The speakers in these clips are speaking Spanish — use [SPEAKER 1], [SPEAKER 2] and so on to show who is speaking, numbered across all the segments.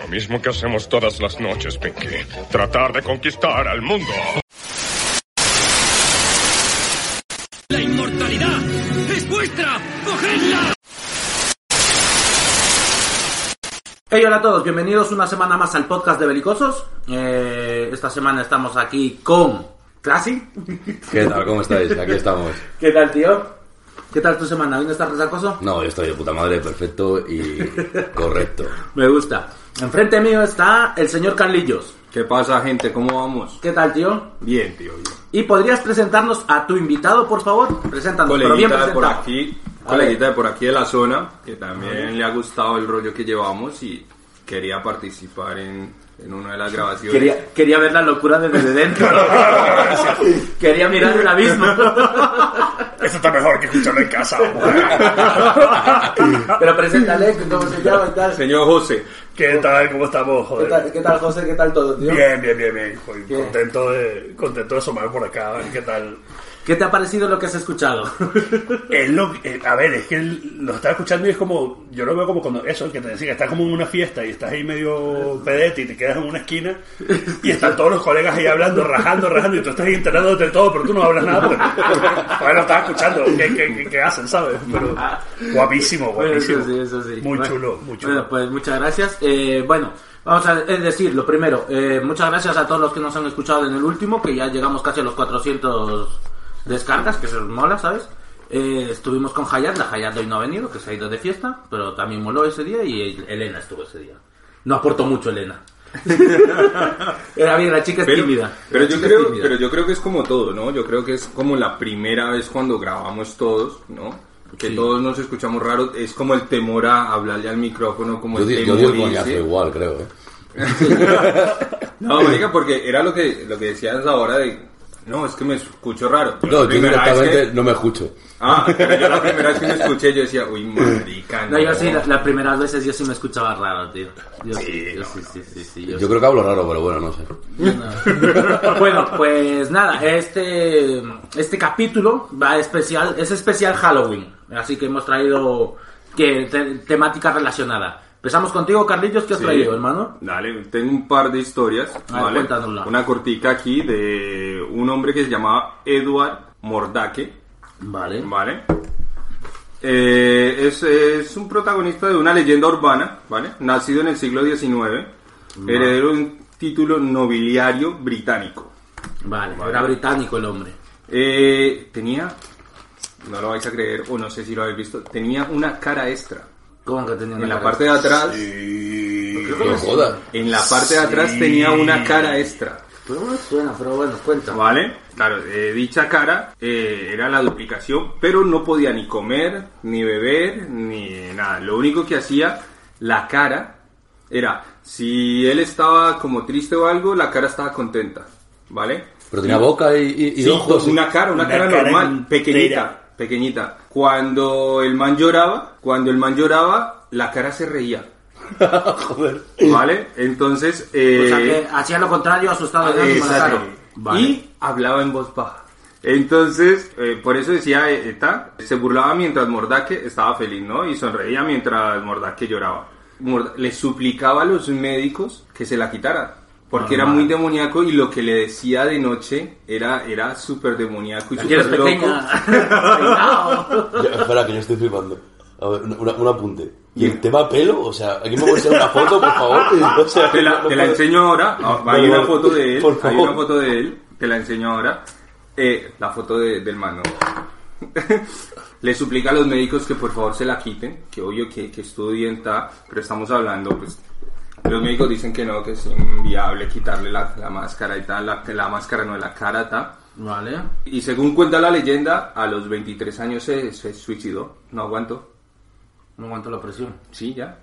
[SPEAKER 1] lo mismo que hacemos todas las noches, Pinky. Tratar de conquistar al mundo.
[SPEAKER 2] ¡La inmortalidad es vuestra! ¡Cogedla!
[SPEAKER 3] Hey, hola a todos, bienvenidos una semana más al podcast de Belicosos. Eh, esta semana estamos aquí con Classy.
[SPEAKER 4] ¿Qué tal? ¿Cómo estáis? Aquí estamos.
[SPEAKER 3] ¿Qué tal, tío? ¿Qué tal tu semana? ¿Hoy no estás resacoso?
[SPEAKER 4] No, yo estoy de puta madre, perfecto y correcto.
[SPEAKER 3] Me gusta. Enfrente mío está el señor Carlillos.
[SPEAKER 5] ¿Qué pasa, gente? ¿Cómo vamos?
[SPEAKER 3] ¿Qué tal, tío?
[SPEAKER 5] Bien, tío.
[SPEAKER 3] ¿Y podrías presentarnos a tu invitado, por favor? Preséntanos, pero bien
[SPEAKER 5] Coleguita de por
[SPEAKER 3] presentado.
[SPEAKER 5] aquí,
[SPEAKER 3] A
[SPEAKER 5] coleguita de por aquí de la zona, que también le ha gustado el rollo que llevamos y quería participar en, en una de las grabaciones.
[SPEAKER 3] Quería, quería ver la locura desde dentro. quería mirar el abismo.
[SPEAKER 6] Eso está mejor que escucharlo en casa.
[SPEAKER 3] pero preséntale, ¿cómo se llama y tal?
[SPEAKER 5] Señor José,
[SPEAKER 6] ¿Qué tal? ¿Cómo estamos?
[SPEAKER 3] ¿Qué
[SPEAKER 6] Joder.
[SPEAKER 3] tal, qué tal, José? ¿Qué tal todo, tío?
[SPEAKER 6] Bien, bien, bien, bien. Joder,
[SPEAKER 3] Bien.
[SPEAKER 6] Contento de, contento de asomar por acá, a ver qué tal.
[SPEAKER 3] ¿Qué te ha parecido lo que has escuchado?
[SPEAKER 6] Es lo- eh, a ver, es que él lo está escuchando y es como, yo lo veo como cuando, eso, que te decía, estás como en una fiesta y estás ahí medio pedete y te quedas en una esquina y están todos los colegas ahí hablando, rajando, rajando y tú estás ahí enterándote de todo, pero tú no hablas nada. porque- Joder, lo estás escuchando, ¿qué, qué, qué- qué hacen, sabes? Pero guapísimo,
[SPEAKER 3] Bueno,
[SPEAKER 6] guapísimo.
[SPEAKER 3] eso sí, eso sí.
[SPEAKER 6] Muy
[SPEAKER 3] Bueno,
[SPEAKER 6] chulo, muy chulo.
[SPEAKER 3] Bueno, pues muchas gracias. Eh, bueno, vamos a es decir, lo primero, eh, muchas gracias a todos los que nos han escuchado en el último, que ya llegamos casi a los 400 descargas, que eso es mola, ¿sabes? Eh, estuvimos con Hayat, la Hayat de hoy no ha venido, que se ha ido de fiesta, pero también moló ese día y Elena estuvo ese día. No aportó mucho Elena. Era bien, la chica es
[SPEAKER 5] pero,
[SPEAKER 3] tímida.
[SPEAKER 5] pero
[SPEAKER 3] La
[SPEAKER 5] yo
[SPEAKER 3] chica es
[SPEAKER 5] creo,
[SPEAKER 3] tímida.
[SPEAKER 5] pero yo creo que es como todo, ¿no? Yo creo que es como la primera vez cuando grabamos todos, ¿no? Que
[SPEAKER 3] Sí.
[SPEAKER 5] todos nos escuchamos raro, es como el temor a hablarle al micrófono, como
[SPEAKER 4] Yo,
[SPEAKER 5] el
[SPEAKER 4] di- yo
[SPEAKER 5] temor
[SPEAKER 4] digo
[SPEAKER 5] irse.
[SPEAKER 4] coñazo igual, creo. ¿eh?
[SPEAKER 5] No, marica, porque era lo que, lo que decías ahora de, no, es que me escucho raro.
[SPEAKER 4] No, yo
[SPEAKER 5] La primera vez
[SPEAKER 4] directamente
[SPEAKER 5] que-
[SPEAKER 4] no me escucho.
[SPEAKER 5] Ah, pero yo la primera vez que me escuché yo decía, uy, marica, no.
[SPEAKER 3] No, yo sí, la- las primeras veces yo sí me escuchaba raro, tío. Yo sí, yo sí, sí, sí, sí, yo
[SPEAKER 4] Yo creo que hablo raro, pero bueno, no sé.
[SPEAKER 3] bueno, pues nada, este, este capítulo va especial, es especial Halloween, así que hemos traído que, te- temática relacionada. Empezamos contigo, Carlitos, ¿qué has
[SPEAKER 5] Sí.
[SPEAKER 3] traído, hermano?
[SPEAKER 5] Dale, tengo un par de historias.
[SPEAKER 3] A ver,
[SPEAKER 5] ¿vale?
[SPEAKER 3] cuéntanosla.
[SPEAKER 5] Una cortica aquí de un hombre que se llamaba Edward Mordaque,
[SPEAKER 3] Vale.
[SPEAKER 5] ¿vale? Eh, es, es un protagonista de una leyenda urbana, ¿vale? Nacido en el siglo XIX, heredero de un título nobiliario británico.
[SPEAKER 3] Vale, era británico el hombre.
[SPEAKER 5] Eh, tenía, no lo vais a creer, o no sé si lo habéis visto, tenía una cara extra.
[SPEAKER 3] ¿Cómo que tenía una
[SPEAKER 5] En la
[SPEAKER 3] cara?
[SPEAKER 5] parte de atrás,
[SPEAKER 4] No jodas.
[SPEAKER 5] en la parte de atrás tenía una cara extra.
[SPEAKER 3] Pero bueno, suena, pero bueno, cuenta.
[SPEAKER 5] ¿Vale? Claro, eh, dicha cara eh, era la duplicación, pero no podía ni comer, ni beber, ni nada. Lo único que hacía la cara era, si él estaba como triste o algo, la cara estaba contenta, ¿vale?
[SPEAKER 4] Pero tenía boca y, y- y
[SPEAKER 5] Sí,
[SPEAKER 4] ojos.
[SPEAKER 5] una cara, una,
[SPEAKER 6] Una
[SPEAKER 5] cara,
[SPEAKER 6] cara
[SPEAKER 5] normal,
[SPEAKER 6] entera.
[SPEAKER 5] pequeñita, pequeñita. Cuando el man lloraba, cuando el man lloraba, la cara se reía,
[SPEAKER 4] Joder.
[SPEAKER 5] ¿vale? Entonces, eh,
[SPEAKER 3] O sea, que hacía lo contrario, asustado.
[SPEAKER 5] Ah,
[SPEAKER 3] de
[SPEAKER 5] exacto.
[SPEAKER 3] Vale.
[SPEAKER 5] Y hablaba en voz baja. Entonces, eh, por eso decía eh, ETA, se burlaba mientras Mordaque estaba feliz, ¿no? Y sonreía mientras Mordaque lloraba. Mord- le suplicaba a los médicos que se la quitara, porque era muy demoníaco y lo que le decía de noche era, era súper demoníaco y
[SPEAKER 3] ¿La quieres
[SPEAKER 5] súper loco.
[SPEAKER 3] pequeña? Peinado.
[SPEAKER 4] Ya, espera, que yo estoy flipando. A ver, una- una- un apunte. ¿Y el tema pelo? O sea, ¿aquí me voy a hacer una foto, por favor? O sea,
[SPEAKER 5] Te la,
[SPEAKER 4] no
[SPEAKER 5] te la
[SPEAKER 4] puedo-
[SPEAKER 5] enseño ahora. Ah,
[SPEAKER 4] Vale,
[SPEAKER 5] hay una
[SPEAKER 4] vale.
[SPEAKER 5] foto de él.
[SPEAKER 4] Por
[SPEAKER 5] Hay
[SPEAKER 4] favor.
[SPEAKER 5] una foto de él. Te la enseño ahora. Eh, la foto de- del mano. Le suplica a los médicos que por favor se la quiten. Que obvio que, que estudien, ta, pero estamos hablando, pues. Los médicos dicen que no, que es inviable quitarle la, la máscara y tal, la, la máscara no, la cara, tal.
[SPEAKER 3] Vale.
[SPEAKER 5] Y según cuenta la leyenda, a los 23 años se, se suicidó. No aguanto.
[SPEAKER 3] No aguanto la presión.
[SPEAKER 5] Sí, ya.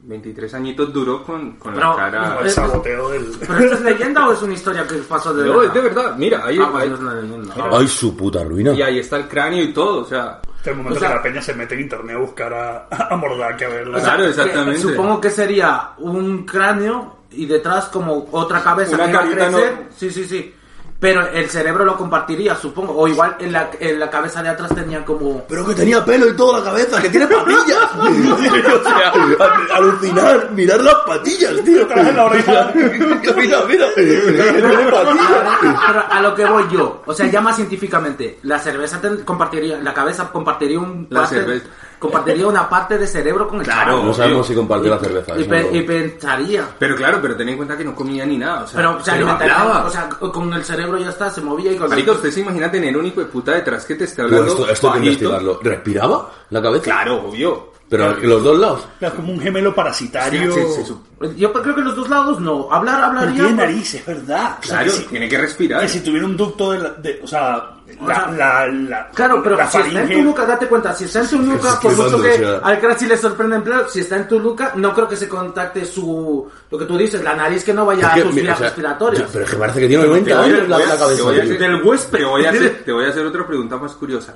[SPEAKER 5] 23 añitos duró con, con
[SPEAKER 3] Pero-
[SPEAKER 5] la cara.
[SPEAKER 6] O el saboteo del...
[SPEAKER 3] ¿Pero esto es leyenda o es una historia que pasó de
[SPEAKER 5] No, es de verdad, mira, ahí,
[SPEAKER 3] Ah, pues
[SPEAKER 5] ahí-
[SPEAKER 3] no es una leyenda.
[SPEAKER 4] ¡Ay, su puta ruina!
[SPEAKER 5] y ahí está el cráneo y todo, o sea,
[SPEAKER 6] Este momento
[SPEAKER 3] O sea-
[SPEAKER 6] que la peña se mete en internet a buscar a, a Mordaque a verla.
[SPEAKER 5] O sea, Claro,
[SPEAKER 3] Que
[SPEAKER 5] exactamente.
[SPEAKER 3] supongo que sería un cráneo y detrás como otra cabeza
[SPEAKER 5] Una
[SPEAKER 3] que iba a
[SPEAKER 5] carita,
[SPEAKER 3] crecer.
[SPEAKER 5] ¿no?
[SPEAKER 3] Sí, sí, sí. Pero el cerebro lo compartiría, supongo. O igual en la, en la cabeza de atrás tenía como...
[SPEAKER 4] Pero que tenía pelo y toda la cabeza, que tiene patillas. o sea, al- alucinar, mirar las patillas, tío.
[SPEAKER 6] Traje la oreja.
[SPEAKER 4] mira, mira. Tiene patillas.
[SPEAKER 3] Pero a lo que voy yo, o sea, ya más científicamente, la cerveza ten- compartiría, la cabeza compartiría un
[SPEAKER 5] La
[SPEAKER 3] parte-
[SPEAKER 5] cerveza.
[SPEAKER 3] compartiría una parte de cerebro con el
[SPEAKER 5] Claro.
[SPEAKER 4] No sabemos si compartió la cerveza.
[SPEAKER 3] cerebro. Y,
[SPEAKER 4] eso
[SPEAKER 3] pe-
[SPEAKER 4] no.
[SPEAKER 3] y pensaría.
[SPEAKER 5] Pero claro, pero ten en cuenta que no comía ni nada. O sea,
[SPEAKER 3] Pero se alimentaría,
[SPEAKER 5] hablaba.
[SPEAKER 3] o sea, con el cerebro ya está, se movía y con
[SPEAKER 5] Marica, usted se imagina tener un hijo de puta detrás que te esté
[SPEAKER 4] Bueno,
[SPEAKER 5] hablando.
[SPEAKER 4] esto, esto hay que
[SPEAKER 5] bajito?
[SPEAKER 4] investigarlo. ¿Respiraba la cabeza?
[SPEAKER 5] Claro, obvio.
[SPEAKER 4] Pero en los dos lados.
[SPEAKER 6] Es como un gemelo parasitario.
[SPEAKER 5] Sí, sí, sí, sí.
[SPEAKER 3] Yo creo que los dos lados no, hablar
[SPEAKER 6] Pero
[SPEAKER 3] hablaría.
[SPEAKER 6] tiene nariz, es verdad. O sea,
[SPEAKER 5] Claro,
[SPEAKER 6] que si-
[SPEAKER 5] tiene que respirar.
[SPEAKER 6] que si tuviera un ducto de, la, de- o sea, la, la, la-
[SPEAKER 3] Claro, pero
[SPEAKER 6] la
[SPEAKER 3] si está en Toluca, date cuenta, si está en Toluca,
[SPEAKER 4] estoy
[SPEAKER 3] por mucho
[SPEAKER 4] esquivando,
[SPEAKER 3] que
[SPEAKER 4] o sea.
[SPEAKER 3] al Crash sí le sorprende en pleno, si está en Toluca, no creo que se contacte su, lo que tú dices, la nariz que no vaya
[SPEAKER 4] Es
[SPEAKER 3] a
[SPEAKER 4] que,
[SPEAKER 3] sus
[SPEAKER 4] mira,
[SPEAKER 3] vías
[SPEAKER 4] o sea,
[SPEAKER 3] respiratorias.
[SPEAKER 4] yo- pero pues, es que parece que tiene 90
[SPEAKER 5] voy a-
[SPEAKER 4] años la,
[SPEAKER 5] voy a-
[SPEAKER 4] la
[SPEAKER 5] te
[SPEAKER 4] cabeza.
[SPEAKER 5] voy a hacer-
[SPEAKER 4] tío.
[SPEAKER 5] del huésped, te voy a hacer, te voy a hacer otra pregunta más curiosa.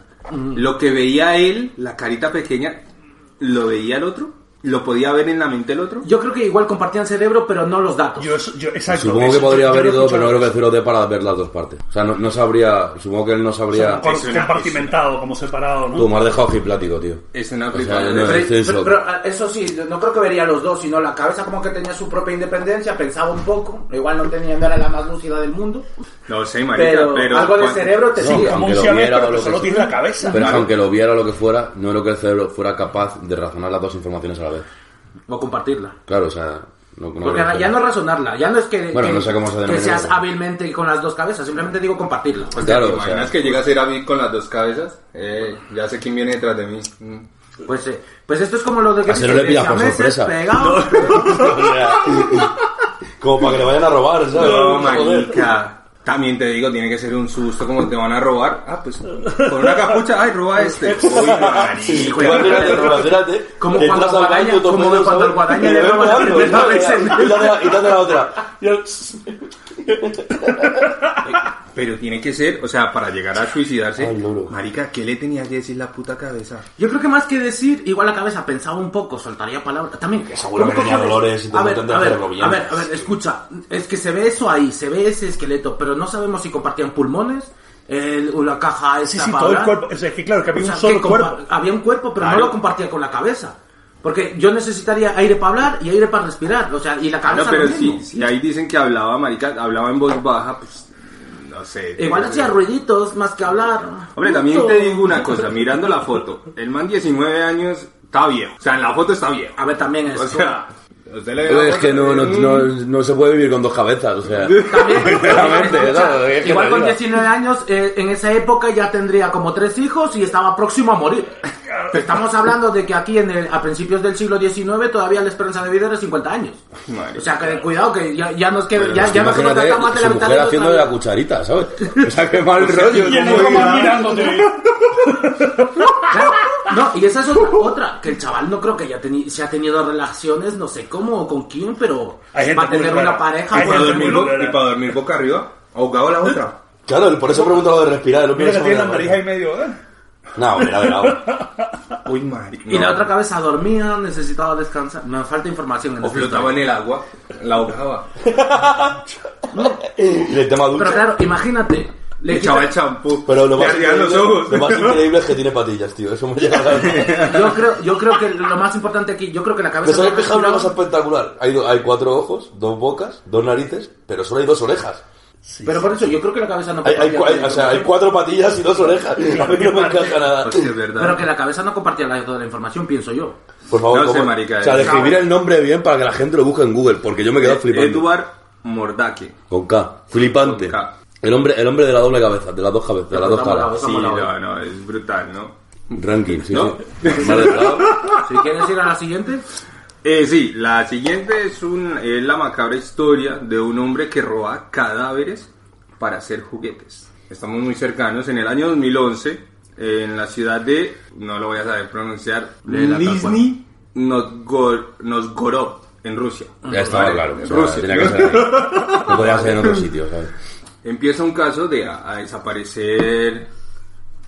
[SPEAKER 5] Lo que veía él, la carita pequeña, ¿lo veía el otro? ¿Lo podía ver en la mente el otro?
[SPEAKER 3] Yo creo que igual compartían cerebro, pero no los datos.
[SPEAKER 6] Yo, eso- yo- exacto.
[SPEAKER 4] Supongo
[SPEAKER 6] eso
[SPEAKER 4] que
[SPEAKER 6] yo-
[SPEAKER 4] podría
[SPEAKER 6] yo
[SPEAKER 4] haber
[SPEAKER 6] lo he
[SPEAKER 4] ido, pero
[SPEAKER 6] escuchado.
[SPEAKER 4] no creo que el de para ver las dos partes. O sea, no, no sabría. Supongo que él no
[SPEAKER 6] O sea,
[SPEAKER 4] sabría.
[SPEAKER 6] como
[SPEAKER 5] Es una-
[SPEAKER 6] compartimentado, como separado, ¿no?
[SPEAKER 4] Tú me has dejado plático, tío.
[SPEAKER 5] Es una
[SPEAKER 4] O sea,
[SPEAKER 5] flipada.
[SPEAKER 4] yo no-
[SPEAKER 3] Pero-
[SPEAKER 4] sí,
[SPEAKER 3] pero-
[SPEAKER 4] eso.
[SPEAKER 3] pero, ah, eso sí, no creo que vería los dos, sino la cabeza como que tenía su propia independencia, pensaba un poco, igual no tenía, no era la más lúcida del mundo,
[SPEAKER 5] No sé, marica,
[SPEAKER 3] pero,
[SPEAKER 5] pero...
[SPEAKER 3] algo del
[SPEAKER 5] cuando-
[SPEAKER 3] cerebro te
[SPEAKER 4] No,
[SPEAKER 3] sigue.
[SPEAKER 6] como
[SPEAKER 4] aunque
[SPEAKER 6] un
[SPEAKER 4] lo
[SPEAKER 6] siamés,
[SPEAKER 4] viera
[SPEAKER 6] pero
[SPEAKER 4] o lo
[SPEAKER 6] que
[SPEAKER 4] que
[SPEAKER 6] solo
[SPEAKER 4] sea.
[SPEAKER 6] tiene la cabeza.
[SPEAKER 4] Pero
[SPEAKER 5] Claro.
[SPEAKER 4] aunque lo viera o lo que fuera, no creo que el cerebro fuera capaz de razonar las dos informaciones a la vez.
[SPEAKER 3] O compartirla.
[SPEAKER 4] Claro, o sea, no, no
[SPEAKER 3] Porque
[SPEAKER 4] creo que-
[SPEAKER 3] ya no razonarla, ya no es que,
[SPEAKER 4] Bueno,
[SPEAKER 3] que-
[SPEAKER 4] no sé cómo se
[SPEAKER 3] que
[SPEAKER 4] denomina.
[SPEAKER 3] seas hábilmente con las dos cabezas, simplemente digo compartirla. Pues,
[SPEAKER 5] O sea,
[SPEAKER 4] Claro,
[SPEAKER 5] ¿te
[SPEAKER 4] o sea.
[SPEAKER 5] imaginas que llega a ser Avi con las dos cabezas? Eh, ya sé quién viene detrás de mí. Mm.
[SPEAKER 3] Pues, eh, pues esto es como lo de que
[SPEAKER 4] A ese no le pillas por
[SPEAKER 3] siameses
[SPEAKER 4] sorpresa.
[SPEAKER 3] pegados.
[SPEAKER 4] O sea, Como para que le vayan a robar, ¿sabes?
[SPEAKER 5] No,
[SPEAKER 4] Joder.
[SPEAKER 5] marica. También te digo, tiene que ser un susto como te van a robar. Ah, pues con una capucha, ay, roba este. Uy, marica.
[SPEAKER 4] Imagínate, imagínate.
[SPEAKER 3] Como
[SPEAKER 4] que
[SPEAKER 3] cuando
[SPEAKER 4] entras al
[SPEAKER 3] Guadaña-
[SPEAKER 4] baño, dos
[SPEAKER 3] como
[SPEAKER 4] pesos,
[SPEAKER 3] cuando
[SPEAKER 4] ¿sabes?
[SPEAKER 3] Guadaña le
[SPEAKER 4] Y le
[SPEAKER 3] roba la
[SPEAKER 4] ven algo,
[SPEAKER 3] primera
[SPEAKER 4] ¿sabes?
[SPEAKER 3] vez en-
[SPEAKER 4] Y dale la- y dale la otra.
[SPEAKER 5] Pero tiene que ser, o sea, para llegar a suicidarse,
[SPEAKER 4] Ay, loro.
[SPEAKER 5] marica, ¿qué le tenía que decir la puta cabeza?
[SPEAKER 3] Yo creo que más que decir, igual la cabeza pensaba un poco, soltaría palabras. También que
[SPEAKER 4] seguramente tenía dolores y te
[SPEAKER 3] a ver,
[SPEAKER 4] tratan de
[SPEAKER 3] a ver,
[SPEAKER 4] hacerlo bien.
[SPEAKER 3] a ver, a ver, escucha, es que se ve eso ahí, se ve ese esqueleto, pero no sabemos si compartían pulmones, el, o la caja
[SPEAKER 6] Sí,
[SPEAKER 3] esta
[SPEAKER 6] sí,
[SPEAKER 3] para
[SPEAKER 6] todo el
[SPEAKER 3] hablar.
[SPEAKER 6] cuerpo. O sea, es que claro, que había
[SPEAKER 3] O sea,
[SPEAKER 6] un solo
[SPEAKER 3] que compa-
[SPEAKER 6] cuerpo.
[SPEAKER 3] Había un cuerpo, pero no
[SPEAKER 5] Claro.
[SPEAKER 3] lo compartía con la cabeza. Porque yo necesitaría aire para hablar y aire para respirar, o sea, y la
[SPEAKER 5] Ah, No,
[SPEAKER 4] Ah,
[SPEAKER 3] cabeza
[SPEAKER 5] pero
[SPEAKER 3] lo mismo.
[SPEAKER 5] si, si ahí dicen que hablaba, marica, hablaba en voz baja, pues no sé.
[SPEAKER 3] Igual
[SPEAKER 5] No
[SPEAKER 3] hacía
[SPEAKER 5] sé.
[SPEAKER 3] ruiditos más que hablar.
[SPEAKER 5] Hombre, también
[SPEAKER 3] Puto.
[SPEAKER 5] te digo una cosa, mirando la foto, el man 19 años está viejo. O sea, en la foto está viejo.
[SPEAKER 3] A ver, también es.
[SPEAKER 5] O sea, usted le ve la
[SPEAKER 4] Es
[SPEAKER 5] foto
[SPEAKER 4] que no, no,
[SPEAKER 5] y-
[SPEAKER 4] no, no se puede vivir con dos cabezas, o sea.
[SPEAKER 3] También,
[SPEAKER 4] Claramente,
[SPEAKER 3] escucha,
[SPEAKER 4] claro, es que
[SPEAKER 3] igual
[SPEAKER 4] no
[SPEAKER 3] con
[SPEAKER 4] diga.
[SPEAKER 3] 19 años, eh, en esa época ya tendría como tres hijos y estaba próximo a morir. Estamos hablando de que aquí en el- a principios del siglo XIX todavía la esperanza de vida era 50 años.
[SPEAKER 5] mm, Madre.
[SPEAKER 3] O sea, que cuidado, que ya, ya nos queda, ya,
[SPEAKER 4] Es que
[SPEAKER 3] ya nos hemos
[SPEAKER 4] imagínate
[SPEAKER 3] tratado más de
[SPEAKER 4] su
[SPEAKER 3] la mitad de
[SPEAKER 4] mujer
[SPEAKER 3] nuestra
[SPEAKER 4] haciendo de la
[SPEAKER 3] vida.
[SPEAKER 4] cucharita, ¿sabes? O sea, qué mal rollo.
[SPEAKER 6] Y el
[SPEAKER 4] ¿cómo
[SPEAKER 6] otro
[SPEAKER 4] iba?
[SPEAKER 6] más mirándote.
[SPEAKER 3] Claro, no, y esa es otra, otra, que el chaval no creo que ya teni- se ha tenido relaciones, no sé cómo o con quién, pero
[SPEAKER 6] Hay gente
[SPEAKER 3] va a tener
[SPEAKER 6] muy rara.
[SPEAKER 3] una pareja.
[SPEAKER 6] Hay
[SPEAKER 5] Y para
[SPEAKER 6] gente
[SPEAKER 5] dormir,
[SPEAKER 6] muy
[SPEAKER 5] bo-
[SPEAKER 6] rara.
[SPEAKER 5] y para dormir boca arriba, ahogado la otra.
[SPEAKER 4] Claro, por eso pregunto lo de respirar. No,
[SPEAKER 6] Mira que
[SPEAKER 4] pienso
[SPEAKER 6] tiene la
[SPEAKER 4] en
[SPEAKER 6] nariz ahí medio. ¿eh?
[SPEAKER 4] No, mira, mira.
[SPEAKER 5] Uy, marica.
[SPEAKER 3] Y la otra cabeza dormía, necesitaba descansar. Me falta información en
[SPEAKER 5] O
[SPEAKER 3] esta
[SPEAKER 5] flotaba
[SPEAKER 3] historia.
[SPEAKER 5] en el agua, la ahogaba.
[SPEAKER 4] Y el tema
[SPEAKER 3] eh, Pero
[SPEAKER 4] ducha.
[SPEAKER 3] claro, imagínate. Le
[SPEAKER 5] Le
[SPEAKER 3] quita-
[SPEAKER 5] echaba el champú.
[SPEAKER 4] Pero lo
[SPEAKER 5] Le
[SPEAKER 4] más,
[SPEAKER 5] ardían los ojos.
[SPEAKER 4] lo más increíble es que tiene patillas, tío. Eso me llega a
[SPEAKER 3] yo, creo, yo creo que lo más importante aquí, yo creo que la
[SPEAKER 4] ¿Me
[SPEAKER 3] cabeza...
[SPEAKER 4] sabéis
[SPEAKER 3] no
[SPEAKER 4] fijado en una cosa
[SPEAKER 3] respiraba,
[SPEAKER 4] espectacular? Hay, do- hay cuatro ojos, dos bocas, dos narices, pero solo hay dos orejas.
[SPEAKER 3] Pero por eso, yo creo que la cabeza no
[SPEAKER 4] Hay, hay cua- hay-
[SPEAKER 3] compartía-
[SPEAKER 4] o sea, hay cuatro patillas y dos orejas. A mí no me encaja nada.
[SPEAKER 5] Hostia, es verdad.
[SPEAKER 3] Pero que la cabeza no compartía la, toda la información, pienso yo.
[SPEAKER 4] Por favor,
[SPEAKER 5] No sé,
[SPEAKER 4] ¿cómo?
[SPEAKER 5] marica,
[SPEAKER 4] O sea,
[SPEAKER 5] eh.
[SPEAKER 4] describir el nombre bien para que la gente lo busque en Google, porque yo me quedo flipando.
[SPEAKER 5] Edward Mordaque.
[SPEAKER 4] Con K. Flipante.
[SPEAKER 5] eh, Con K.
[SPEAKER 4] El hombre, el hombre de la doble cabeza, de las dos cabezas, de las dos
[SPEAKER 3] Cortamos la
[SPEAKER 4] caras.
[SPEAKER 3] cabeza
[SPEAKER 5] Sí,
[SPEAKER 3] por la
[SPEAKER 5] no,
[SPEAKER 3] otra.
[SPEAKER 5] no, es brutal, ¿no?
[SPEAKER 4] Ranking, sí,
[SPEAKER 5] ¿No?
[SPEAKER 4] sí. Vale, claro.
[SPEAKER 3] Si quieres ir a la siguiente,
[SPEAKER 5] Eh, sí, la siguiente es, un, es la macabra historia de un hombre que roba cadáveres para hacer juguetes. Estamos muy cercanos. En el año 2011, en la ciudad de, no lo voy a saber pronunciar,
[SPEAKER 3] De la
[SPEAKER 5] Nizhny Novgor- Novgorod, en Rusia.
[SPEAKER 4] Ya estaba
[SPEAKER 5] Vale,
[SPEAKER 4] claro.
[SPEAKER 5] en
[SPEAKER 4] o sea,
[SPEAKER 5] Rusia.
[SPEAKER 4] tenía que ser ahí. No podía ser en otro sitio, ¿sabes?
[SPEAKER 5] Empieza un caso de a, a desaparecer,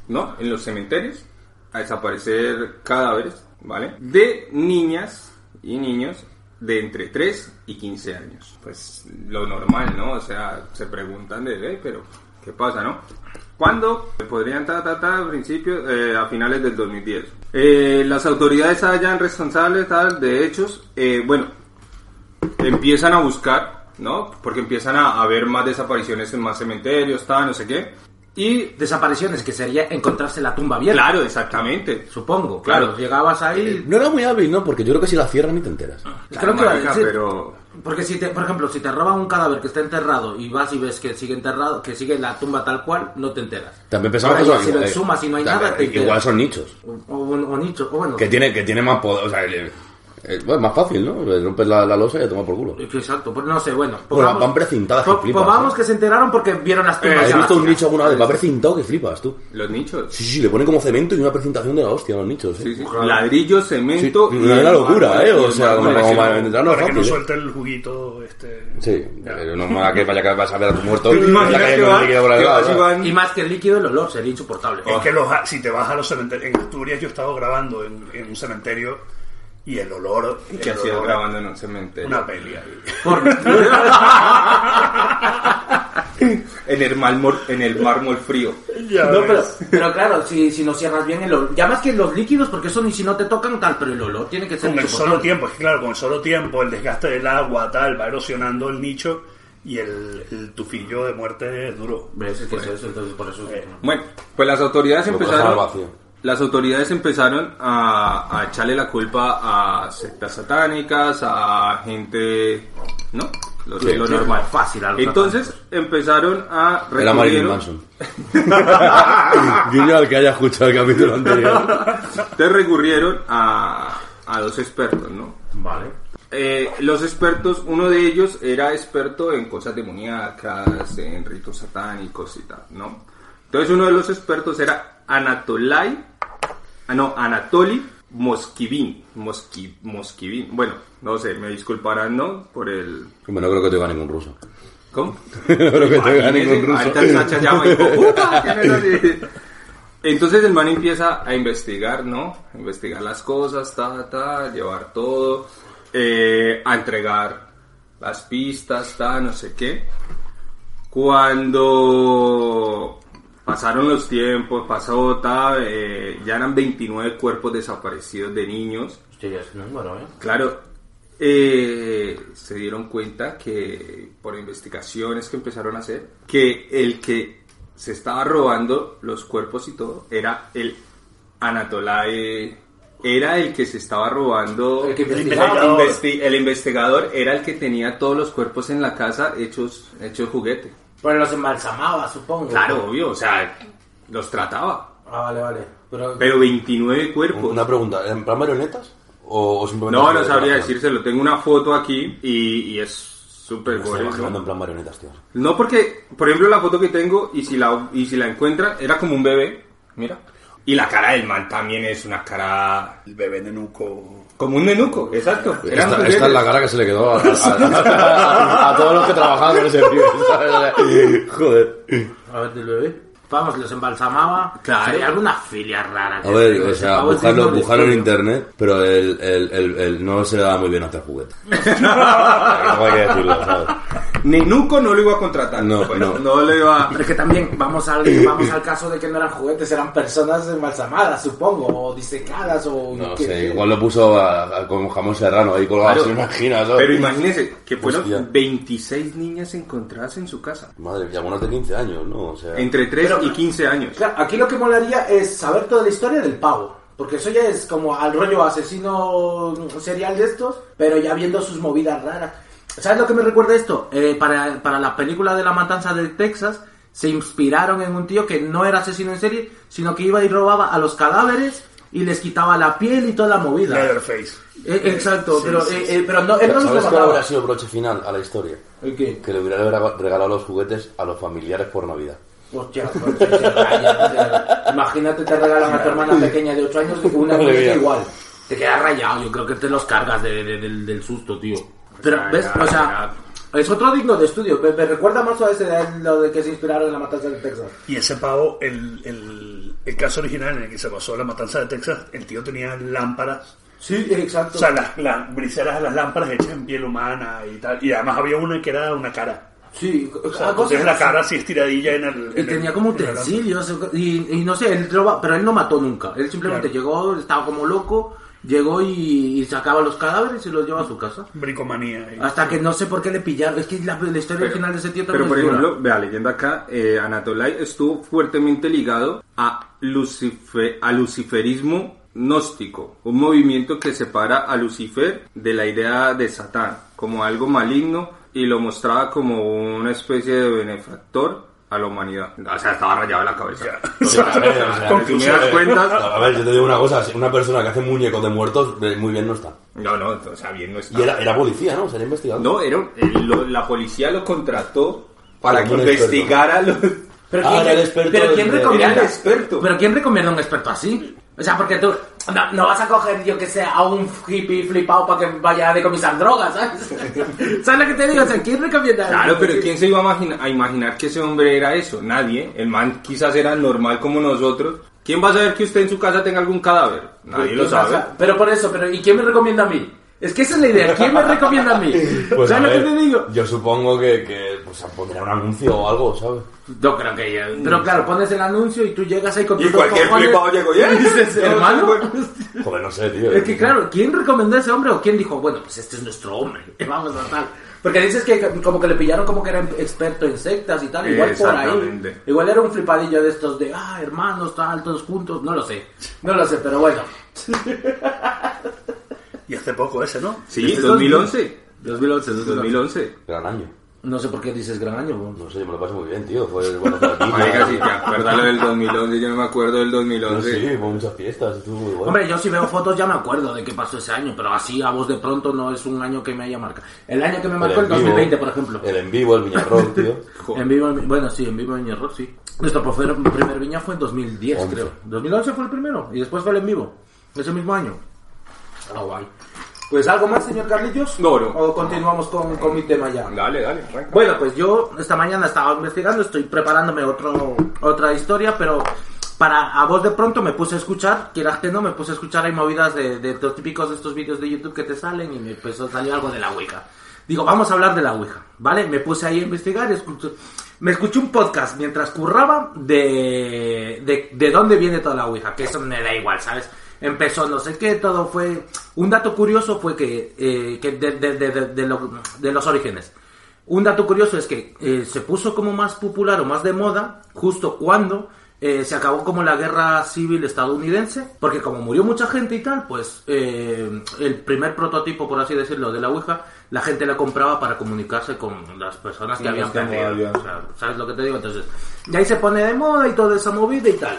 [SPEAKER 5] ¿no? En los cementerios, a desaparecer cadáveres, ¿vale? De niñas y niños de entre 3 y 15 años. Pues lo normal, ¿no? O sea, se preguntan de, "Eh, pero ¿Qué pasa, no? ¿Cuándo? Podrían ta, ta, ta, a principios, eh, a finales del 2010. Eh, las autoridades hallan responsables tal, de hechos, eh, bueno, empiezan a buscar, ¿no? Porque empiezan a, a ver más desapariciones en más cementerios, tal, no sé qué. Y,
[SPEAKER 3] Desapariciones, que sería encontrarse la tumba abierta.
[SPEAKER 5] claro, exactamente.
[SPEAKER 3] Supongo,
[SPEAKER 5] Claro.
[SPEAKER 3] claro. Llegabas ahí.
[SPEAKER 4] No era muy hábil, ¿no? Porque yo creo que si la cierran ni te enteras.
[SPEAKER 3] Pues Creo que iba a
[SPEAKER 5] Marica,
[SPEAKER 3] decir-
[SPEAKER 5] pero...
[SPEAKER 3] Porque si te, por ejemplo, si te roban un cadáver que está enterrado y vas y ves que sigue enterrado, que sigue la tumba tal cual, no te enteras.
[SPEAKER 4] También pensaba
[SPEAKER 3] Ahora,
[SPEAKER 4] que
[SPEAKER 3] si lo
[SPEAKER 4] eh,
[SPEAKER 3] exhumas y no hay
[SPEAKER 4] también,
[SPEAKER 3] nada, te
[SPEAKER 4] eh, Igual
[SPEAKER 3] enteras.
[SPEAKER 4] son nichos.
[SPEAKER 3] O, o- o nicho, o bueno.
[SPEAKER 4] Que tiene, que tiene más poder. O sea, el- el- bueno, más fácil, ¿no? Le Rompes la, la losa y ya toma por culo.
[SPEAKER 3] Exacto, pues no sé, bueno. pues
[SPEAKER 4] Bueno,
[SPEAKER 3] vamos-
[SPEAKER 4] van precintadas que
[SPEAKER 3] pues-
[SPEAKER 4] flipas.
[SPEAKER 3] pues vamos
[SPEAKER 4] ¿eh?
[SPEAKER 3] que se enteraron porque vieron las tumbas.
[SPEAKER 5] Eh,
[SPEAKER 3] ya
[SPEAKER 4] ¿Has
[SPEAKER 3] las
[SPEAKER 4] visto un
[SPEAKER 3] tiras.
[SPEAKER 4] nicho alguna vez? Va precintado que flipas tú.
[SPEAKER 5] Los nichos.
[SPEAKER 4] Sí, sí, le ponen como cemento y una presentación de la hostia a los nichos. ¿eh?
[SPEAKER 5] Sí, sí. Ladrillo, cemento...
[SPEAKER 4] Sí, una locura, ¿eh? O sea, como, como para
[SPEAKER 5] como...
[SPEAKER 4] entrarnos
[SPEAKER 6] para que no
[SPEAKER 4] fácil, ¿eh?
[SPEAKER 6] suelte el juguito este...
[SPEAKER 4] Sí, pero no mola que vaya que vas a ver a tu muerto y la
[SPEAKER 5] Imagina
[SPEAKER 4] calle
[SPEAKER 5] que
[SPEAKER 4] con
[SPEAKER 5] va-
[SPEAKER 4] el líquido por
[SPEAKER 5] que
[SPEAKER 4] el
[SPEAKER 5] va-
[SPEAKER 4] lado.
[SPEAKER 5] si
[SPEAKER 4] ¿sabes?
[SPEAKER 5] van-
[SPEAKER 3] Y más que el líquido, el olor sería insoportable.
[SPEAKER 6] Es que los, si te vas a los cementerios, en Asturias yo he estado grabando en, en un cementerio y el olor...
[SPEAKER 5] que
[SPEAKER 6] el
[SPEAKER 5] hacías
[SPEAKER 6] olor-
[SPEAKER 5] grabando en un cementerio?
[SPEAKER 6] Una peli ahí.
[SPEAKER 5] En el, mármol, en el mármol frío.
[SPEAKER 6] Ya
[SPEAKER 3] No, pero,
[SPEAKER 6] ves.
[SPEAKER 3] pero claro, si, si no cierras bien el olor. Ya más que los líquidos, porque eso ni si no te tocan tal, pero el olor tiene que ser.
[SPEAKER 6] Con el solo
[SPEAKER 3] insoportable.
[SPEAKER 6] tiempo, es que claro, con el solo tiempo, el desgaste del agua, tal, va erosionando el nicho y el, el tufillo de muerte es duro.
[SPEAKER 3] ¿Ves? Es que es eso, entonces por eso.
[SPEAKER 5] Bueno, pues las autoridades
[SPEAKER 4] Lo
[SPEAKER 5] empezaron...
[SPEAKER 4] pasaba vacío.
[SPEAKER 5] Las autoridades empezaron a, a echarle la culpa a sectas satánicas, a gente... ¿No? Lo,
[SPEAKER 3] Sí,
[SPEAKER 5] lo
[SPEAKER 3] sí,
[SPEAKER 5] normal.
[SPEAKER 3] es fácil a los
[SPEAKER 5] Entonces empezaron a...
[SPEAKER 4] Era Marilyn
[SPEAKER 5] recurrieron-
[SPEAKER 4] Manson. Guiño al que haya escuchado el capítulo anterior.
[SPEAKER 5] Entonces recurrieron a, a dos expertos, ¿no?
[SPEAKER 3] Vale.
[SPEAKER 5] Eh, los expertos, uno de ellos era experto en cosas demoníacas, en ritos satánicos y tal, ¿no? Entonces uno de los expertos era Anatolai, ah, no, Anatoli Moskivin, Moski, Moskivin, bueno, no sé, me disculparán, ¿no? Por el...
[SPEAKER 4] Hombre, no creo que te oiga ningún ruso.
[SPEAKER 5] ¿Cómo?
[SPEAKER 4] No creo que te oiga
[SPEAKER 5] Imagínese,
[SPEAKER 4] ningún ruso.
[SPEAKER 5] ahorita el Sacha llama y dijo, "Upa, ¿qué me lo dices?". Entonces el man empieza a investigar, ¿no? A investigar las cosas, ta, ta, llevar todo, eh, a entregar las pistas, ta, no sé qué. Cuando pasaron los tiempos, pasó, ta, eh, ya eran 29 cuerpos desaparecidos de niños.
[SPEAKER 3] Hostia, es un número, ¿eh?
[SPEAKER 5] Claro, eh, se dieron cuenta que por investigaciones que empezaron a hacer, que el que se estaba robando los cuerpos y todo era el Anatolai, era el que se estaba robando,
[SPEAKER 3] El que
[SPEAKER 6] investigaba.
[SPEAKER 5] el investi- el investigador era el que tenía todos los cuerpos en la casa hechos, hechos juguete.
[SPEAKER 3] Pero los embalsamaba, supongo.
[SPEAKER 5] Claro, obvio, o sea, los trataba,
[SPEAKER 3] Ah, vale, vale. Pero,
[SPEAKER 5] pero 29 cuerpos.
[SPEAKER 4] Una pregunta, ¿en plan marionetas? ¿O, o simplemente.?
[SPEAKER 5] No, no sabría decírselo. Tengo una foto aquí y, y es súper
[SPEAKER 4] Me estoy
[SPEAKER 5] gore,
[SPEAKER 4] imaginando en
[SPEAKER 5] ¿no?
[SPEAKER 4] plan marionetas, tío.
[SPEAKER 5] No, porque, por ejemplo, la foto que tengo y si la, y si la encuentran, era como un bebé. Mira. Y la cara del man también es una cara.
[SPEAKER 6] El bebé nenuco.
[SPEAKER 5] Como un nenuco, exacto. Eran
[SPEAKER 4] Pues Esta,
[SPEAKER 5] mujeres.
[SPEAKER 4] esta es la cara que se le quedó a, a- a- a todos los que trabajaban con ese pibe. ¿sabes? Joder.
[SPEAKER 3] a ver, ¿eh? del bebé. Vamos, los embalsamaba.
[SPEAKER 5] Claro.
[SPEAKER 3] Sería alguna filia rara.
[SPEAKER 4] A
[SPEAKER 3] que
[SPEAKER 4] ver,
[SPEAKER 3] tenga
[SPEAKER 4] o
[SPEAKER 3] ese
[SPEAKER 4] sea,
[SPEAKER 3] pavo,
[SPEAKER 4] buscarlo,
[SPEAKER 3] digno de
[SPEAKER 4] buscarlo en
[SPEAKER 3] estudio.
[SPEAKER 4] internet, pero el, el, el, el- no se le da muy bien hacer juguetes. no hay que decirlo, ¿sabes?
[SPEAKER 5] Nenuco no lo iba a contratar.
[SPEAKER 4] No, pues
[SPEAKER 5] Bueno,
[SPEAKER 4] no.
[SPEAKER 5] no lo iba a.
[SPEAKER 3] Pero es que también vamos al, vamos al caso de que no eran juguetes, eran personas embalsamadas, supongo, o disecadas, o...
[SPEAKER 4] No
[SPEAKER 3] que-
[SPEAKER 4] sé, igual lo puso a, a- como jamón serrano ahí colgado,
[SPEAKER 5] Claro.
[SPEAKER 4] se imagina, ¿sabes?
[SPEAKER 5] Pero imagínese que fueron
[SPEAKER 4] Hostia.
[SPEAKER 5] 26 niñas encontradas en su casa.
[SPEAKER 4] Madre, y algunos de 15 años, ¿no? O sea,
[SPEAKER 5] Entre 3
[SPEAKER 3] Pero-
[SPEAKER 5] y 15 años.
[SPEAKER 3] Claro, aquí lo que molaría es saber toda la historia del pavo. Porque eso ya es como al rollo asesino serial de estos, pero ya viendo sus movidas raras. ¿Sabes lo que me recuerda esto? Eh, para, para la película de la matanza de Texas, se inspiraron en un tío que no era asesino en serie, sino que iba y robaba a los cadáveres y les quitaba la piel y toda la movida.
[SPEAKER 6] Leatherface.
[SPEAKER 3] Eh, exacto,
[SPEAKER 6] Sí,
[SPEAKER 3] pero,
[SPEAKER 6] sí,
[SPEAKER 3] eh,
[SPEAKER 6] sí.
[SPEAKER 3] eh, pero no, él no los
[SPEAKER 4] ¿sabes cuál
[SPEAKER 3] mataba.
[SPEAKER 4] habrá sido el broche final a la historia?
[SPEAKER 3] ¿El qué?
[SPEAKER 4] Que le hubiera rega- regalado los juguetes a los familiares por Navidad.
[SPEAKER 3] Hostia, pues, se raya, o sea, imagínate te regalan a tu hermana pequeña de 8 años y una
[SPEAKER 4] Madre
[SPEAKER 3] muñeca
[SPEAKER 4] mía.
[SPEAKER 3] igual. Te quedas rayado, yo creo que te los cargas de- de- del- del susto, tío. Pero,
[SPEAKER 5] Ay,
[SPEAKER 3] ¿ves?
[SPEAKER 5] ay,
[SPEAKER 3] O sea, es otro digno de estudio. Me, me recuerda más a ese de lo de que se inspiraron en la matanza de Texas.
[SPEAKER 6] Y ese pavo, el, el, el caso original en el que se basó la matanza de Texas, el tío tenía lámparas,
[SPEAKER 3] Sí,
[SPEAKER 6] o
[SPEAKER 3] exacto.
[SPEAKER 6] sea, las, las briseras de las lámparas hechas en piel humana y tal. Y además había una que era una cara.
[SPEAKER 3] Sí,
[SPEAKER 6] Tú
[SPEAKER 3] cosas
[SPEAKER 6] tienes la
[SPEAKER 3] así.
[SPEAKER 6] cara así estiradilla en el.
[SPEAKER 3] Y
[SPEAKER 6] en el-
[SPEAKER 3] tenía como
[SPEAKER 6] en el-
[SPEAKER 3] utensilios y, y no sé, él roba- pero él no mató nunca. Él simplemente
[SPEAKER 6] Claro.
[SPEAKER 3] llegó, estaba como loco, llegó y, y sacaba los cadáveres y los llevaba a su casa.
[SPEAKER 6] Bricomanía. ahí.
[SPEAKER 3] Hasta que no sé por qué le pillaron. Es que la, la historia
[SPEAKER 5] Pero-
[SPEAKER 3] original de ese tío
[SPEAKER 5] Pero
[SPEAKER 3] también
[SPEAKER 5] por
[SPEAKER 3] es dura.
[SPEAKER 5] ejemplo, vea, leyendo acá, eh, Anatolai estuvo fuertemente ligado a, Lucife- a luciferismo gnóstico, un movimiento que separa a Lucifer de la idea de Satán como algo maligno y lo mostraba como una especie de benefactor a la humanidad. O sea, estaba rayado en la cabeza.
[SPEAKER 4] O sea, a ver, o sea,
[SPEAKER 5] Conclusión.
[SPEAKER 4] a ver,
[SPEAKER 5] Cuentas.
[SPEAKER 4] A ver, yo te digo una cosa, si una persona que hace muñecos de muertos, eh, muy bien no está.
[SPEAKER 5] No, no, o sea, bien no está.
[SPEAKER 4] Y era, era policía, ¿no? Sería investigado.
[SPEAKER 5] No, era, un- eh, lo- la policía lo contrató para
[SPEAKER 4] Como
[SPEAKER 5] que
[SPEAKER 4] un experto.
[SPEAKER 5] investigara los...
[SPEAKER 3] Pero
[SPEAKER 4] Ah,
[SPEAKER 3] quién,
[SPEAKER 4] era el experto
[SPEAKER 3] pero quién
[SPEAKER 4] de-
[SPEAKER 3] recomienda,
[SPEAKER 5] Era el experto.
[SPEAKER 3] Pero quién recomienda un experto así? O sea, porque tú no, no vas a coger, yo que sé, a un hippie flipado para que vaya a decomisar drogas, ¿sabes? ¿Sabes lo que te digo? O sea, ¿quién recomienda?
[SPEAKER 5] Claro, pero ¿quién se iba a, imagina- a imaginar que ese hombre era eso? Nadie. El man quizás era normal como nosotros. ¿Quién va a saber que usted en su casa tenga algún cadáver? Nadie lo
[SPEAKER 3] ¿Quién más
[SPEAKER 5] sabe.
[SPEAKER 3] Pero por eso, pero ¿y quién me recomienda a mí? Es que esa es la idea, ¿quién me recomienda a mí?
[SPEAKER 4] Pues a
[SPEAKER 3] ¿Sabes
[SPEAKER 4] ver,
[SPEAKER 3] lo que te digo?
[SPEAKER 4] Yo supongo que, que pues, pondría un anuncio o algo, ¿sabes?
[SPEAKER 3] No creo que yo. Pero claro, pones el anuncio y tú llegas ahí con
[SPEAKER 5] Y
[SPEAKER 3] tus dos
[SPEAKER 5] cualquier
[SPEAKER 3] cojones
[SPEAKER 5] flipado llegó, "Eh,
[SPEAKER 3] y dices,
[SPEAKER 5] no,
[SPEAKER 3] hermano.
[SPEAKER 5] bueno".
[SPEAKER 4] Joder, no sé, tío.
[SPEAKER 3] Es que claro, ¿quién recomendó a ese hombre o quién dijo, bueno, pues este es nuestro hombre, vamos a tal? Porque dices que como que le pillaron como que era experto en sectas y tal, igual por ahí.
[SPEAKER 5] Exactamente.
[SPEAKER 3] Igual era un flipadillo de estos de, ah, hermanos, tal, todos juntos, no lo sé, no lo sé, pero bueno.
[SPEAKER 6] Y hace poco ese, ¿no?
[SPEAKER 5] Sí,
[SPEAKER 3] Este es
[SPEAKER 5] 2011.
[SPEAKER 3] 2011,
[SPEAKER 5] 2011.
[SPEAKER 4] Gran año.
[SPEAKER 3] No sé por qué dices gran año, bueno.
[SPEAKER 4] No sé, yo me lo paso muy bien, tío. Fue bueno para ti.
[SPEAKER 5] Marica, si te acuerdas lo del 2011, yo no me acuerdo del
[SPEAKER 4] No
[SPEAKER 5] 2011.
[SPEAKER 4] sé, sí, hubo muchas fiestas, estuvo muy bueno.
[SPEAKER 3] Hombre, yo si veo fotos ya me acuerdo de qué pasó ese año, pero así a vos de pronto no es un año que me haya marcado. El año que me marcó el
[SPEAKER 4] en vivo,
[SPEAKER 3] 2020, por ejemplo.
[SPEAKER 4] El en vivo, el Viñarrón, tío.
[SPEAKER 5] Joder.
[SPEAKER 3] En vivo, en- bueno, sí, en vivo en Hierro, sí. Nuestro profe- primer viña fue en 2010,
[SPEAKER 4] Once.
[SPEAKER 3] creo. 2011 fue el primero y después fue el en vivo. Ese mismo año. Ah, guay. Pues algo más, señor Carlillos.
[SPEAKER 5] No, no.
[SPEAKER 3] O continuamos con, con mi tema ya.
[SPEAKER 5] Dale, dale. arranca.
[SPEAKER 3] Bueno, pues yo esta mañana estaba investigando, estoy preparándome otro, otra historia, pero para a vos de pronto me puse a escuchar, quieras que no, me puse a escuchar, hay movidas de, de los típicos de estos vídeos de YouTube que te salen y me empezó a salir algo de la Ouija. Digo, vamos a hablar de la Ouija, ¿vale? Me puse ahí a investigar, escuché- me escuché un podcast mientras curraba de, de, de dónde viene toda la Ouija, que eso me da igual, ¿sabes? Empezó no sé qué, todo fue... Un dato curioso fue que, eh, que de, de- de- de- de lo- de los orígenes. Un dato curioso es que eh, se puso como más popular o más de moda justo cuando eh, se acabó como la guerra civil estadounidense, porque como murió mucha gente y tal, pues eh, el primer prototipo, por así decirlo, de la Ouija, la gente la compraba para comunicarse con las personas que
[SPEAKER 5] Sí,
[SPEAKER 3] habían
[SPEAKER 5] los que
[SPEAKER 3] perdido.
[SPEAKER 5] morían.
[SPEAKER 3] O sea, ¿Sabes lo que te digo? Entonces, y ahí se pone de moda y toda esa movida y tal.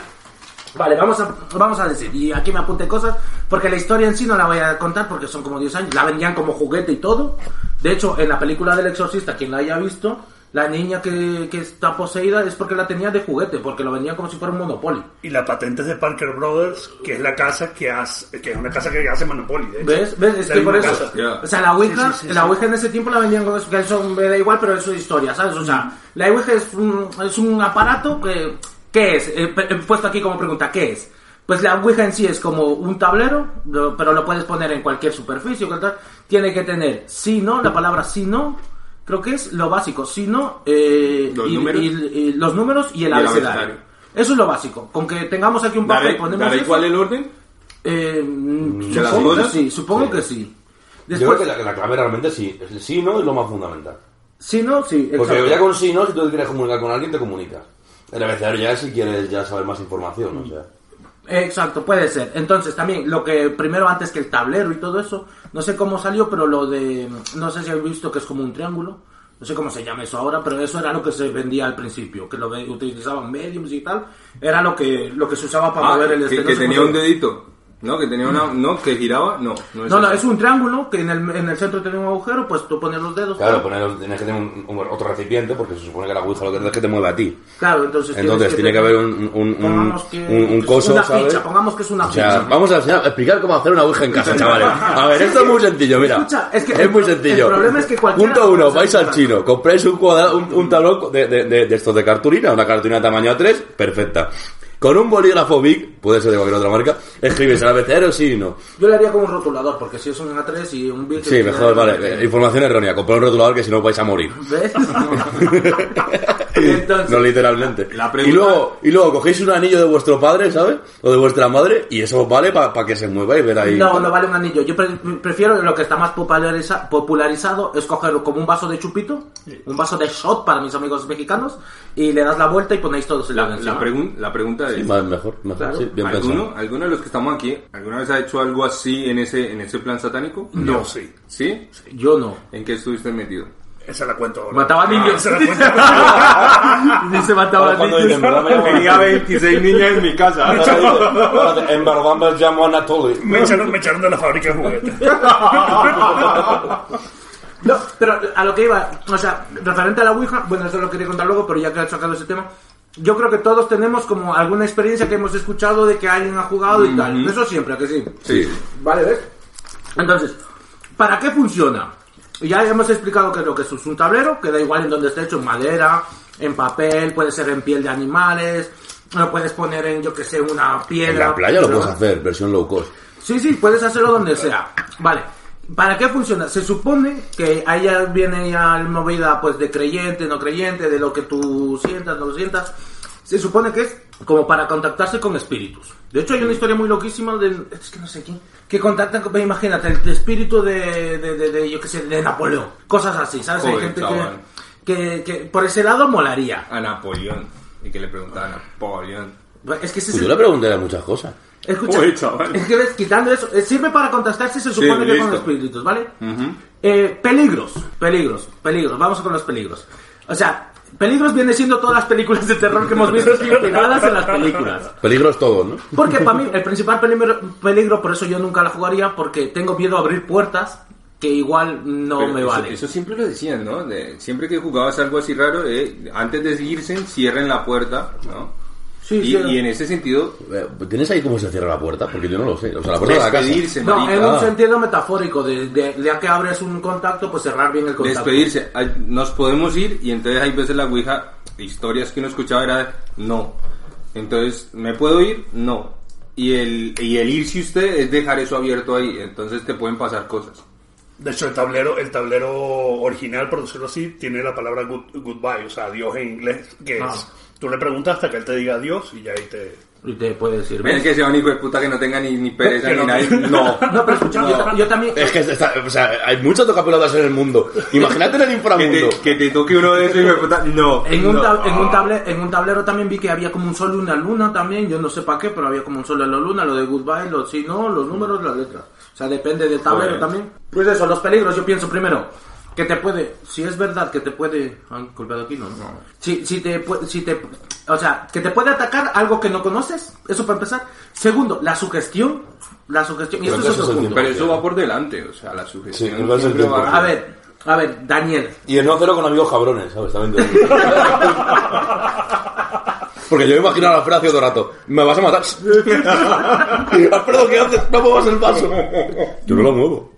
[SPEAKER 3] Vale, vamos a, vamos a decir, y aquí me apunté cosas, porque la historia en sí no la voy a contar porque son como 10 años, la vendían como juguete y todo. De hecho, en la película del exorcista, quien la haya visto, la niña que, que está poseída es porque la tenía de juguete, porque lo vendían como si fuera un monopoly.
[SPEAKER 6] Y la patente es de Parker Brothers, que es la casa que hace, que es una casa que hace Monopoly. de hecho.
[SPEAKER 3] ¿Ves? ¿Ves? Es
[SPEAKER 6] La
[SPEAKER 3] que por
[SPEAKER 6] misma
[SPEAKER 3] eso.
[SPEAKER 6] casa.
[SPEAKER 5] Ya.
[SPEAKER 3] O sea, la Ouija,
[SPEAKER 6] Sí, sí, sí,
[SPEAKER 3] la
[SPEAKER 6] sí.
[SPEAKER 3] Ouija en ese tiempo la vendían con eso, que eso me da igual, pero eso es historia, ¿sabes? O sea, la Ouija es un, es un aparato que. ¿Qué es? Eh, pe- he puesto aquí como pregunta, ¿qué es? Pues la Ouija en sí es como un tablero, lo- pero lo puedes poner en cualquier superficie. cualquier tal. Tiene que tener sí, no, la palabra sí, no. Creo que es lo básico, sí, no, eh,
[SPEAKER 5] Los
[SPEAKER 3] y,
[SPEAKER 5] números.
[SPEAKER 3] y- y los números y el,
[SPEAKER 5] Y el
[SPEAKER 3] abecedario.
[SPEAKER 5] abecedario.
[SPEAKER 3] Eso es lo básico. Con que tengamos aquí un papel,
[SPEAKER 5] Dale,
[SPEAKER 3] ponemos
[SPEAKER 5] dale
[SPEAKER 3] eso.
[SPEAKER 5] igual el orden.
[SPEAKER 3] Eh,
[SPEAKER 5] ¿De las
[SPEAKER 3] supongo que
[SPEAKER 5] cosas?
[SPEAKER 3] sí, supongo
[SPEAKER 4] Sí.
[SPEAKER 3] que sí.
[SPEAKER 4] Yo creo
[SPEAKER 3] Después,
[SPEAKER 4] que la, la clave realmente sí. El sí no es lo más fundamental.
[SPEAKER 3] sí, no, sí,
[SPEAKER 4] Porque
[SPEAKER 3] exacto.
[SPEAKER 4] ya con sí no, si tú te quieres comunicar con alguien, te comunicas. El abecedario ya si quieres ya saber más información, o sea.
[SPEAKER 3] Eh, Exacto, puede ser. Entonces, también lo que primero antes que el tablero y todo eso, no sé cómo salió, pero lo de no sé si habéis visto que es como un triángulo, no sé cómo se llama eso ahora, pero eso era lo que se vendía al principio, que lo ve- utilizaban mediums y tal, era lo que lo que se usaba para
[SPEAKER 5] Ah,
[SPEAKER 3] mover el
[SPEAKER 5] que,
[SPEAKER 3] este, no
[SPEAKER 5] que
[SPEAKER 3] sé cómo
[SPEAKER 5] tenía un
[SPEAKER 3] se-
[SPEAKER 5] dedito. No, que tenía una... No, que giraba. No, no es
[SPEAKER 3] No, no,
[SPEAKER 5] eso.
[SPEAKER 3] es un triángulo que en el, en el centro tenía un agujero, pues tú pones los dedos.
[SPEAKER 4] Claro, poner, tienes que tener un- un- otro recipiente porque se supone que la Ouija lo que hace es que te mueve a ti.
[SPEAKER 3] Claro, entonces tienes
[SPEAKER 4] Entonces tiene que haber un, un, un,
[SPEAKER 3] Pongamos que-
[SPEAKER 4] un- un
[SPEAKER 3] que es
[SPEAKER 4] coso,
[SPEAKER 3] una
[SPEAKER 4] ¿sabes?
[SPEAKER 3] ficha, pongamos que es una
[SPEAKER 4] o sea,
[SPEAKER 3] ficha.
[SPEAKER 4] Vamos a enseñar- a explicar cómo hacer una Ouija en casa, chavales. A ver, esto es muy sencillo, mira.
[SPEAKER 3] Escucha, es que el
[SPEAKER 4] muy
[SPEAKER 3] pro- el
[SPEAKER 4] sencillo.
[SPEAKER 3] problema es que cualquiera
[SPEAKER 4] Punto
[SPEAKER 3] lo
[SPEAKER 4] uno,
[SPEAKER 3] puede
[SPEAKER 4] vais
[SPEAKER 3] hacer
[SPEAKER 4] al chino, compráis un, cuadra- un, un tablón de, de, de, de estos de cartulina, una cartulina tamaño A3, perfecta. Con un bolígrafo Big, puede ser de cualquier otra marca, escribes al abecedero sí y no.
[SPEAKER 3] Yo le haría como un rotulador, porque si es un A3 y un bit...
[SPEAKER 4] Sí, mejor, vale. eh, Información errónea. Comprad un rotulador que si no vais a morir.
[SPEAKER 3] ¿Ves? Entonces,
[SPEAKER 4] no literalmente.
[SPEAKER 5] La
[SPEAKER 4] Y,
[SPEAKER 5] pregunta-
[SPEAKER 4] luego, y luego cogéis un anillo de vuestro padre, ¿sabes? O de vuestra madre, y eso os vale para que se mueva y ver ahí.
[SPEAKER 3] No, no vale un anillo. Yo pre- prefiero lo que está más populariza- popularizado es coger como un vaso de chupito, un vaso de shot para mis amigos mexicanos y le das la vuelta y ponéis todos el
[SPEAKER 5] La,
[SPEAKER 3] dedo
[SPEAKER 5] la
[SPEAKER 3] encima.
[SPEAKER 5] pregun- la pregunta es...
[SPEAKER 4] Sí, más- mejor, mejor.
[SPEAKER 3] Claro.
[SPEAKER 4] sí, bien
[SPEAKER 5] ¿Alguno,
[SPEAKER 4] pensado.
[SPEAKER 5] ¿Alguno de los que estamos aquí alguna vez ha hecho algo así en ese, en ese plan satánico?
[SPEAKER 6] No, sí.
[SPEAKER 5] ¿Sí?
[SPEAKER 3] Yo no.
[SPEAKER 5] ¿En qué estuviste metido?
[SPEAKER 6] Esa la cuento ahora.
[SPEAKER 3] Mataba niños.
[SPEAKER 6] Esa la cuento ahora.
[SPEAKER 5] Dice mataba
[SPEAKER 4] Ahora cuando dicen, "Verdad, me llamo
[SPEAKER 5] Tenía 26 niñas en mi casa.
[SPEAKER 4] En verdad me llamo Anatoly.
[SPEAKER 6] Me echaron, me echaron de la fábrica de juguetes.
[SPEAKER 3] No, pero a lo que iba, o sea, referente a la Ouija, bueno, eso lo quería contar luego, pero ya que has sacado ese tema, yo creo que todos tenemos como alguna experiencia que hemos escuchado de que alguien ha jugado y tal. Eso siempre, ¿a que sí.
[SPEAKER 4] Sí.
[SPEAKER 3] Vale, ¿ves? Entonces, ¿para qué funciona? Ya hemos explicado qué es lo que es Es un tablero, que da igual en donde esté hecho, en madera, en papel, puede ser en piel de animales, lo puedes poner en, yo que sé, una piedra.
[SPEAKER 4] En la playa lo
[SPEAKER 3] pero-
[SPEAKER 4] puedes hacer, versión low cost.
[SPEAKER 3] Sí, sí, puedes hacerlo donde sea. Vale. ¿Para qué funciona? Se supone que ahí ya viene ya la movida pues de creyente, no creyente, de lo que tú sientas, no lo sientas. Se supone que es como para contactarse con espíritus. De hecho hay una historia muy loquísima de... Es que no sé quién. Que contactan, con- imagínate, el espíritu de, de, de- de, yo qué sé, de Napoleón. Cosas así, ¿sabes? hay
[SPEAKER 5] Joder,
[SPEAKER 3] gente
[SPEAKER 5] chaval.
[SPEAKER 3] que, que, que por ese lado molaría.
[SPEAKER 5] A Napoleón. Y que le preguntaba a Napoleón.
[SPEAKER 3] Es que ese es
[SPEAKER 4] Pues yo
[SPEAKER 3] el-
[SPEAKER 4] le pregunté muchas cosas.
[SPEAKER 3] Escucha,
[SPEAKER 5] Uy, chaval.
[SPEAKER 3] es que ves, quitando eso, eh, sirve para contactarse, se supone que
[SPEAKER 5] listo.
[SPEAKER 3] con espíritus, ¿vale? Eh, peligros, peligros, peligros, vamos con los peligros. O sea, peligros viene siendo todas las películas de terror que hemos visto integradas en las películas.
[SPEAKER 4] Peligros todos, ¿no?
[SPEAKER 3] Porque para mí el principal peligro, peligro, por eso yo nunca la jugaría, porque tengo miedo a abrir puertas que igual no
[SPEAKER 5] Pero
[SPEAKER 3] me
[SPEAKER 5] eso,
[SPEAKER 3] vale.
[SPEAKER 5] Eso siempre lo decían, ¿no? De- siempre que jugabas algo así raro, eh, antes de irse, cierren la puerta, ¿no?
[SPEAKER 3] Sí,
[SPEAKER 5] y,
[SPEAKER 3] sí.
[SPEAKER 5] y en ese sentido,
[SPEAKER 4] Eh, ¿Tienes ahí cómo se cierra la puerta? Porque yo no lo sé. O sea, la puerta de la casa.
[SPEAKER 5] despedirse,
[SPEAKER 3] No, en
[SPEAKER 5] marica.
[SPEAKER 4] Ah.
[SPEAKER 3] un sentido metafórico, de, de- ya que abres un contacto, pues cerrar bien el contacto.
[SPEAKER 5] Despedirse. Ay, Nos podemos ir y entonces hay veces la Ouija, historias que uno escuchaba era no. Entonces, ¿me puedo ir? No. Y el, y el irse usted es dejar eso abierto ahí, entonces te pueden pasar cosas.
[SPEAKER 6] De hecho, el tablero, el tablero original, por decirlo así, tiene la palabra good- goodbye, o sea, adiós en inglés, que
[SPEAKER 3] Ah.
[SPEAKER 6] es, tú le preguntas hasta que él te diga adiós y ya ahí te...
[SPEAKER 3] Y te puede decir,
[SPEAKER 5] Ven que sea un hijo de puta que no tenga ni, ni pereza
[SPEAKER 6] Que
[SPEAKER 5] ni
[SPEAKER 6] no-
[SPEAKER 5] nada. No.
[SPEAKER 3] No, pero escucha, yo, ta- yo también...
[SPEAKER 4] Es que está- o sea, hay muchos tocapelotas en el mundo. Imagínate en el
[SPEAKER 5] Que
[SPEAKER 4] inframundo.
[SPEAKER 5] te, que te toque uno de esos hijo de puta. No.
[SPEAKER 3] En un,
[SPEAKER 5] No.
[SPEAKER 3] tab- en, un table- en un tablero también vi que había como un sol y una luna también, yo no sé para qué, pero había como un sol y la luna, lo de goodbye, lo si no, los números, las letras. O sea, depende del tablero
[SPEAKER 5] Joder.
[SPEAKER 3] también. Pues eso, los peligros, yo pienso primero, que te puede, si es verdad que te puede... Han golpeado aquí, no, no. Si, si te, pu- si te, o sea, que te puede atacar algo que no conoces, eso para empezar. Segundo, la sugestión, la sugestión, y
[SPEAKER 4] Pero
[SPEAKER 3] esto
[SPEAKER 4] que
[SPEAKER 3] es
[SPEAKER 4] eso
[SPEAKER 3] otro
[SPEAKER 4] es el
[SPEAKER 3] punto.
[SPEAKER 5] Pero eso va por delante, o sea, la sugestión.
[SPEAKER 4] Sí, vas al
[SPEAKER 5] siempre
[SPEAKER 4] tiempo.
[SPEAKER 5] va-
[SPEAKER 3] A ver, a ver, Daniel,
[SPEAKER 4] Y el no cero con amigos cabrones, ¿sabes? También te digo. Porque yo me imagino a la frase todo el rato. Me vas a matar. Alfredo, ¿qué haces? No muevas el vaso. Yo no lo muevo.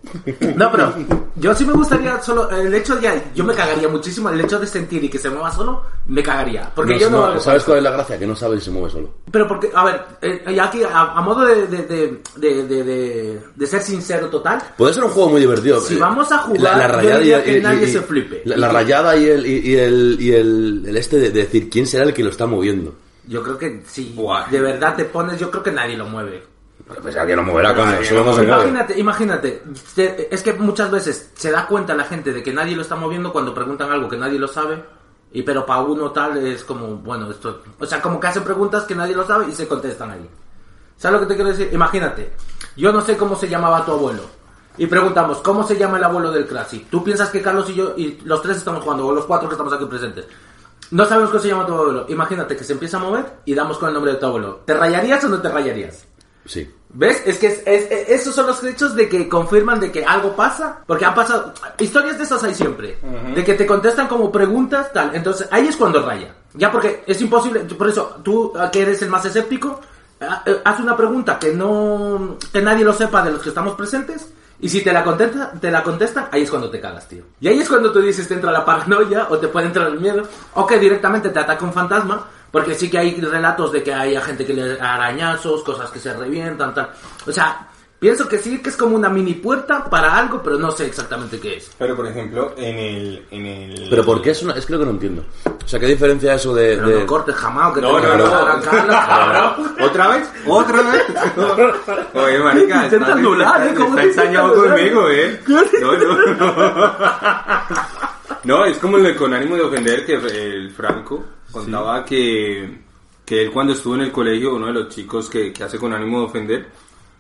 [SPEAKER 3] No, pero yo sí me gustaría solo el hecho ya, yo me cagaría muchísimo el hecho de sentir y que se mueva solo, me cagaría, porque
[SPEAKER 4] No,
[SPEAKER 3] yo no,
[SPEAKER 4] no,
[SPEAKER 3] hago-
[SPEAKER 4] ¿Sabes cuál es la gracia? Que no sabes si se mueve solo.
[SPEAKER 3] pero porque a ver, eh, y aquí a, a modo de de, de, de, de- de- de ser sincero total,
[SPEAKER 4] Puede ser un juego muy divertido.
[SPEAKER 3] Si
[SPEAKER 4] eh,
[SPEAKER 3] vamos a jugar, yo diría que nadie se flipe.
[SPEAKER 4] La, la rayada y el, y, y el, y el, el este de, de decir quién será el que lo está moviendo.
[SPEAKER 3] yo creo que si
[SPEAKER 5] Buah.
[SPEAKER 3] de verdad te pones, yo creo que nadie lo mueve.
[SPEAKER 4] Pues alguien lo moverá, coño. Solo no se mueve.
[SPEAKER 3] Imagínate, imagínate, te- es que muchas veces se da cuenta la gente de que nadie lo está moviendo cuando preguntan algo que nadie lo sabe. Y pero para uno tal es como, bueno, esto, o sea, como que hacen preguntas que nadie lo sabe y se contestan ahí. ¿Sabes lo que te quiero decir? Imagínate, yo no sé cómo se llamaba tu abuelo. Y preguntamos, ¿cómo se llama el abuelo del Crassi? Tú piensas que Carlos y yo, y los tres estamos jugando, o los cuatro que estamos aquí presentes. No sabemos cómo se llama tu abuelo. Imagínate que se empieza a mover y damos con el nombre de tu abuelo. ¿Te rayarías o no te rayarías?
[SPEAKER 4] Sí.
[SPEAKER 3] ¿Ves? Es que es- es- es- esos son los hechos de que confirman de que algo pasa. Porque han pasado... Historias de esas hay siempre. De que te contestan como preguntas, tal. Entonces, ahí es cuando raya. Ya porque es imposible... Por eso, tú ah, que eres el más escéptico, ah, eh, haz una pregunta que no... Que nadie lo sepa de los que estamos presentes. Y si te la, contesta, te la contestan, ahí es cuando te cagas, tío. Y ahí es cuando tú dices, te entra la paranoia, o te puede entrar el miedo, o que directamente te ataca un fantasma, porque sí que hay relatos de que hay a gente que le arañazos, cosas que se revientan, tal. O sea, pienso que sí que es como una mini puerta para algo, pero no sé exactamente qué es.
[SPEAKER 7] Pero, por ejemplo, en el... En el...
[SPEAKER 4] Pero ¿por qué es una.? Es que lo que no entiendo. O sea, ¿qué diferencia eso de.?
[SPEAKER 3] Pero
[SPEAKER 4] de-
[SPEAKER 3] no cortes jamás, o que
[SPEAKER 7] No,
[SPEAKER 3] te
[SPEAKER 7] no,
[SPEAKER 3] vas
[SPEAKER 7] no.
[SPEAKER 3] a arrancar la cara.
[SPEAKER 5] ¿Otra vez? ¿Otra vez? Oye, marica,
[SPEAKER 3] Intenta
[SPEAKER 5] estás-
[SPEAKER 3] anular, ¿eh? ¿Cómo
[SPEAKER 5] está
[SPEAKER 3] te intenta
[SPEAKER 5] ensañado
[SPEAKER 3] anular?
[SPEAKER 5] conmigo, ¿eh? No, no, no. No, es como el con ánimo de ofender que el Franco contaba que, que él cuando estuvo en el colegio, uno de los chicos que, que hace con ánimo de ofender,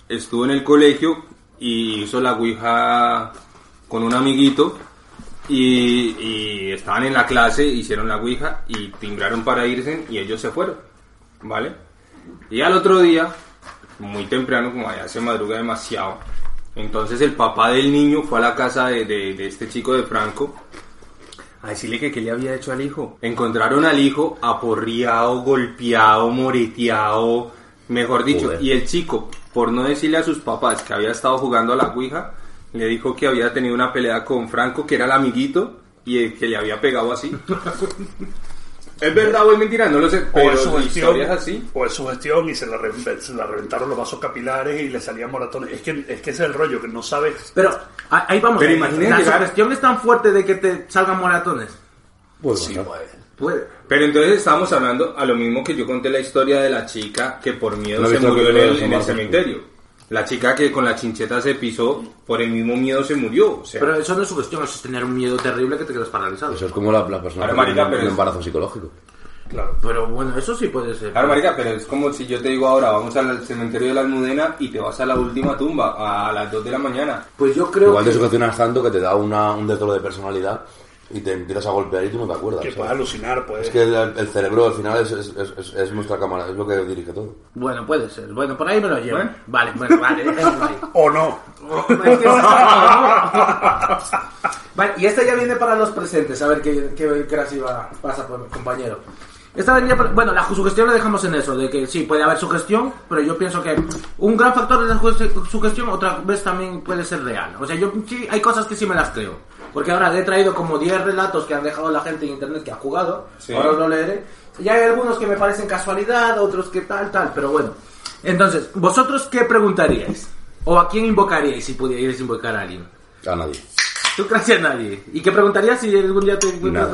[SPEAKER 5] estuvo en el colegio y hizo la Ouija con un amiguito y, y estaban en la clase, hicieron la Ouija y timbraron para irse y ellos se fueron, ¿vale? Y al otro día, muy temprano, como allá se madruga demasiado, entonces el papá del niño fue a la casa de, de- de este chico de Franco a decirle que qué le había hecho al hijo. Encontraron al hijo aporreado, golpeado, moreteado, mejor dicho.
[SPEAKER 4] Joder.
[SPEAKER 5] Y el chico, por no decirle a sus papás que había estado jugando a la Ouija, le dijo que había tenido una pelea con Franco, que era el amiguito, y el que le había pegado así. ¿Es verdad o es mentira? No lo sé,
[SPEAKER 6] O es
[SPEAKER 5] pero la
[SPEAKER 6] sugestión,
[SPEAKER 5] historia es así.
[SPEAKER 6] o es sugestión y se la, re- se la reventaron los vasos capilares y le salían moratones. Es que, es que ese es el rollo, que no sabes.
[SPEAKER 3] Pero a- ahí vamos.
[SPEAKER 5] Pero imagínate
[SPEAKER 3] la
[SPEAKER 5] llegar-
[SPEAKER 3] sugestión es tan fuerte de que te salgan moratones.
[SPEAKER 4] Pues, bueno.
[SPEAKER 3] Puede.
[SPEAKER 5] Pero entonces estábamos hablando a lo mismo que yo conté la historia de la chica que por miedo
[SPEAKER 4] No he
[SPEAKER 5] se
[SPEAKER 4] visto
[SPEAKER 5] murió
[SPEAKER 4] que
[SPEAKER 5] en
[SPEAKER 4] lo
[SPEAKER 5] el,
[SPEAKER 4] de
[SPEAKER 5] en el
[SPEAKER 4] San
[SPEAKER 5] cementerio. La chica que con la chincheta se pisó, por el mismo miedo se murió. O sea,
[SPEAKER 3] Pero eso no es sugestión, eso es tener un miedo terrible que te quedas paralizado.
[SPEAKER 4] Eso es como la- las personas
[SPEAKER 5] Ahora,
[SPEAKER 4] que
[SPEAKER 5] marica,
[SPEAKER 4] tienen
[SPEAKER 5] pero
[SPEAKER 4] un
[SPEAKER 5] es-
[SPEAKER 4] embarazo psicológico.
[SPEAKER 6] Claro.
[SPEAKER 3] Pero bueno, eso sí puede ser.
[SPEAKER 5] Claro, marica, pero es como si yo te digo ahora, vamos al cementerio de la Almudena y te vas a la última tumba a las 2 de la mañana.
[SPEAKER 3] Pues yo creo
[SPEAKER 4] Igual te
[SPEAKER 3] que...
[SPEAKER 4] sugestionas tanto que te da una, un desdoro de personalidad y te empiezas a golpear y tú no te acuerdas.
[SPEAKER 6] Que puedes
[SPEAKER 4] ¿sabes?
[SPEAKER 6] alucinar, puedes.
[SPEAKER 4] Es que el, el cerebro al final es, es- es- es- es nuestra cámara, es lo que dirige todo.
[SPEAKER 3] Bueno, puede ser. Bueno, por ahí me lo llevo.
[SPEAKER 5] Bueno.
[SPEAKER 3] Vale, bueno, vale. dejémoslo ahí.
[SPEAKER 6] O no.
[SPEAKER 3] Es que está- Vale, y esta ya viene para los presentes, a ver qué, qué crazy va, pasa por mi compañero. Esta venía, por- bueno, la sugestión la dejamos en eso, de que sí, puede haber sugestión, pero yo pienso que un gran factor de la suge- sugestión otra vez también puede ser real. O sea, yo sí, hay cosas que sí me las creo. Porque ahora he traído como 10 relatos que han dejado la gente en internet que ha jugado,
[SPEAKER 5] Sí.
[SPEAKER 3] ahora os lo leeré. Y hay algunos que me parecen casualidad, otros que tal, tal, pero bueno. Entonces, ¿vosotros qué preguntaríais? ¿O a quién invocaríais si pudierais invocar a alguien?
[SPEAKER 4] A nadie.
[SPEAKER 3] Tú casi a nadie. ¿Y qué preguntarías si algún día te encuentras?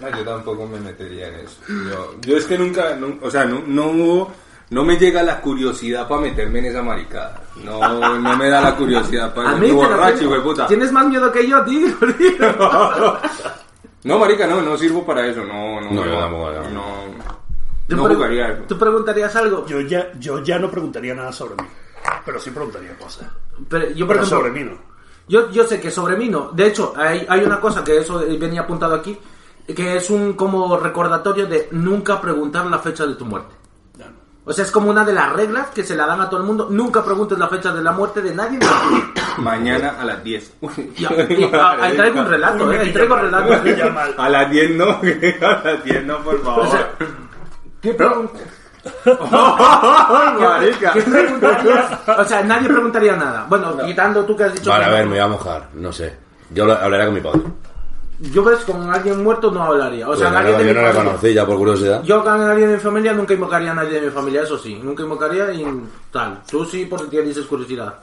[SPEAKER 5] No, yo tampoco me metería en eso. Yo, yo es que nunca, nu- o sea, no, no hubo- no me llega la curiosidad para meterme en esa maricada. No, no me da la curiosidad para
[SPEAKER 3] te lo
[SPEAKER 5] borracho,
[SPEAKER 3] tengo.
[SPEAKER 5] hijo de puta.
[SPEAKER 3] Tienes más miedo que yo, tío.
[SPEAKER 5] No, marica, no, no sirvo para eso. No, no,
[SPEAKER 4] No, yo tampoco, no.
[SPEAKER 5] no,
[SPEAKER 3] Tú
[SPEAKER 5] no
[SPEAKER 3] pre-
[SPEAKER 5] jugaría a eso.
[SPEAKER 3] Tú preguntarías algo.
[SPEAKER 6] Yo ya, yo ya no preguntaría nada sobre mí. Pero sí preguntaría cosas.
[SPEAKER 3] Pero yo, por ejemplo,
[SPEAKER 6] Pero sobre mí no.
[SPEAKER 3] Yo, yo sé que sobre mí no. De hecho, hay, hay una cosa que eso eh, venía apuntado aquí, que es un como recordatorio de nunca preguntar la fecha de tu muerte. O sea, es como una de las reglas que se la dan a todo el mundo. Nunca preguntes la fecha de la muerte de nadie. ni la tuya.
[SPEAKER 5] Mañana a las 10.
[SPEAKER 3] Y a- y a- Ahí traigo un relato,
[SPEAKER 6] Uy,
[SPEAKER 3] ¿eh?
[SPEAKER 6] me
[SPEAKER 3] Ahí
[SPEAKER 6] pilla
[SPEAKER 3] traigo un
[SPEAKER 6] mal,
[SPEAKER 3] relato.
[SPEAKER 6] me pilla mal.
[SPEAKER 5] A las 10 no, a las 10 no, por favor.
[SPEAKER 3] O sea, ¿Qué preguntas? Ah,
[SPEAKER 5] marica.
[SPEAKER 3] ¿Qué preguntarías? O sea, nadie preguntaría nada. Bueno, quitando tú que has dicho.
[SPEAKER 4] Vale,
[SPEAKER 3] que
[SPEAKER 4] a ver,
[SPEAKER 3] no.
[SPEAKER 4] me voy a mojar, no sé. Yo lo- hablaré con mi padre.
[SPEAKER 3] Yo ves con alguien muerto no hablaría. O sea,
[SPEAKER 4] Pues no,
[SPEAKER 3] nadie
[SPEAKER 4] no,
[SPEAKER 3] de
[SPEAKER 4] yo
[SPEAKER 3] mi
[SPEAKER 4] no la
[SPEAKER 3] familia.
[SPEAKER 4] conocí, ya por curiosidad.
[SPEAKER 3] Yo con nadie de mi familia nunca invocaría a nadie de mi familia, eso sí. Nunca invocaría y tal. Tú sí porque tienes curiosidad.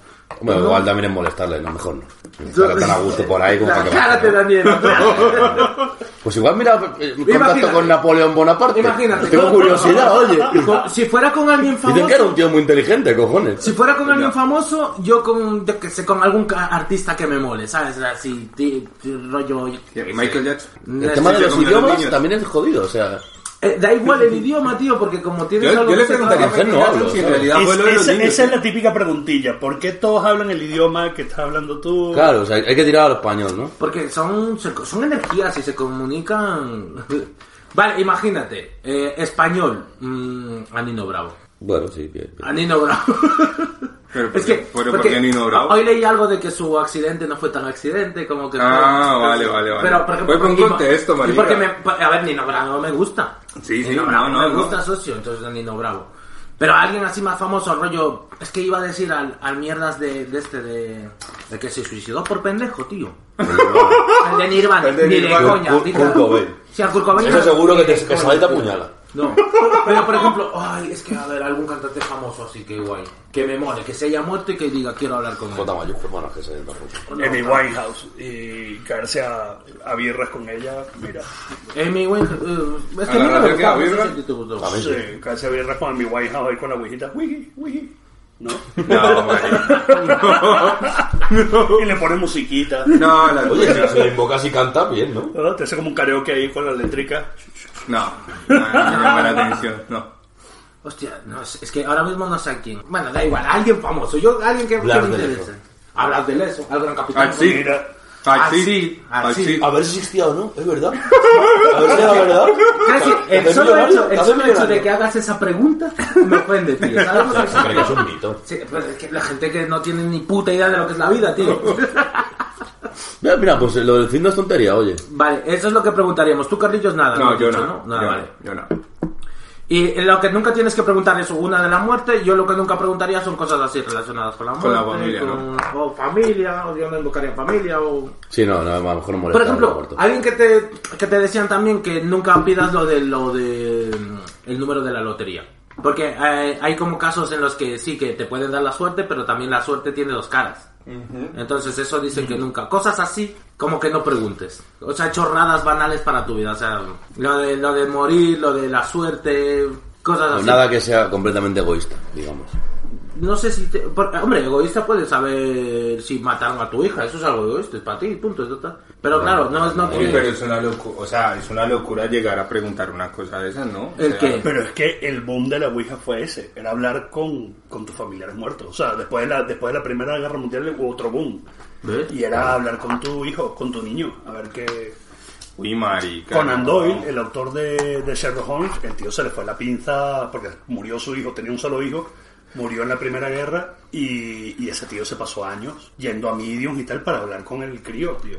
[SPEAKER 4] Bueno, igual también es molestarle, no, mejor no. Estar tan a gusto por ahí como para que
[SPEAKER 3] Cállate,
[SPEAKER 4] baje,
[SPEAKER 3] Daniel.
[SPEAKER 4] ¿no? Pues igual, mira, eh, contacto
[SPEAKER 3] Imagínate.
[SPEAKER 4] con Napoleón Bonaparte.
[SPEAKER 3] Imagínate.
[SPEAKER 4] Tengo curiosidad, oye.
[SPEAKER 3] Con- Si fuera con alguien
[SPEAKER 4] Dicen que era un
[SPEAKER 3] famoso.
[SPEAKER 4] tío muy inteligente, cojones.
[SPEAKER 3] Si fuera con alguien famoso, yo con, yo qué sé, con algún ca- artista que me mole, ¿sabes? Así, ti- ti- rollo. yo qué sé.
[SPEAKER 5] Michael Jackson. Este,
[SPEAKER 4] El tema de
[SPEAKER 5] sí,
[SPEAKER 4] los
[SPEAKER 5] como los
[SPEAKER 4] idiomas
[SPEAKER 5] niños.
[SPEAKER 4] también es jodido, o sea.
[SPEAKER 3] Eh, da igual el idioma, tío, porque como tienes
[SPEAKER 5] Yo,
[SPEAKER 3] algo
[SPEAKER 5] yo le
[SPEAKER 3] que se
[SPEAKER 5] preguntaría a
[SPEAKER 3] trabaja-
[SPEAKER 4] mujer,
[SPEAKER 5] Michael
[SPEAKER 4] no hablo,
[SPEAKER 5] Jackson si en
[SPEAKER 4] ¿sabes?
[SPEAKER 5] realidad fue
[SPEAKER 6] Es-
[SPEAKER 5] lo de los
[SPEAKER 6] esa,
[SPEAKER 5] niños.
[SPEAKER 6] esa es la típica preguntilla. ¿Por qué todos hablan el idioma que estás hablando tú?
[SPEAKER 4] Claro, o sea, hay que tirar al español, ¿no?
[SPEAKER 3] Porque son, se- son energías y se comunican. Vale, imagínate, eh, español, mm, Anino Bravo.
[SPEAKER 4] Bueno, sí, bien. bien.
[SPEAKER 3] Anino Bravo.
[SPEAKER 5] Pero, pero, pero, ¿por qué Nino Bravo?
[SPEAKER 3] Hoy leí algo de que su accidente no fue tan accidente como que.
[SPEAKER 5] Ah, vale, vale, vale.
[SPEAKER 3] Pero, por ejemplo,
[SPEAKER 5] Fue por un
[SPEAKER 3] y-
[SPEAKER 5] contexto,
[SPEAKER 3] y
[SPEAKER 5] marica.
[SPEAKER 3] porque me, A ver, Nino Bravo me gusta.
[SPEAKER 5] Sí, sí,
[SPEAKER 3] Nino
[SPEAKER 5] no,
[SPEAKER 3] Bravo
[SPEAKER 5] no,
[SPEAKER 3] me
[SPEAKER 5] no.
[SPEAKER 3] gusta, socio, entonces Nino Bravo. Pero alguien así más famoso, rollo. Es que iba a decir al, al mierdas de, de este, de, de que se suicidó por pendejo, tío. El de Nirvana,
[SPEAKER 7] El de
[SPEAKER 3] ni
[SPEAKER 7] Nirvana.
[SPEAKER 3] de coña.
[SPEAKER 4] Kurt-
[SPEAKER 3] ni tal.
[SPEAKER 4] Kurt Cobain.
[SPEAKER 3] Si al Kurt Cobain-
[SPEAKER 4] Eso seguro que te que
[SPEAKER 3] Coño,
[SPEAKER 4] Sabat te
[SPEAKER 3] tío.
[SPEAKER 4] apuñala.
[SPEAKER 3] No, pero por ejemplo, ay, es que a ver, algún cantante famoso así que guay, que me mole, que se haya muerto y que diga quiero hablar con él.
[SPEAKER 4] Jota mayúscula, bueno, que se tampoco.
[SPEAKER 6] Amy Winehouse y caerse a, a birras con ella, mira.
[SPEAKER 3] Amy Winehouse, eh, es que
[SPEAKER 7] A
[SPEAKER 3] a
[SPEAKER 7] la
[SPEAKER 3] mí no
[SPEAKER 7] radio
[SPEAKER 3] me
[SPEAKER 7] que
[SPEAKER 3] gustaba,
[SPEAKER 7] había,
[SPEAKER 3] no sé
[SPEAKER 7] ¿verdad?
[SPEAKER 3] si a ti te gustó.
[SPEAKER 4] A mí sí.
[SPEAKER 6] Sí, caerse a birras con Amy Winehouse ahí con la ouijita, wiki, wiki. ¿No?
[SPEAKER 5] No, marica.
[SPEAKER 6] Y le pone musiquita.
[SPEAKER 5] No, la-
[SPEAKER 4] Oye, Pues si se le invoca y canta bien, ¿no?
[SPEAKER 6] ¿no? Te hace como un karaoke ahí con la eléctrica.
[SPEAKER 5] no, no, no me llama la atención, no.
[SPEAKER 3] Hostia, no sé, es que ahora mismo no sé a quién. Bueno, da igual, alguien famoso, yo, alguien que, que
[SPEAKER 4] Blas
[SPEAKER 3] me
[SPEAKER 4] de
[SPEAKER 3] interese.
[SPEAKER 4] Lezo.
[SPEAKER 3] Hablas de eso, al gran capitán.
[SPEAKER 5] Ah, sí.
[SPEAKER 6] Mira,
[SPEAKER 5] Así,
[SPEAKER 3] Así, así.
[SPEAKER 5] así.
[SPEAKER 4] A ver si existía o no, es verdad. A ver si era verdad.
[SPEAKER 3] Casi, el
[SPEAKER 4] Está
[SPEAKER 3] solo
[SPEAKER 4] millonario,
[SPEAKER 3] hecho, el
[SPEAKER 4] está
[SPEAKER 3] solo hecho de
[SPEAKER 4] millonario.
[SPEAKER 3] que hagas esa pregunta me ofende, tío. ¿sabes?
[SPEAKER 4] O sea, se cree que es un mito.
[SPEAKER 3] Sí, pues es que la gente que no tiene ni puta idea de lo que es la vida, tío.
[SPEAKER 4] Mira, mira, pues lo del fin no es tontería, oye.
[SPEAKER 3] Vale, eso es lo que preguntaríamos. Tú, Carrillos, nada.
[SPEAKER 5] No,
[SPEAKER 3] has
[SPEAKER 5] yo
[SPEAKER 3] dicho,
[SPEAKER 5] no.
[SPEAKER 3] Nada,
[SPEAKER 5] yo,
[SPEAKER 3] vale.
[SPEAKER 5] no, yo no.
[SPEAKER 3] Y lo que nunca tienes que preguntar es una de la muerte. Yo lo que nunca preguntaría son cosas así relacionadas con la muerte.
[SPEAKER 5] Con la familia,
[SPEAKER 3] con- O familia, o yo no invocaría familia. O...
[SPEAKER 4] Sí, no, no, a lo mejor no molesta.
[SPEAKER 3] Por
[SPEAKER 4] no
[SPEAKER 3] ejemplo,
[SPEAKER 4] importa.
[SPEAKER 3] alguien que te, que te decían también que nunca pidas lo de lo de mm, el número de la lotería. Porque eh, hay como casos en los que sí que te pueden dar la suerte, pero también la suerte tiene dos caras. Entonces eso dice que nunca. Cosas así como que no preguntes. O sea, chorradas banales para tu vida. O sea, lo de, lo de morir, lo de la suerte, cosas
[SPEAKER 4] Pues
[SPEAKER 3] así.
[SPEAKER 4] nada que sea completamente egoísta, digamos.
[SPEAKER 3] No sé si... Te, por- hombre, egoísta puede saber si mataron a tu hija. Eso es algo egoísta. Es para ti, punto. es total. Pero claro, no es... No,
[SPEAKER 7] Oye, pero es una locura, o sea, es una locura llegar a preguntar una cosa de esas, ¿no? O
[SPEAKER 3] ¿El
[SPEAKER 7] sea,
[SPEAKER 3] qué?
[SPEAKER 6] Pero es que el boom de la Ouija fue ese, era hablar con, con tus familiares muertos. O sea, después de, la, después de la Primera Guerra Mundial hubo otro boom.
[SPEAKER 3] ¿Ves?
[SPEAKER 6] Y era hablar con tu hijo, con tu niño. A ver qué...
[SPEAKER 7] Uy, marica.
[SPEAKER 6] Conan
[SPEAKER 7] no.
[SPEAKER 6] Doyle, el autor de, de Sherlock Holmes, el tío se le fue la pinza porque murió su hijo, tenía un solo hijo, murió en la Primera Guerra y, y ese tío se pasó años yendo a mediums y tal para hablar con el crío, tío.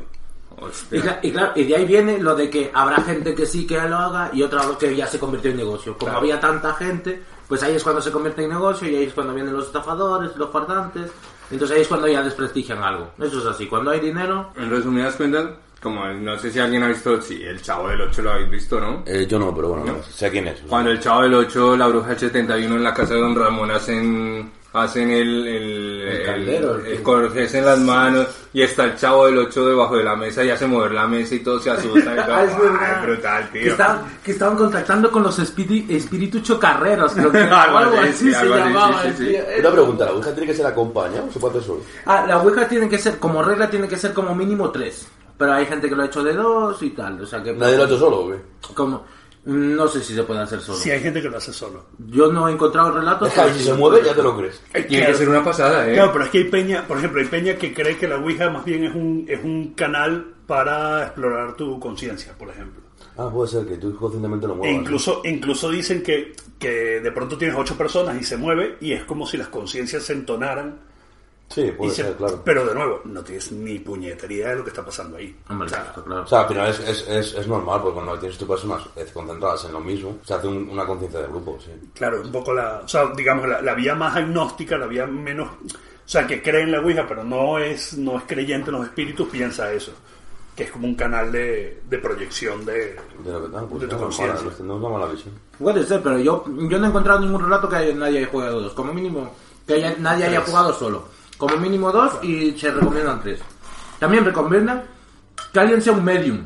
[SPEAKER 3] Y,
[SPEAKER 5] Hostia.
[SPEAKER 3] cla- y claro, y de ahí viene lo de que habrá gente que sí que lo haga y otra que ya se convirtió en negocio. Como
[SPEAKER 6] Claro.
[SPEAKER 3] había tanta gente, pues ahí es cuando se convierte en negocio y ahí es cuando vienen los estafadores, los fardantes. Entonces ahí es cuando ya desprestigian algo. Eso es así. Cuando hay dinero,
[SPEAKER 5] En resumidas cuentas, como no sé si alguien ha visto, si el Chavo del 8 lo habéis visto, ¿no?
[SPEAKER 4] Eh, yo no, pero bueno, no sé quién es.
[SPEAKER 5] Cuando el Chavo del 8, la bruja del 71 en la casa de Don Ramón hacen hacen el el, el,
[SPEAKER 3] caldero, el-
[SPEAKER 5] el cortés en las manos y está el Chavo del 8 debajo de la mesa y hace mover la mesa y todo se asusta. y todo.
[SPEAKER 3] Ah, es verdad.
[SPEAKER 5] Ay, brutal, tío.
[SPEAKER 3] que, estaban, que estaban contactando con los espíritu- espíritus chocarreros. creo que era,
[SPEAKER 5] Algo
[SPEAKER 3] o algo
[SPEAKER 5] así,
[SPEAKER 3] así
[SPEAKER 5] sí,
[SPEAKER 3] se
[SPEAKER 5] algo así,
[SPEAKER 3] llamaba.
[SPEAKER 5] sí, sí,
[SPEAKER 3] el
[SPEAKER 5] sí.
[SPEAKER 3] tío.
[SPEAKER 4] Una pregunta, ¿la Ouija tiene que ser acompañada o se puede hacer solo?
[SPEAKER 3] Ah, la Ouija tiene que ser, como regla, tiene que ser como mínimo tres. Pero hay gente que lo ha hecho de dos y tal. O sea que...
[SPEAKER 4] ¿Nadie lo ha hecho solo o qué?
[SPEAKER 3] como- No sé si se puede hacer solo.
[SPEAKER 6] Si hay gente que lo hace solo.
[SPEAKER 3] Yo no he encontrado relatos.
[SPEAKER 4] Es que si se mueve ya te lo crees.
[SPEAKER 5] Tiene que ser una pasada, ¿eh?
[SPEAKER 6] Claro, pero es que hay peña, por ejemplo, hay peña que cree que la Ouija más bien es un, es un canal para explorar tu conciencia, por ejemplo.
[SPEAKER 4] Ah, puede ser que tú conscientemente lo
[SPEAKER 6] E
[SPEAKER 4] muevas.
[SPEAKER 6] incluso, incluso dicen que, que de pronto tienes ocho personas y se mueve y es como si las conciencias se entonaran.
[SPEAKER 4] Sí, puede
[SPEAKER 6] Y se-
[SPEAKER 4] ser, claro.
[SPEAKER 6] Pero de nuevo, no tienes ni puñetería de lo que está pasando ahí.
[SPEAKER 3] Hombre,
[SPEAKER 6] O sea,
[SPEAKER 3] está claro.
[SPEAKER 4] O sea, al final es, es, es, es normal, porque cuando tienes tus personas eh, concentradas en lo mismo, se hace un- una conciencia de grupo, sí.
[SPEAKER 6] claro, un poco la, o sea, digamos, la, la vía más agnóstica, la vía menos, o sea, que cree en la Ouija, pero no es, no es creyente en los espíritus, piensa eso, que es como un canal de, de proyección de...
[SPEAKER 4] De lo que tal, pues
[SPEAKER 6] De tu
[SPEAKER 4] no, es
[SPEAKER 6] conciencia.
[SPEAKER 4] mala, no es una mala visión.
[SPEAKER 3] Puede ser, pero yo, yo no he encontrado ningún relato que haya- nadie haya jugado dos. Como mínimo, que haya- nadie haya jugado solo. Como mínimo dos y se recomiendan tres. También recomiendan que alguien sea un medium.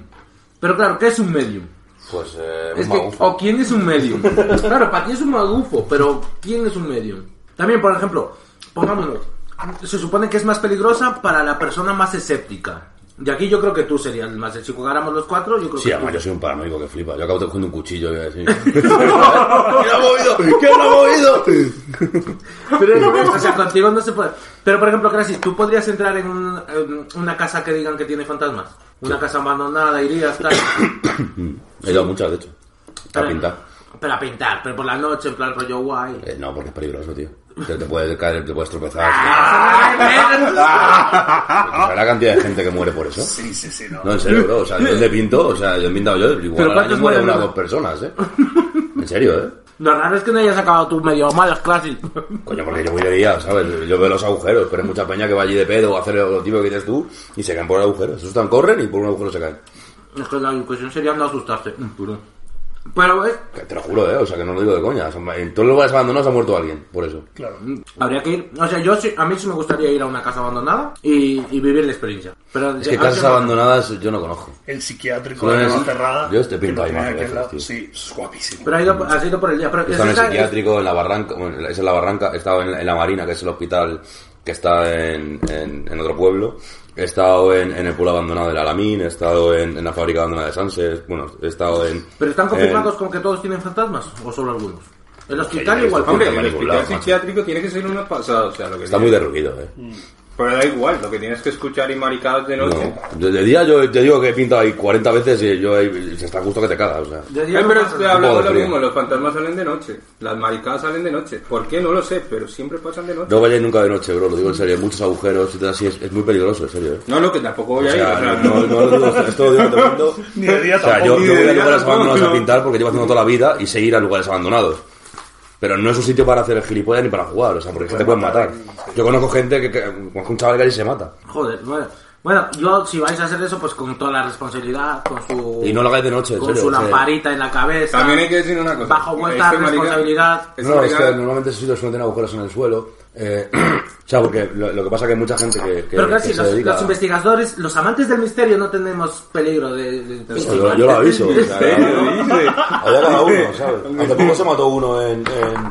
[SPEAKER 3] Pero claro, ¿qué es un medium?
[SPEAKER 4] Pues, eh,
[SPEAKER 3] Es
[SPEAKER 4] un
[SPEAKER 3] que, oh,
[SPEAKER 4] magufo.
[SPEAKER 3] o quién es un medium. claro, para ti es un magufo, pero ¿quién es un medium? También, por ejemplo, pongámoslo, se supone que es más peligrosa para la persona más escéptica. Y aquí yo creo que tú serías el más. Si jugáramos los cuatro, yo creo
[SPEAKER 4] Sí,
[SPEAKER 3] que tú.
[SPEAKER 4] además yo soy un paranoico que flipa. Yo acabo cogiendo un cuchillo y así. ¿Qué ha movido? ¿Qué ha movido?
[SPEAKER 3] Pero, o sea, contigo no se puede. Pero, por ejemplo, Crasis, ¿tú podrías entrar en, un- en una casa que digan que tiene fantasmas? Una casa abandonada, irías, tal.
[SPEAKER 4] He dado muchas, de hecho. A
[SPEAKER 3] Pero-
[SPEAKER 4] pintar.
[SPEAKER 3] Pero a pintar, pero por la noche, en plan rollo guay.
[SPEAKER 4] Eh, no, porque es peligroso, tío. Te, te puedes caer, te puedes tropezar.
[SPEAKER 3] Ah,
[SPEAKER 4] ¿Sabes la cantidad de gente que muere por eso?
[SPEAKER 6] Sí, sí, sí, no.
[SPEAKER 4] No, en serio, bro. O sea, yo le pinto, o sea, yo he pintado yo. Igual
[SPEAKER 3] Pero
[SPEAKER 4] al
[SPEAKER 3] ¿cuántos
[SPEAKER 4] año mueren
[SPEAKER 3] mueren,
[SPEAKER 4] unas
[SPEAKER 3] bro?
[SPEAKER 4] dos personas, ¿eh? En serio, ¿eh?
[SPEAKER 3] Lo raro es que no hayas acabado tus medio malas clases.
[SPEAKER 4] Coño, porque yo voy de día, ¿sabes? Yo veo los agujeros, pero hay mucha peña que va allí de pedo a hacer lo típico que dices tú y se caen por agujeros. Se asustan, corren y por un agujero se caen.
[SPEAKER 3] es que la cuestión sería no asustarse. Pero es,
[SPEAKER 4] Que Te lo juro, ¿eh? O sea, que no lo digo de coña. O sea, En todos los lugares abandonados ha muerto alguien, por eso.
[SPEAKER 6] Claro.
[SPEAKER 3] habría que ir. O sea, yo sí- a mí sí me gustaría ir a una casa abandonada y, y vivir la experiencia. Pero
[SPEAKER 4] Es que casas abandonadas yo no conozco.
[SPEAKER 6] El psiquiátrico
[SPEAKER 4] Joder,
[SPEAKER 6] de la
[SPEAKER 4] sí.
[SPEAKER 6] cerrada.
[SPEAKER 4] Yo este
[SPEAKER 6] que
[SPEAKER 4] pinta
[SPEAKER 6] lo
[SPEAKER 4] ahí
[SPEAKER 6] tienen
[SPEAKER 4] más
[SPEAKER 6] aquí al
[SPEAKER 4] veces,
[SPEAKER 6] lado.
[SPEAKER 4] tío.
[SPEAKER 6] Sí, es guapísimo.
[SPEAKER 3] Pero ha ido, ha sido por el día. Pero
[SPEAKER 4] Estaba en el
[SPEAKER 3] esa-
[SPEAKER 4] psiquiátrico, en la barranca, bueno, es en la barranca, he estado en, en la marina, que es el hospital que está en, en- en otro pueblo, he estado en, en el pueblo abandonado del Alamín, he estado en, en la fábrica abandonada de Sánchez, bueno, he estado en...
[SPEAKER 3] Pero están confirmados
[SPEAKER 4] en-
[SPEAKER 3] como que todos tienen fantasmas o solo algunos. El
[SPEAKER 4] ya
[SPEAKER 3] hospital
[SPEAKER 4] he
[SPEAKER 3] igual.
[SPEAKER 4] visto.
[SPEAKER 5] Hombre,
[SPEAKER 4] Puta,
[SPEAKER 5] el
[SPEAKER 4] ningún lado,
[SPEAKER 5] hospital
[SPEAKER 4] macho.
[SPEAKER 5] psiquiátrico tiene que ser una pasada, o sea, lo que
[SPEAKER 4] Está muy
[SPEAKER 5] tienes-
[SPEAKER 4] derruido, eh.
[SPEAKER 5] Mm. Pero da igual, lo que tienes que escuchar y maricadas de noche.
[SPEAKER 4] No. De, de día yo te digo que he pintado ahí 40 veces y yo ahí- se está justo que te cagas, o sea.
[SPEAKER 3] De día
[SPEAKER 5] Eh,
[SPEAKER 3] no
[SPEAKER 5] pero
[SPEAKER 3] pasa
[SPEAKER 5] estoy
[SPEAKER 3] nada.
[SPEAKER 5] hablando
[SPEAKER 4] Joder,
[SPEAKER 5] lo
[SPEAKER 4] frío.
[SPEAKER 5] mismo, los fantasmas salen de noche, las maricadas salen de noche. ¿Por qué? No lo sé, pero siempre pasan de noche.
[SPEAKER 4] No vayáis nunca de noche, bro, lo digo en serio, hay muchos agujeros y todo así, es, es muy peligroso, en serio, eh.
[SPEAKER 5] No, lo que tampoco voy
[SPEAKER 4] O
[SPEAKER 5] a ir. o sea,
[SPEAKER 4] sea, no, no lo digo, esto lo digo a todo el mundo.
[SPEAKER 6] Ni de día
[SPEAKER 4] O sea, yo,
[SPEAKER 6] tampoco.
[SPEAKER 5] ni
[SPEAKER 4] yo
[SPEAKER 5] de
[SPEAKER 4] voy a
[SPEAKER 5] día
[SPEAKER 4] lugares
[SPEAKER 5] tampoco,
[SPEAKER 4] abandonados a
[SPEAKER 5] no.
[SPEAKER 4] pintar porque llevo haciendo toda la vida y sé ir a lugares abandonados. Pero no es un sitio para hacer gilipollas ni para jugar, o sea, porque es que te pueden matar. Yo conozco gente que, que conozco un chaval que allí se mata.
[SPEAKER 3] Joder, bueno. Bueno, yo si vais a hacer eso, pues con toda la responsabilidad, con su.
[SPEAKER 4] Y no lo hagáis de noche, en
[SPEAKER 3] Con
[SPEAKER 4] serio,
[SPEAKER 3] su
[SPEAKER 4] o sea.
[SPEAKER 3] lamparita en la cabeza.
[SPEAKER 5] También hay que decir una cosa.
[SPEAKER 3] Bajo vuestra
[SPEAKER 5] Este marica-
[SPEAKER 3] responsabilidad.
[SPEAKER 5] este
[SPEAKER 4] No, es
[SPEAKER 5] marica-
[SPEAKER 4] que normalmente esos sitios suelen tener agujeros en el suelo. eh, o sea, porque lo, lo que pasa es que hay mucha gente que, que-
[SPEAKER 3] Pero
[SPEAKER 4] que
[SPEAKER 3] claro, si
[SPEAKER 4] se
[SPEAKER 3] los,
[SPEAKER 4] dedica...
[SPEAKER 3] los investigadores, los amantes del misterio, no tenemos peligro de. de- de-
[SPEAKER 4] Eso, yo, yo lo aviso. o sea, Allá cada uno, ¿sabes? Hace poco se mató uno en,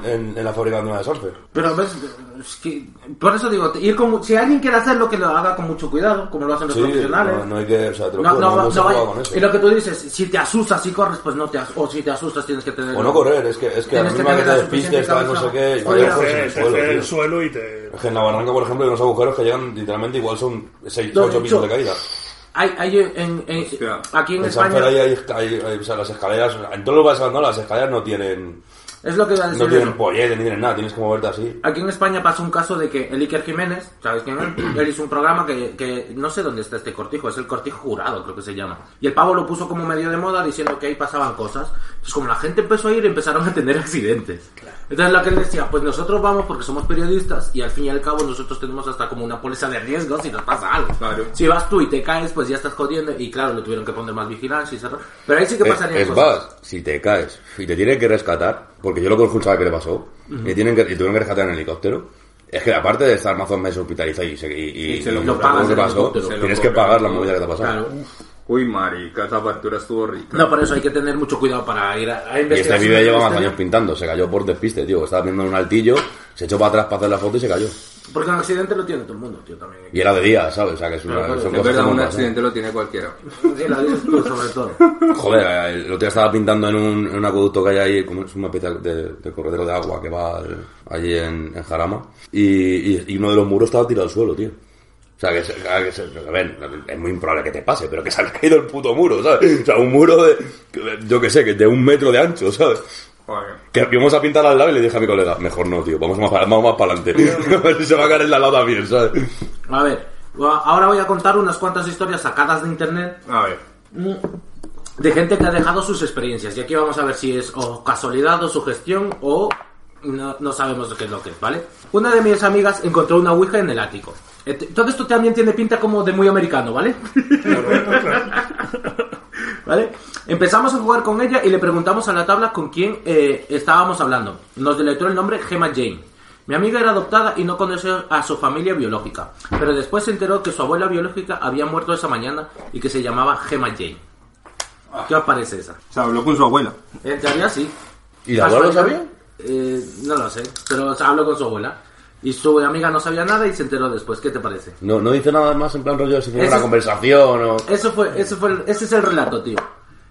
[SPEAKER 4] en, en, en la fábrica de una de Sarfe.
[SPEAKER 3] Pero ves, es que- por eso digo, ir con, si alguien quiere hacerlo, que lo haga con mucho cuidado, como lo hacen los
[SPEAKER 4] Sí,
[SPEAKER 3] profesionales.
[SPEAKER 4] no, no hay que... O sea, te lo
[SPEAKER 3] No,
[SPEAKER 4] juro,
[SPEAKER 3] no,
[SPEAKER 4] no,
[SPEAKER 3] no,
[SPEAKER 4] se juega
[SPEAKER 3] vaya-
[SPEAKER 4] con eso.
[SPEAKER 3] Y lo que tú dices, si te asustas y corres, pues no te as- o si te asustas tienes que tener
[SPEAKER 4] O no correr, es que, es que a la
[SPEAKER 3] Tienes que
[SPEAKER 4] misma que te
[SPEAKER 3] tener la este suficiente
[SPEAKER 4] despistes, tal, no sé
[SPEAKER 3] cabeza.
[SPEAKER 4] qué, y
[SPEAKER 3] Oye,
[SPEAKER 4] vaya
[SPEAKER 6] Te
[SPEAKER 4] por el
[SPEAKER 6] hace- te
[SPEAKER 4] suelo.
[SPEAKER 6] hace el
[SPEAKER 4] tío.
[SPEAKER 6] suelo y te.
[SPEAKER 4] Es que en la barranca, por ejemplo, hay unos agujeros que llegan literalmente igual son 6
[SPEAKER 3] Lo
[SPEAKER 4] 8
[SPEAKER 3] dicho.
[SPEAKER 4] pisos de caída.
[SPEAKER 3] Hay, hay en, en-
[SPEAKER 5] Hostia.
[SPEAKER 3] aquí en
[SPEAKER 4] En San Fer
[SPEAKER 3] España
[SPEAKER 4] hay, hay, hay- hay- o sea, las escaleras, en todos los lugares abandonados las escaleras no tienen,
[SPEAKER 3] es lo que iba a decir
[SPEAKER 4] no tienen
[SPEAKER 3] yo.
[SPEAKER 4] pollete, ni tienen nada, tienes que moverte así.
[SPEAKER 3] Aquí en España pasó un caso de que el Iker Jiménez, ¿sabes quién es? Él hizo un programa que, que no sé dónde está este cortijo, es el cortijo jurado, creo que se llama. Y el pavo lo puso como medio de moda diciendo que ahí pasaban cosas. Entonces, como la gente empezó a ir, empezaron a tener accidentes. Entonces, lo que él decía, pues nosotros vamos porque somos periodistas y al fin y al cabo nosotros tenemos hasta como una póliza de riesgos si nos pasa algo.
[SPEAKER 5] Claro.
[SPEAKER 3] Si vas tú y te caes, pues ya estás jodiendo. Y claro, le tuvieron que poner más vigilancia y cerrar. Pero ahí sí que
[SPEAKER 4] Es-
[SPEAKER 3] pasarían
[SPEAKER 4] Eh, es
[SPEAKER 3] cosas.
[SPEAKER 4] más, si te caes y te tienen que rescatar, porque yo lo conozco un chaval que le pasó, y, tienen que, y tuvieron que rescatar en helicóptero, es que aparte de estar más o menos hospitalizado y, se- y, y,
[SPEAKER 5] Y se lo
[SPEAKER 4] y
[SPEAKER 5] lo
[SPEAKER 4] todo
[SPEAKER 3] pagas
[SPEAKER 4] que
[SPEAKER 3] en
[SPEAKER 4] pasó,
[SPEAKER 3] helicóptero.
[SPEAKER 4] tienes
[SPEAKER 5] Se
[SPEAKER 4] que
[SPEAKER 5] lo
[SPEAKER 4] pagar
[SPEAKER 5] cobran,
[SPEAKER 4] la
[SPEAKER 5] ¿no?
[SPEAKER 4] movida que te ha pasado.
[SPEAKER 3] Claro.
[SPEAKER 5] Uy, marica, esa factura estuvo rica.
[SPEAKER 3] No, por eso hay que tener mucho cuidado para ir a, a
[SPEAKER 4] Y este
[SPEAKER 3] investigar.
[SPEAKER 4] pibe lleva más años pintando, se cayó por despiste, tío. Estaba viendo un altillo, se echó para atrás para hacer la foto y se cayó.
[SPEAKER 3] Porque un accidente lo tiene todo el mundo, tío, también.
[SPEAKER 4] Y era de día, ¿sabes? O sea, que es una,
[SPEAKER 3] Claro, claro.
[SPEAKER 4] son
[SPEAKER 5] Es
[SPEAKER 4] cosas
[SPEAKER 5] verdad,
[SPEAKER 4] que ¿eh?
[SPEAKER 5] un
[SPEAKER 4] no
[SPEAKER 5] accidente lo tiene cualquiera.
[SPEAKER 3] Sí, la dices tú, sobre todo.
[SPEAKER 4] pasan. Joder, eh, el otro día estaba pintando en un, en un acueducto que hay ahí, como es una pieza de, de corredero de agua que va al- allí en, en Jarama, y, y- y uno de los muros estaba tirado al suelo, tío. O sea, que, se- que se- a ver, es muy improbable que te pase, pero que se ha caído el puto muro, ¿sabes? O sea, un muro de, yo qué sé, que de un metro de ancho, ¿sabes?
[SPEAKER 5] Joder.
[SPEAKER 4] Que íbamos a pintar al lado y le dije a mi colega, mejor no, tío, vamos más para, vamos más para adelante. A ver si se va a caer el de al lado también, ¿sabes?
[SPEAKER 3] A ver, ahora voy a contar unas cuantas historias sacadas de internet
[SPEAKER 5] A ver.
[SPEAKER 3] mm, de gente que ha dejado sus experiencias. Y aquí vamos a ver si es o casualidad o sugestión o no, no sabemos qué es lo que es, ¿vale? Una de mis amigas encontró una ouija en el ático. Eh, t- Todo esto también tiene pinta como de muy americano, ¿vale? ¿Vale? Empezamos a jugar con ella y le preguntamos a la tabla con quién eh, estábamos hablando. Nos deletró el nombre Gemma Jane. Mi amiga era adoptada y no conoció a su familia biológica, pero después se enteró que su abuela biológica había muerto esa mañana y que se llamaba Gemma Jane. ¿Qué os parece esa?
[SPEAKER 5] Se habló con su abuela.
[SPEAKER 3] En teoría sí.
[SPEAKER 4] ¿Y la abuela lo
[SPEAKER 3] ¿Casualidad?
[SPEAKER 4] sabía?
[SPEAKER 3] Eh, no lo sé, pero habló con su abuela. Y su amiga no sabía nada y se enteró después. ¿Qué te parece?
[SPEAKER 4] No, no dice nada más en plan rollo si tiene
[SPEAKER 3] Eso
[SPEAKER 4] una
[SPEAKER 3] es-
[SPEAKER 4] conversación o...
[SPEAKER 3] Eso fue, eso fue, ese es el relato, tío.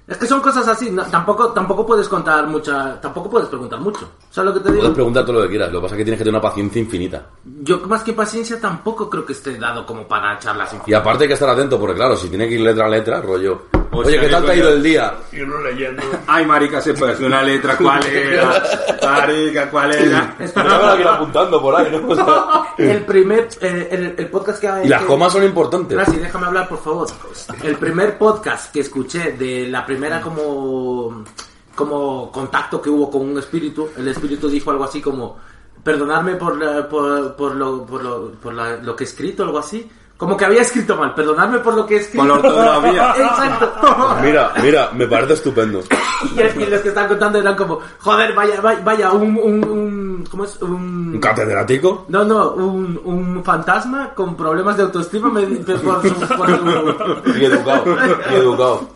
[SPEAKER 3] Es que son cosas así, no, tampoco, tampoco puedes contar mucha, tampoco puedes preguntar mucho. ¿Sabes lo que te
[SPEAKER 4] Puedes
[SPEAKER 3] digo?
[SPEAKER 4] preguntar todo lo que quieras, lo que pasa es que tienes que tener una paciencia infinita.
[SPEAKER 3] Yo más que paciencia tampoco creo que esté dado como para charlas
[SPEAKER 4] Y aparte hay que estar atento, porque claro, si tiene que ir letra a letra, rollo...
[SPEAKER 5] O
[SPEAKER 4] Oye,
[SPEAKER 5] sea,
[SPEAKER 4] ¿qué tal te ha ido
[SPEAKER 5] coño.
[SPEAKER 4] el día?
[SPEAKER 6] Y uno leyendo.
[SPEAKER 5] Ay, marica, se perdió una letra. ¿Cuál era? Marica, ¿cuál era?
[SPEAKER 4] Estaba aquí apuntando por ahí, ¿no? O sea,
[SPEAKER 3] El primer, eh, el, el podcast que
[SPEAKER 4] y las
[SPEAKER 3] que-
[SPEAKER 4] comas son importantes.
[SPEAKER 3] Nancy, déjame hablar, por favor. El primer podcast que escuché de la primera como como contacto que hubo con un espíritu, el espíritu dijo algo así como, perdonadme por, la- por, por lo, por, lo, por la- lo que he escrito, algo así. Como que había escrito mal, perdonadme por lo que he escrito.
[SPEAKER 5] Por la ortografía. Ah,
[SPEAKER 3] Exacto.
[SPEAKER 4] Mira, mira, me parece estupendo.
[SPEAKER 3] Y, el- y los que estaban contando eran como, joder, vaya, vaya, vaya, un, un, un- ¿cómo es?
[SPEAKER 4] ¿Un catedrático?
[SPEAKER 3] No, no, un, un fantasma con problemas de autoestima me- me- por su- por su-
[SPEAKER 4] Y educado, y educado.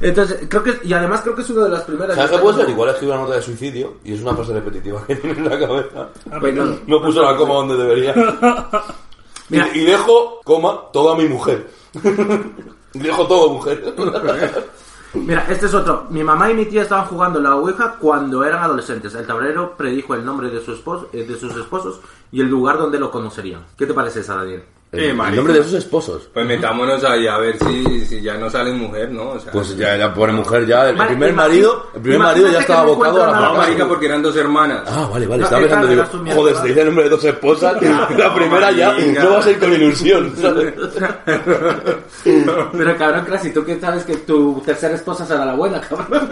[SPEAKER 3] Entonces, creo que, y además creo que es una de las primeras.
[SPEAKER 4] ¿Sabes qué puede ser? Igual escribe una nota de suicidio y es una frase repetitiva que tiene en la cabeza.
[SPEAKER 3] Pues no.
[SPEAKER 4] No puso la coma donde debería. Y,
[SPEAKER 3] Mira.
[SPEAKER 4] y dejo, coma, toda mi mujer. dejo todo mujer.
[SPEAKER 3] Mira, este es otro. Mi mamá y mi tía estaban jugando la Ouija cuando eran adolescentes. El tablero predijo el nombre de, su esposo, eh, de sus esposos y el lugar donde lo conocerían. ¿Qué te parece esa, Daniel?
[SPEAKER 5] Eh, marica.
[SPEAKER 4] de sus esposos.
[SPEAKER 5] Pues metámonos ahí a ver si, si ya no salen mujer, ¿no? O sea,
[SPEAKER 4] Pues ya, la pobre mujer ya, el
[SPEAKER 3] Vale,
[SPEAKER 4] primer
[SPEAKER 3] imagi-
[SPEAKER 4] marido, el primer marido ya
[SPEAKER 3] imagínate
[SPEAKER 4] estaba
[SPEAKER 3] que no
[SPEAKER 4] abocado a la
[SPEAKER 3] encuentran
[SPEAKER 5] no,
[SPEAKER 3] a la
[SPEAKER 4] fracasa.
[SPEAKER 5] marica, porque eran dos hermanas.
[SPEAKER 4] Ah, vale, vale,
[SPEAKER 3] No,
[SPEAKER 4] estaba
[SPEAKER 3] que
[SPEAKER 4] pensando,
[SPEAKER 3] tal,
[SPEAKER 4] digo,
[SPEAKER 3] era su mierda.
[SPEAKER 4] joder, se dice el nombre de dos esposas, la primera ya
[SPEAKER 5] marica.
[SPEAKER 4] no va a ser con ilusión, ¿sabes?
[SPEAKER 3] Pero cabrón, casi tú que sabes que tu tercera esposa será la buena, cabrón.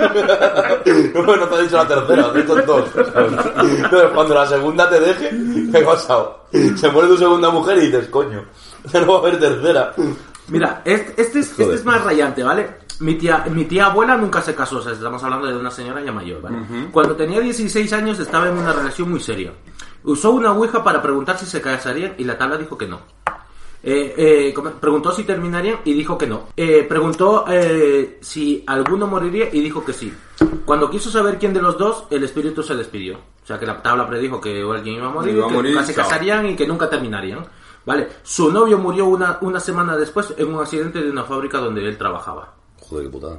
[SPEAKER 4] Bueno, te he dicho la tercera, te he dicho dos. Entonces, cuando la segunda te deje, ¿qué ha pasado? Se muere tu segunda mujer y dices, coño, ya no va a haber tercera.
[SPEAKER 3] Mira, este, este es, este
[SPEAKER 4] Joder.
[SPEAKER 3] es más rayante, ¿vale? Mi tía, mi tía abuela nunca se casó, o sea, estamos hablando de una señora ya mayor, ¿vale? Cuando tenía 16 años estaba en una relación muy seria. Usó una ouija para preguntar si se casarían y la tabla dijo que no. Eh, eh, ¿cómo? preguntó si terminarían y dijo que no. Eh, preguntó eh, si alguno moriría y dijo que sí. Cuando quiso saber quién de los dos, el espíritu se despidió. O sea que la tabla predijo que alguien iba a morir,
[SPEAKER 5] Iba a
[SPEAKER 3] que
[SPEAKER 5] morir,
[SPEAKER 3] nunca se
[SPEAKER 5] chao.
[SPEAKER 3] casarían y que nunca terminarían. Vale, su novio murió una, una semana después en un accidente de una fábrica donde él trabajaba.
[SPEAKER 4] Joder, qué putada.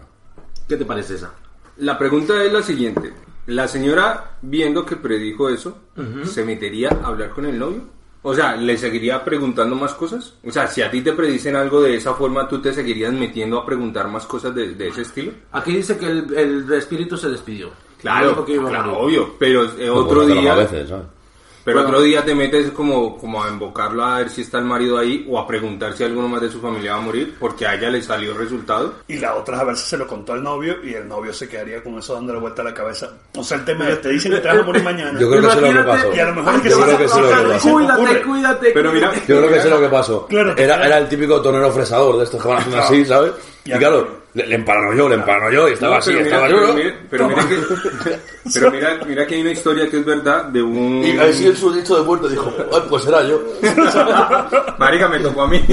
[SPEAKER 3] ¿Qué te parece esa?
[SPEAKER 5] La pregunta es la siguiente. La señora, viendo que predijo eso, ¿se metería a hablar con el novio? O sea, ¿le seguiría preguntando más cosas? O sea, si a ti te predicen algo de esa forma, ¿tú te seguirías metiendo a preguntar más cosas de, de ese estilo?
[SPEAKER 3] Aquí dice que el, el espíritu se despidió.
[SPEAKER 5] Claro,
[SPEAKER 3] Dijo que iba a
[SPEAKER 5] claro,
[SPEAKER 3] morir.
[SPEAKER 5] obvio. Pero eh, otro
[SPEAKER 4] Bueno,
[SPEAKER 5] día...
[SPEAKER 4] A veces, ¿sabes?
[SPEAKER 5] Pero
[SPEAKER 3] Bueno.
[SPEAKER 5] otro día te metes como, como a invocarla a ver si está el marido ahí o a preguntar si alguno más de su familia va a morir porque a ella le salió el resultado.
[SPEAKER 6] Y la otra es a ver si se lo contó al novio y el novio se quedaría con eso dándole vuelta a la cabeza. O sea, el tema de te dicen que te vas a morir mañana.
[SPEAKER 4] Yo creo que eso es lo
[SPEAKER 3] Imagínate-
[SPEAKER 4] que pasó.
[SPEAKER 6] Y a lo mejor es que
[SPEAKER 4] Yo
[SPEAKER 6] sí
[SPEAKER 4] creo
[SPEAKER 6] se
[SPEAKER 4] que eso es lo que
[SPEAKER 6] aprovecha,
[SPEAKER 4] pasó.
[SPEAKER 6] ¿no?
[SPEAKER 3] Cuídate,
[SPEAKER 6] ocurre.
[SPEAKER 3] cuídate.
[SPEAKER 5] Pero mira,
[SPEAKER 3] cuídate.
[SPEAKER 4] Yo creo que sé lo que pasó.
[SPEAKER 6] Claro que
[SPEAKER 4] era,
[SPEAKER 6] sí.
[SPEAKER 4] era el típico tonero fresador de estos que van haciendo así, ¿sabes? Y
[SPEAKER 6] Ya.
[SPEAKER 4] claro, le, le emparanoyó, le emparanoyó y estaba
[SPEAKER 5] No,
[SPEAKER 4] así,
[SPEAKER 5] pero mira-
[SPEAKER 4] estaba
[SPEAKER 5] pero
[SPEAKER 4] yo. ¿no?
[SPEAKER 5] mira- pero mira que- pero mira- mira que hay una historia que es verdad de un...
[SPEAKER 4] Y así el sujeto de muerto dijo, "Ay, pues era yo.
[SPEAKER 5] Marica, me tocó a mí.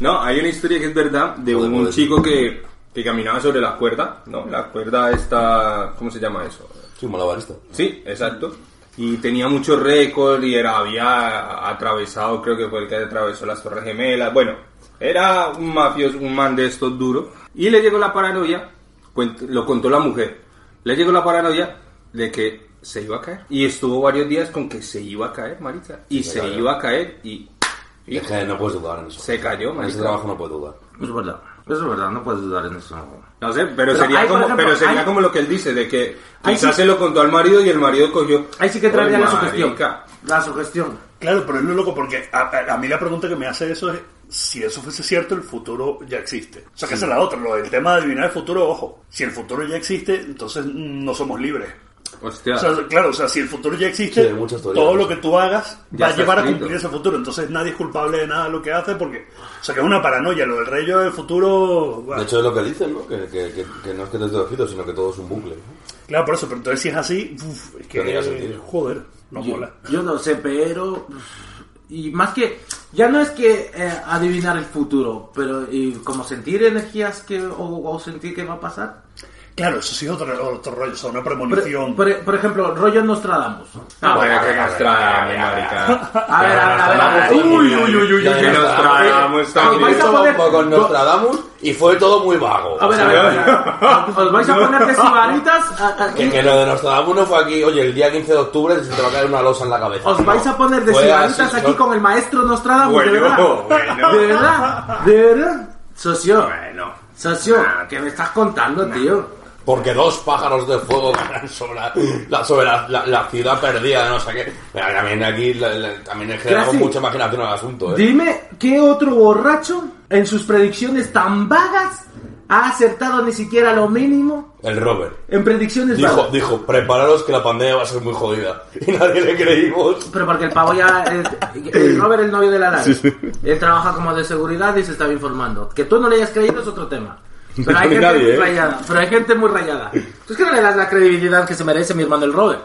[SPEAKER 5] No, hay una historia que es verdad de
[SPEAKER 4] Joder,
[SPEAKER 5] un
[SPEAKER 4] joder.
[SPEAKER 5] chico que, que caminaba sobre la cuerda, ¿no? La cuerda esta... ¿Cómo se llama eso?
[SPEAKER 4] Soy malabarista.
[SPEAKER 5] Sí, exacto. Y tenía muchos récords y era, había atravesado, creo que fue el que atravesó las Torres Gemelas. Bueno, era un mafioso, un man de estos duros. Y le llegó la paranoia, cuent- lo contó la mujer, le llegó la paranoia de que se iba a caer. Y estuvo varios días con que se iba a caer, marica. Y se
[SPEAKER 4] claro.
[SPEAKER 5] iba a caer y... y
[SPEAKER 4] Es que no puedes dudar en eso.
[SPEAKER 5] se cayó,
[SPEAKER 4] En ese
[SPEAKER 5] marica.
[SPEAKER 4] trabajo no puedes dudar.
[SPEAKER 3] Es verdad, eso es verdad, no puedes dudar en eso.
[SPEAKER 5] No sé, pero,
[SPEAKER 3] Pero
[SPEAKER 5] sería,
[SPEAKER 3] hay, por
[SPEAKER 5] como,
[SPEAKER 3] ejemplo,
[SPEAKER 5] pero sería
[SPEAKER 3] hay-
[SPEAKER 5] como lo que él dice, de que
[SPEAKER 3] Hay
[SPEAKER 5] quizás
[SPEAKER 3] sí-
[SPEAKER 5] se lo contó al marido y el marido cogió...
[SPEAKER 3] Ahí sí que
[SPEAKER 5] "Ay,
[SPEAKER 3] traería la
[SPEAKER 5] marica".
[SPEAKER 3] sugestión. La sugestión.
[SPEAKER 6] Claro, pero es lo loco porque a, a- a mí la pregunta que me hace eso es si eso fuese cierto, el futuro ya existe. O sea, que esa es la otra, lo del tema de adivinar el futuro, ojo. Si el futuro ya existe, entonces mm, no somos libres.
[SPEAKER 5] Hostia.
[SPEAKER 6] O sea, claro, o sea, si el futuro ya existe,
[SPEAKER 4] Sí, hay muchas teorías.
[SPEAKER 6] todo lo que tú hagas
[SPEAKER 5] Ya
[SPEAKER 6] va a
[SPEAKER 5] está
[SPEAKER 6] llevar a
[SPEAKER 5] escrito.
[SPEAKER 6] cumplir ese futuro. Entonces nadie es culpable de nada de lo que hace porque... O sea, que es una paranoia, lo del rey yo del futuro... bueno.
[SPEAKER 4] De hecho, es lo que dicen, ¿no? Que, que, que, que no es que te esté ojito, sino que todo es un bucle. ¿no?
[SPEAKER 6] Claro, por eso, pero entonces si es así, uf, es
[SPEAKER 4] Tendría
[SPEAKER 6] que... eh,
[SPEAKER 4] sentido.
[SPEAKER 6] Joder, no mola.
[SPEAKER 3] Yo no sé, pero... Y más que... Ya no es que eh, adivinar el futuro, pero y como sentir energías que o, o sentir que va a pasar.
[SPEAKER 6] Claro, eso sí es otro, otro rollo, o sea, una
[SPEAKER 3] Por, e-,
[SPEAKER 6] premonición.
[SPEAKER 3] por- por ejemplo, rollo Nostradamus.
[SPEAKER 5] Ah, bueno, que nos trae, marica.
[SPEAKER 3] A ver, a ver, a ver.
[SPEAKER 5] Uy, uy, uy, uy,
[SPEAKER 4] Ya,
[SPEAKER 5] que
[SPEAKER 4] ya
[SPEAKER 5] nos
[SPEAKER 4] está.
[SPEAKER 5] traemos
[SPEAKER 3] Vais a
[SPEAKER 5] también.
[SPEAKER 4] Hizo
[SPEAKER 3] poner-
[SPEAKER 4] bombo con Nostradamus y fue todo muy vago.
[SPEAKER 3] A ver, a ver, a ver. Os vais a poner que si varitas a-
[SPEAKER 4] Que,
[SPEAKER 3] aquí.
[SPEAKER 4] que lo de Nostradamus no fue aquí, oye, el día 15 de octubre se te va a caer una losa en la cabeza.
[SPEAKER 3] Os vais a poner de
[SPEAKER 4] Fue
[SPEAKER 3] cibaritas
[SPEAKER 4] así,
[SPEAKER 3] aquí
[SPEAKER 4] son-
[SPEAKER 3] con el maestro Nostradamus,
[SPEAKER 5] Bueno,
[SPEAKER 3] de verdad.
[SPEAKER 5] bueno.
[SPEAKER 3] De verdad, de verdad. Socio,
[SPEAKER 5] Bueno. Ah.
[SPEAKER 3] socio, ¿qué me estás contando, tío?
[SPEAKER 4] Porque dos pájaros de fuego ganan sobre la, la- sobre la, la- la ciudad perdida, no sé qué. Mira, también aquí la- la- también es que le hago
[SPEAKER 3] Casi.
[SPEAKER 4] mucha imaginación al asunto, ¿eh?
[SPEAKER 3] Dime qué otro borracho en sus predicciones tan vagas ha acertado ni siquiera lo mínimo
[SPEAKER 4] el Robert.
[SPEAKER 3] En predicciones
[SPEAKER 4] Dijo,
[SPEAKER 3] vale.
[SPEAKER 4] dijo, prepararos que la pandemia va a ser muy jodida. Y nadie le creímos.
[SPEAKER 3] Pero porque el pavo ya. El, el Robert, el novio de la Lara. Él trabaja como de seguridad y se estaba informando. Que tú no le hayas creído es otro tema. Pero hay,
[SPEAKER 4] Ni
[SPEAKER 3] gente
[SPEAKER 4] nadie,
[SPEAKER 3] muy
[SPEAKER 4] ¿eh?
[SPEAKER 3] rayada, pero hay gente muy rayada. Tú es que no le das la credibilidad que se merece mi hermano el Robert.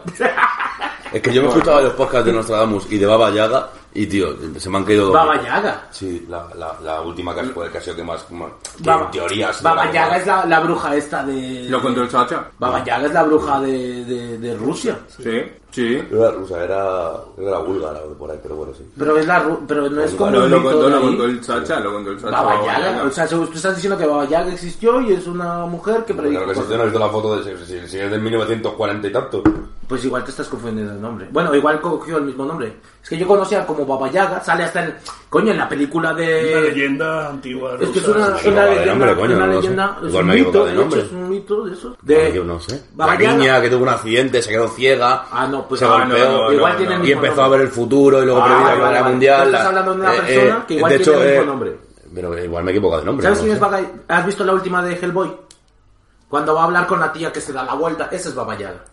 [SPEAKER 4] Es que yo me he escuchado varios podcasts de Nostradamus y de Baba Yaga. Y tío, se me han caído. dos-
[SPEAKER 3] Baba Yaga.
[SPEAKER 4] Sí, la, la, la última que fue que ha sido que más. más- que
[SPEAKER 3] Baba,
[SPEAKER 4] teorías. de
[SPEAKER 3] Baba
[SPEAKER 4] la-
[SPEAKER 3] Yaga es la, la bruja esta de.
[SPEAKER 5] Lo contó el Chacha.
[SPEAKER 3] Baba Yaga es la bruja de, de, de Rusia.
[SPEAKER 5] Sí, sí.
[SPEAKER 4] No era rusa, era, era búlgara o por ahí, pero bueno, sí.
[SPEAKER 3] Pero, es la, ru- pero no es como.
[SPEAKER 5] Lo,
[SPEAKER 3] un
[SPEAKER 5] lo
[SPEAKER 3] mito
[SPEAKER 5] contó,
[SPEAKER 3] de
[SPEAKER 5] lo
[SPEAKER 3] ahí.
[SPEAKER 5] contó el Chacha, lo contó el Chacha.
[SPEAKER 3] Baba
[SPEAKER 5] Baba
[SPEAKER 3] Yaga.
[SPEAKER 5] Yaga.
[SPEAKER 3] O sea, tú estás diciendo que Baba Yaga existió y es una mujer que
[SPEAKER 4] Pero
[SPEAKER 3] predijo.
[SPEAKER 4] claro que si yo no he visto la foto de. Si, si- si es del 1940 y tanto.
[SPEAKER 3] Pues igual te estás confundiendo el nombre. Bueno, igual cogió el mismo nombre. Es que yo conocía como Baba Yaga, sale hasta en... Coño, en la película
[SPEAKER 6] Una
[SPEAKER 3] de...
[SPEAKER 6] leyenda antigua rusa.
[SPEAKER 3] eh, Es que es una,
[SPEAKER 4] Sí,
[SPEAKER 3] una
[SPEAKER 4] no, de
[SPEAKER 3] leyenda,
[SPEAKER 4] nombre, coño,
[SPEAKER 3] una
[SPEAKER 4] no lo sé.
[SPEAKER 3] leyenda, es
[SPEAKER 4] Igual
[SPEAKER 3] un
[SPEAKER 4] me he
[SPEAKER 3] mito,
[SPEAKER 4] equivocado de
[SPEAKER 3] de hecho,
[SPEAKER 4] nombre.
[SPEAKER 3] es un mito de eso. De,
[SPEAKER 4] Yo no sé.
[SPEAKER 3] Baba
[SPEAKER 4] La
[SPEAKER 3] Yaga.
[SPEAKER 4] niña que tuvo un accidente, se quedó ciega.
[SPEAKER 3] Ah, no, pues
[SPEAKER 4] se
[SPEAKER 3] ah,
[SPEAKER 4] golpeó.
[SPEAKER 3] no, no, igual tiene el
[SPEAKER 4] y
[SPEAKER 3] mismo
[SPEAKER 4] empezó a
[SPEAKER 3] nombre.
[SPEAKER 4] ver el futuro y luego
[SPEAKER 3] Ah,
[SPEAKER 4] previó la
[SPEAKER 3] vale,
[SPEAKER 4] guerra
[SPEAKER 3] vale.
[SPEAKER 4] mundial.
[SPEAKER 3] Estás
[SPEAKER 4] la- eh,
[SPEAKER 3] hablando de una persona que igual
[SPEAKER 4] de
[SPEAKER 3] tiene
[SPEAKER 4] hecho,
[SPEAKER 3] el mismo
[SPEAKER 4] eh,
[SPEAKER 3] nombre.
[SPEAKER 4] Pero igual me he equivocado de nombre.
[SPEAKER 3] ¿Sabes
[SPEAKER 4] no
[SPEAKER 3] quién
[SPEAKER 4] lo
[SPEAKER 3] es
[SPEAKER 4] sé.
[SPEAKER 3] Baba Yaga? ¿Has visto la última de Hellboy? Cuando va a hablar con la tía que se da la vuelta, esa es Baba Yaga.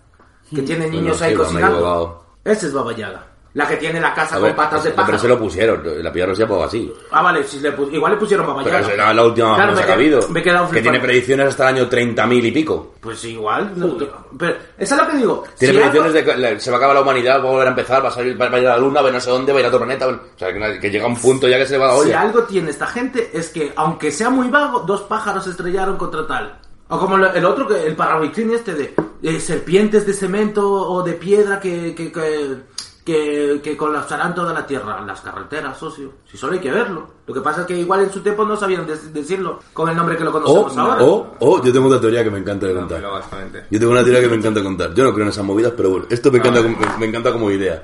[SPEAKER 3] Que tiene
[SPEAKER 4] Hmm. Bueno,
[SPEAKER 3] niños
[SPEAKER 4] sí,
[SPEAKER 3] ahí
[SPEAKER 4] igual me he
[SPEAKER 3] cocinando.
[SPEAKER 4] equivocado.
[SPEAKER 3] Esa es Baba Yaga. La que tiene la casa
[SPEAKER 4] A
[SPEAKER 3] con
[SPEAKER 4] ver,
[SPEAKER 3] patas de
[SPEAKER 4] Pero se
[SPEAKER 3] pájaro.
[SPEAKER 4] lo pusieron, la pillaron ya pues así.
[SPEAKER 3] Ah, vale, si le pu- igual le pusieron Baba
[SPEAKER 4] Pero
[SPEAKER 3] Yaga.
[SPEAKER 4] esa era la última
[SPEAKER 3] Ah, Claro,
[SPEAKER 4] cosa
[SPEAKER 3] me
[SPEAKER 4] que ha
[SPEAKER 3] qued-
[SPEAKER 4] habido.
[SPEAKER 3] Me he quedado
[SPEAKER 4] que tiene
[SPEAKER 3] flipando.
[SPEAKER 4] predicciones hasta el año 30.000 y pico.
[SPEAKER 3] Pues igual. no- pero, esa es lo que digo.
[SPEAKER 4] Tiene
[SPEAKER 3] Si
[SPEAKER 4] predicciones
[SPEAKER 3] algo-
[SPEAKER 4] de que la- se va a acabar la humanidad, va a volver a empezar, va a, salir, va a ir a la luna, va a no sé dónde, va a ir a otro planeta. va- O sea, que, na- que llega un punto ya que se le va la
[SPEAKER 3] Si
[SPEAKER 4] olla.
[SPEAKER 3] algo tiene esta gente es que, aunque sea muy vago, dos pájaros se estrellaron contra tal. O como lo- el otro, que el parabolitín este de eh, serpientes de cemento o de piedra que, que, que, que- que colapsarán toda la tierra. Las carreteras, socio. Si solo hay que verlo. Lo que pasa es que igual en su tiempo no sabían de- decirlo con el nombre que lo
[SPEAKER 4] O,
[SPEAKER 3] conocemos ahora.
[SPEAKER 4] o, o, yo tengo una teoría que me encanta de contar.
[SPEAKER 5] Pero básicamente.
[SPEAKER 4] Yo tengo una teoría que me encanta contar. Yo no creo en esas movidas, pero bueno, esto me encanta, como- me, me encanta como idea.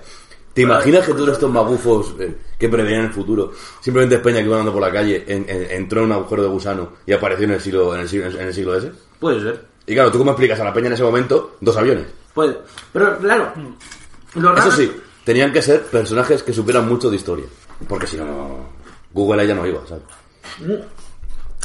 [SPEAKER 4] ¿Te imaginas que todos estos magufos eh, que preveían el futuro, simplemente Peña que iba andando por la calle, en- en- entró en un agujero de gusano y apareció en el siglo, en el siglo, en el siglo ese?
[SPEAKER 3] Puede ser.
[SPEAKER 4] Y claro, ¿tú cómo explicas a la Peña en ese momento dos aviones?
[SPEAKER 3] Puede. Pero claro. Lo raro
[SPEAKER 4] Eso
[SPEAKER 3] es-
[SPEAKER 4] sí, tenían que ser personajes que supieran mucho de historia. Porque si no, Google ahí ya no iba, ¿sabes?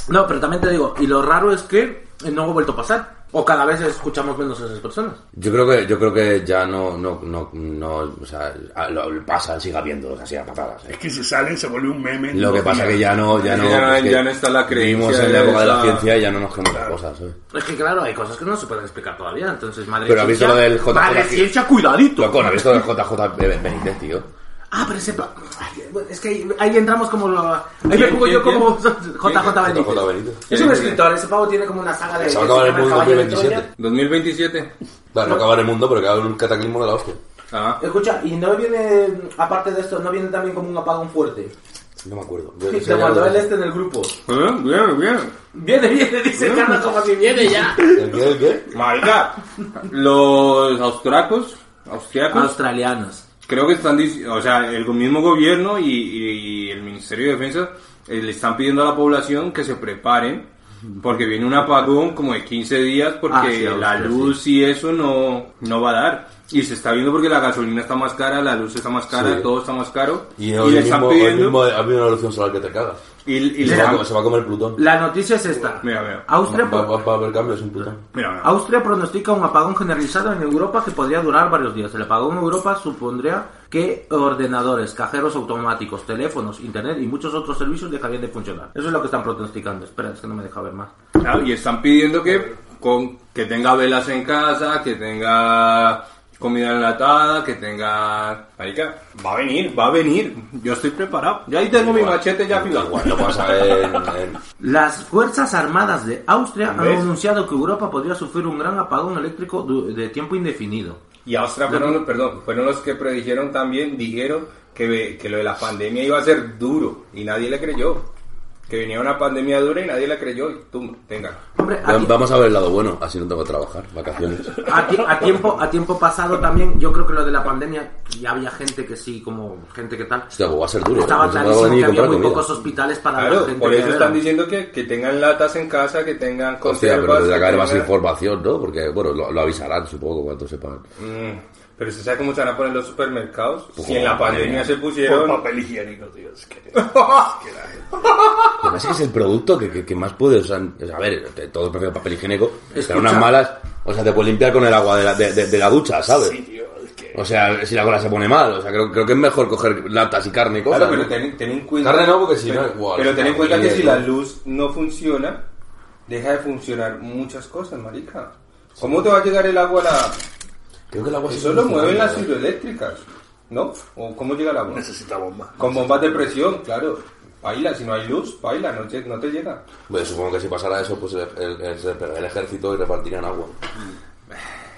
[SPEAKER 3] No, pero también te digo, y lo raro es que eh, no ha vuelto a pasar. O cada vez escuchamos menos a esas personas.
[SPEAKER 4] Yo creo que, yo creo que ya no, no, no, no o sea, a- lo- pasan, sigue habiéndolos así a patadas. ¿eh?
[SPEAKER 6] Es que si salen se vuelve un meme. en
[SPEAKER 4] Lo que
[SPEAKER 6] dos
[SPEAKER 4] pasa
[SPEAKER 6] días.
[SPEAKER 4] que ya no, ya
[SPEAKER 5] Es
[SPEAKER 4] no,
[SPEAKER 5] que ya no-
[SPEAKER 4] es que
[SPEAKER 5] ya no está la creencia
[SPEAKER 4] Vivimos en la época de la
[SPEAKER 5] esa.
[SPEAKER 4] ciencia y ya no nos creemos las cosas, ¿eh? ¿sabes?
[SPEAKER 3] Es que claro, hay cosas que no se pueden explicar todavía, entonces madre
[SPEAKER 4] Pero ¿has visto
[SPEAKER 3] ciencia-
[SPEAKER 4] lo del JJ
[SPEAKER 3] Madre
[SPEAKER 4] aquí?
[SPEAKER 3] ciencia, cuidadito.
[SPEAKER 4] Loco, ¿no has visto el JJ Be- Benítez, tío?
[SPEAKER 3] Ah, pero ese... pa- Ay, Es que ahí, ahí entramos como... lo- Ahí me pongo
[SPEAKER 5] quién,
[SPEAKER 3] yo
[SPEAKER 5] quién?
[SPEAKER 3] como JJ Benítez.
[SPEAKER 4] JJ Benítez.
[SPEAKER 3] Es un escritor, ese pavo tiene como una saga de...
[SPEAKER 4] Se va a acabar el mundo en
[SPEAKER 3] Caballo de
[SPEAKER 4] 2027.
[SPEAKER 3] Troya.
[SPEAKER 5] 2027.
[SPEAKER 4] Claro, no acabar el mundo, pero que haga un cataclismo de la hostia.
[SPEAKER 5] Ah.
[SPEAKER 3] Escucha, y no viene, aparte de esto, no viene también como un apagón fuerte.
[SPEAKER 4] No me acuerdo.
[SPEAKER 3] Te
[SPEAKER 4] sé ya
[SPEAKER 3] mandó
[SPEAKER 4] lo-
[SPEAKER 3] el este en el grupo.
[SPEAKER 5] Eh, Bien, bien.
[SPEAKER 3] Viene, viene, dice Carlos como si viene ya.
[SPEAKER 4] ¿El qué? ¿El qué?
[SPEAKER 5] Marica, los austriacos, austriacos,
[SPEAKER 3] Australianos.
[SPEAKER 5] creo que están diciendo, o sea, el mismo gobierno y, y- y el Ministerio de Defensa eh, le están pidiendo a la población que se preparen porque viene un apagón como de 15 días porque
[SPEAKER 3] Ah, sí,
[SPEAKER 5] la
[SPEAKER 3] Austria,
[SPEAKER 5] luz y eso no, no va a dar. Y se está viendo porque la gasolina está más cara, la luz está más cara,
[SPEAKER 4] Sí.
[SPEAKER 5] todo está más caro.
[SPEAKER 4] Y hoy
[SPEAKER 5] le
[SPEAKER 4] mismo,
[SPEAKER 5] están
[SPEAKER 4] hoy mismo
[SPEAKER 5] pidiendo...
[SPEAKER 4] ha habido una erupción solar que te cagas.
[SPEAKER 5] Y, y
[SPEAKER 4] Y
[SPEAKER 5] le
[SPEAKER 4] se va, a
[SPEAKER 5] están-
[SPEAKER 4] co- se va a comer Plutón.
[SPEAKER 3] La noticia es esta.
[SPEAKER 5] Mira, mira.
[SPEAKER 3] Austria,
[SPEAKER 4] Va, va- va a haber cambios en Plutón.
[SPEAKER 5] Mira, mira.
[SPEAKER 3] Austria pronostica un apagón generalizado en Europa que podría durar varios días. El apagón en Europa supondría que ordenadores, cajeros automáticos, teléfonos, internet y muchos otros servicios dejarían de funcionar. Eso es lo que están pronosticando. Espera, es que no me deja ver más.
[SPEAKER 5] Claro, y están pidiendo que, con, que tenga velas en casa, que tenga comida enlatada, que tenga... Marica, va a venir, va a venir. Yo estoy preparado. Yo ahí tengo mi machete ya afilado.
[SPEAKER 4] Igual no pasa en, en-
[SPEAKER 3] Las Fuerzas Armadas de Austria han
[SPEAKER 5] ¿Ves?
[SPEAKER 3] anunciado que Europa podría sufrir un gran apagón eléctrico du- de tiempo indefinido.
[SPEAKER 5] Y Austria fueron, los- perdón, fueron los que predijeron también, dijeron que, que lo de la pandemia iba a ser duro y nadie le creyó. Que venía una pandemia dura y nadie le creyó. Y tú, tenga.
[SPEAKER 3] Hombre,
[SPEAKER 4] Va-
[SPEAKER 3] aquí-
[SPEAKER 4] Vamos a ver el lado bueno, así no tengo que trabajar, vacaciones.
[SPEAKER 3] A, ti- a tiempo a tiempo pasado también yo creo que lo de la pandemia ya había gente que sí como gente que tal
[SPEAKER 4] Hostia, pues va a ser duro. ¿eh?
[SPEAKER 3] estaba
[SPEAKER 4] No se va a poder
[SPEAKER 3] clarísimo
[SPEAKER 4] ni
[SPEAKER 3] que había
[SPEAKER 4] comprar
[SPEAKER 3] muy
[SPEAKER 4] comida.
[SPEAKER 3] pocos hospitales para la
[SPEAKER 5] Claro,
[SPEAKER 3] gente
[SPEAKER 5] por
[SPEAKER 3] que
[SPEAKER 5] eso
[SPEAKER 3] era.
[SPEAKER 5] están diciendo que, que tengan latas en casa, que tengan
[SPEAKER 4] Hostia, pero
[SPEAKER 5] conservas,
[SPEAKER 4] tendrá que haber más
[SPEAKER 5] tengan-
[SPEAKER 4] información, ¿no? Porque, bueno, lo, lo avisarán, supongo, cuando sepan.
[SPEAKER 5] Mm, Pero ¿se sabe cómo se van a poner los
[SPEAKER 4] Pues
[SPEAKER 5] supermercados? Si
[SPEAKER 4] Joder.
[SPEAKER 5] en la pandemia se
[SPEAKER 6] Por
[SPEAKER 5] pusieron...
[SPEAKER 6] papel higiénico, tío. Es que...
[SPEAKER 4] Lo que pasa es que es el producto que, que- que más puedes. o sea, a ver, te- todos prefieren papel higiénico. Pero unas malas. O sea, te puedes limpiar con el agua de la, de, de- de la ducha, ¿sabes? O sea, si la cola se pone mal. O sea, creo, creo que es mejor coger latas y carne y cosas.
[SPEAKER 5] Claro, pero
[SPEAKER 4] ¿no?
[SPEAKER 5] ten, ten en cuenta.
[SPEAKER 4] Carne no, porque si no,
[SPEAKER 5] pero,
[SPEAKER 4] igual,
[SPEAKER 5] Pero ten en
[SPEAKER 4] claro,
[SPEAKER 5] cuenta que
[SPEAKER 4] bien,
[SPEAKER 5] si
[SPEAKER 4] ¿no?
[SPEAKER 5] la luz no funciona, deja de funcionar muchas cosas, marica. ¿Cómo te va a llegar el agua a la.?
[SPEAKER 4] Creo que el agua sí
[SPEAKER 5] Eso lo
[SPEAKER 4] funciona,
[SPEAKER 5] mueven las
[SPEAKER 4] ¿no?
[SPEAKER 5] hidroeléctricas, ¿no? ¿O cómo llega el agua?
[SPEAKER 6] Necesita bomba.
[SPEAKER 5] Con bombas de presión, claro. Baila, si no hay luz, baila, no, lle- no te llega.
[SPEAKER 4] Bueno, supongo que si pasara eso, pues el, el- el- se pegaría el ejército y repartirían agua.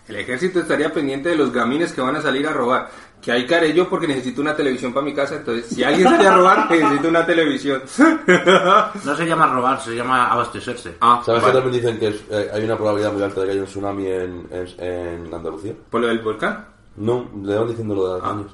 [SPEAKER 5] El ejército estaría pendiente de los gamines que van a salir a robar. Que hay carello porque necesito una televisión para mi casa, entonces si alguien sale a robar, necesito una televisión.
[SPEAKER 3] No se llama robar, se llama abastecerse.
[SPEAKER 5] Ah,
[SPEAKER 4] ¿Sabes
[SPEAKER 5] vale.
[SPEAKER 4] que también dicen que es- eh, hay una probabilidad muy alta de que haya un tsunami en, en, en Andalucía?
[SPEAKER 5] ¿Por lo del volcán?
[SPEAKER 4] No, le van diciendo lo de los años.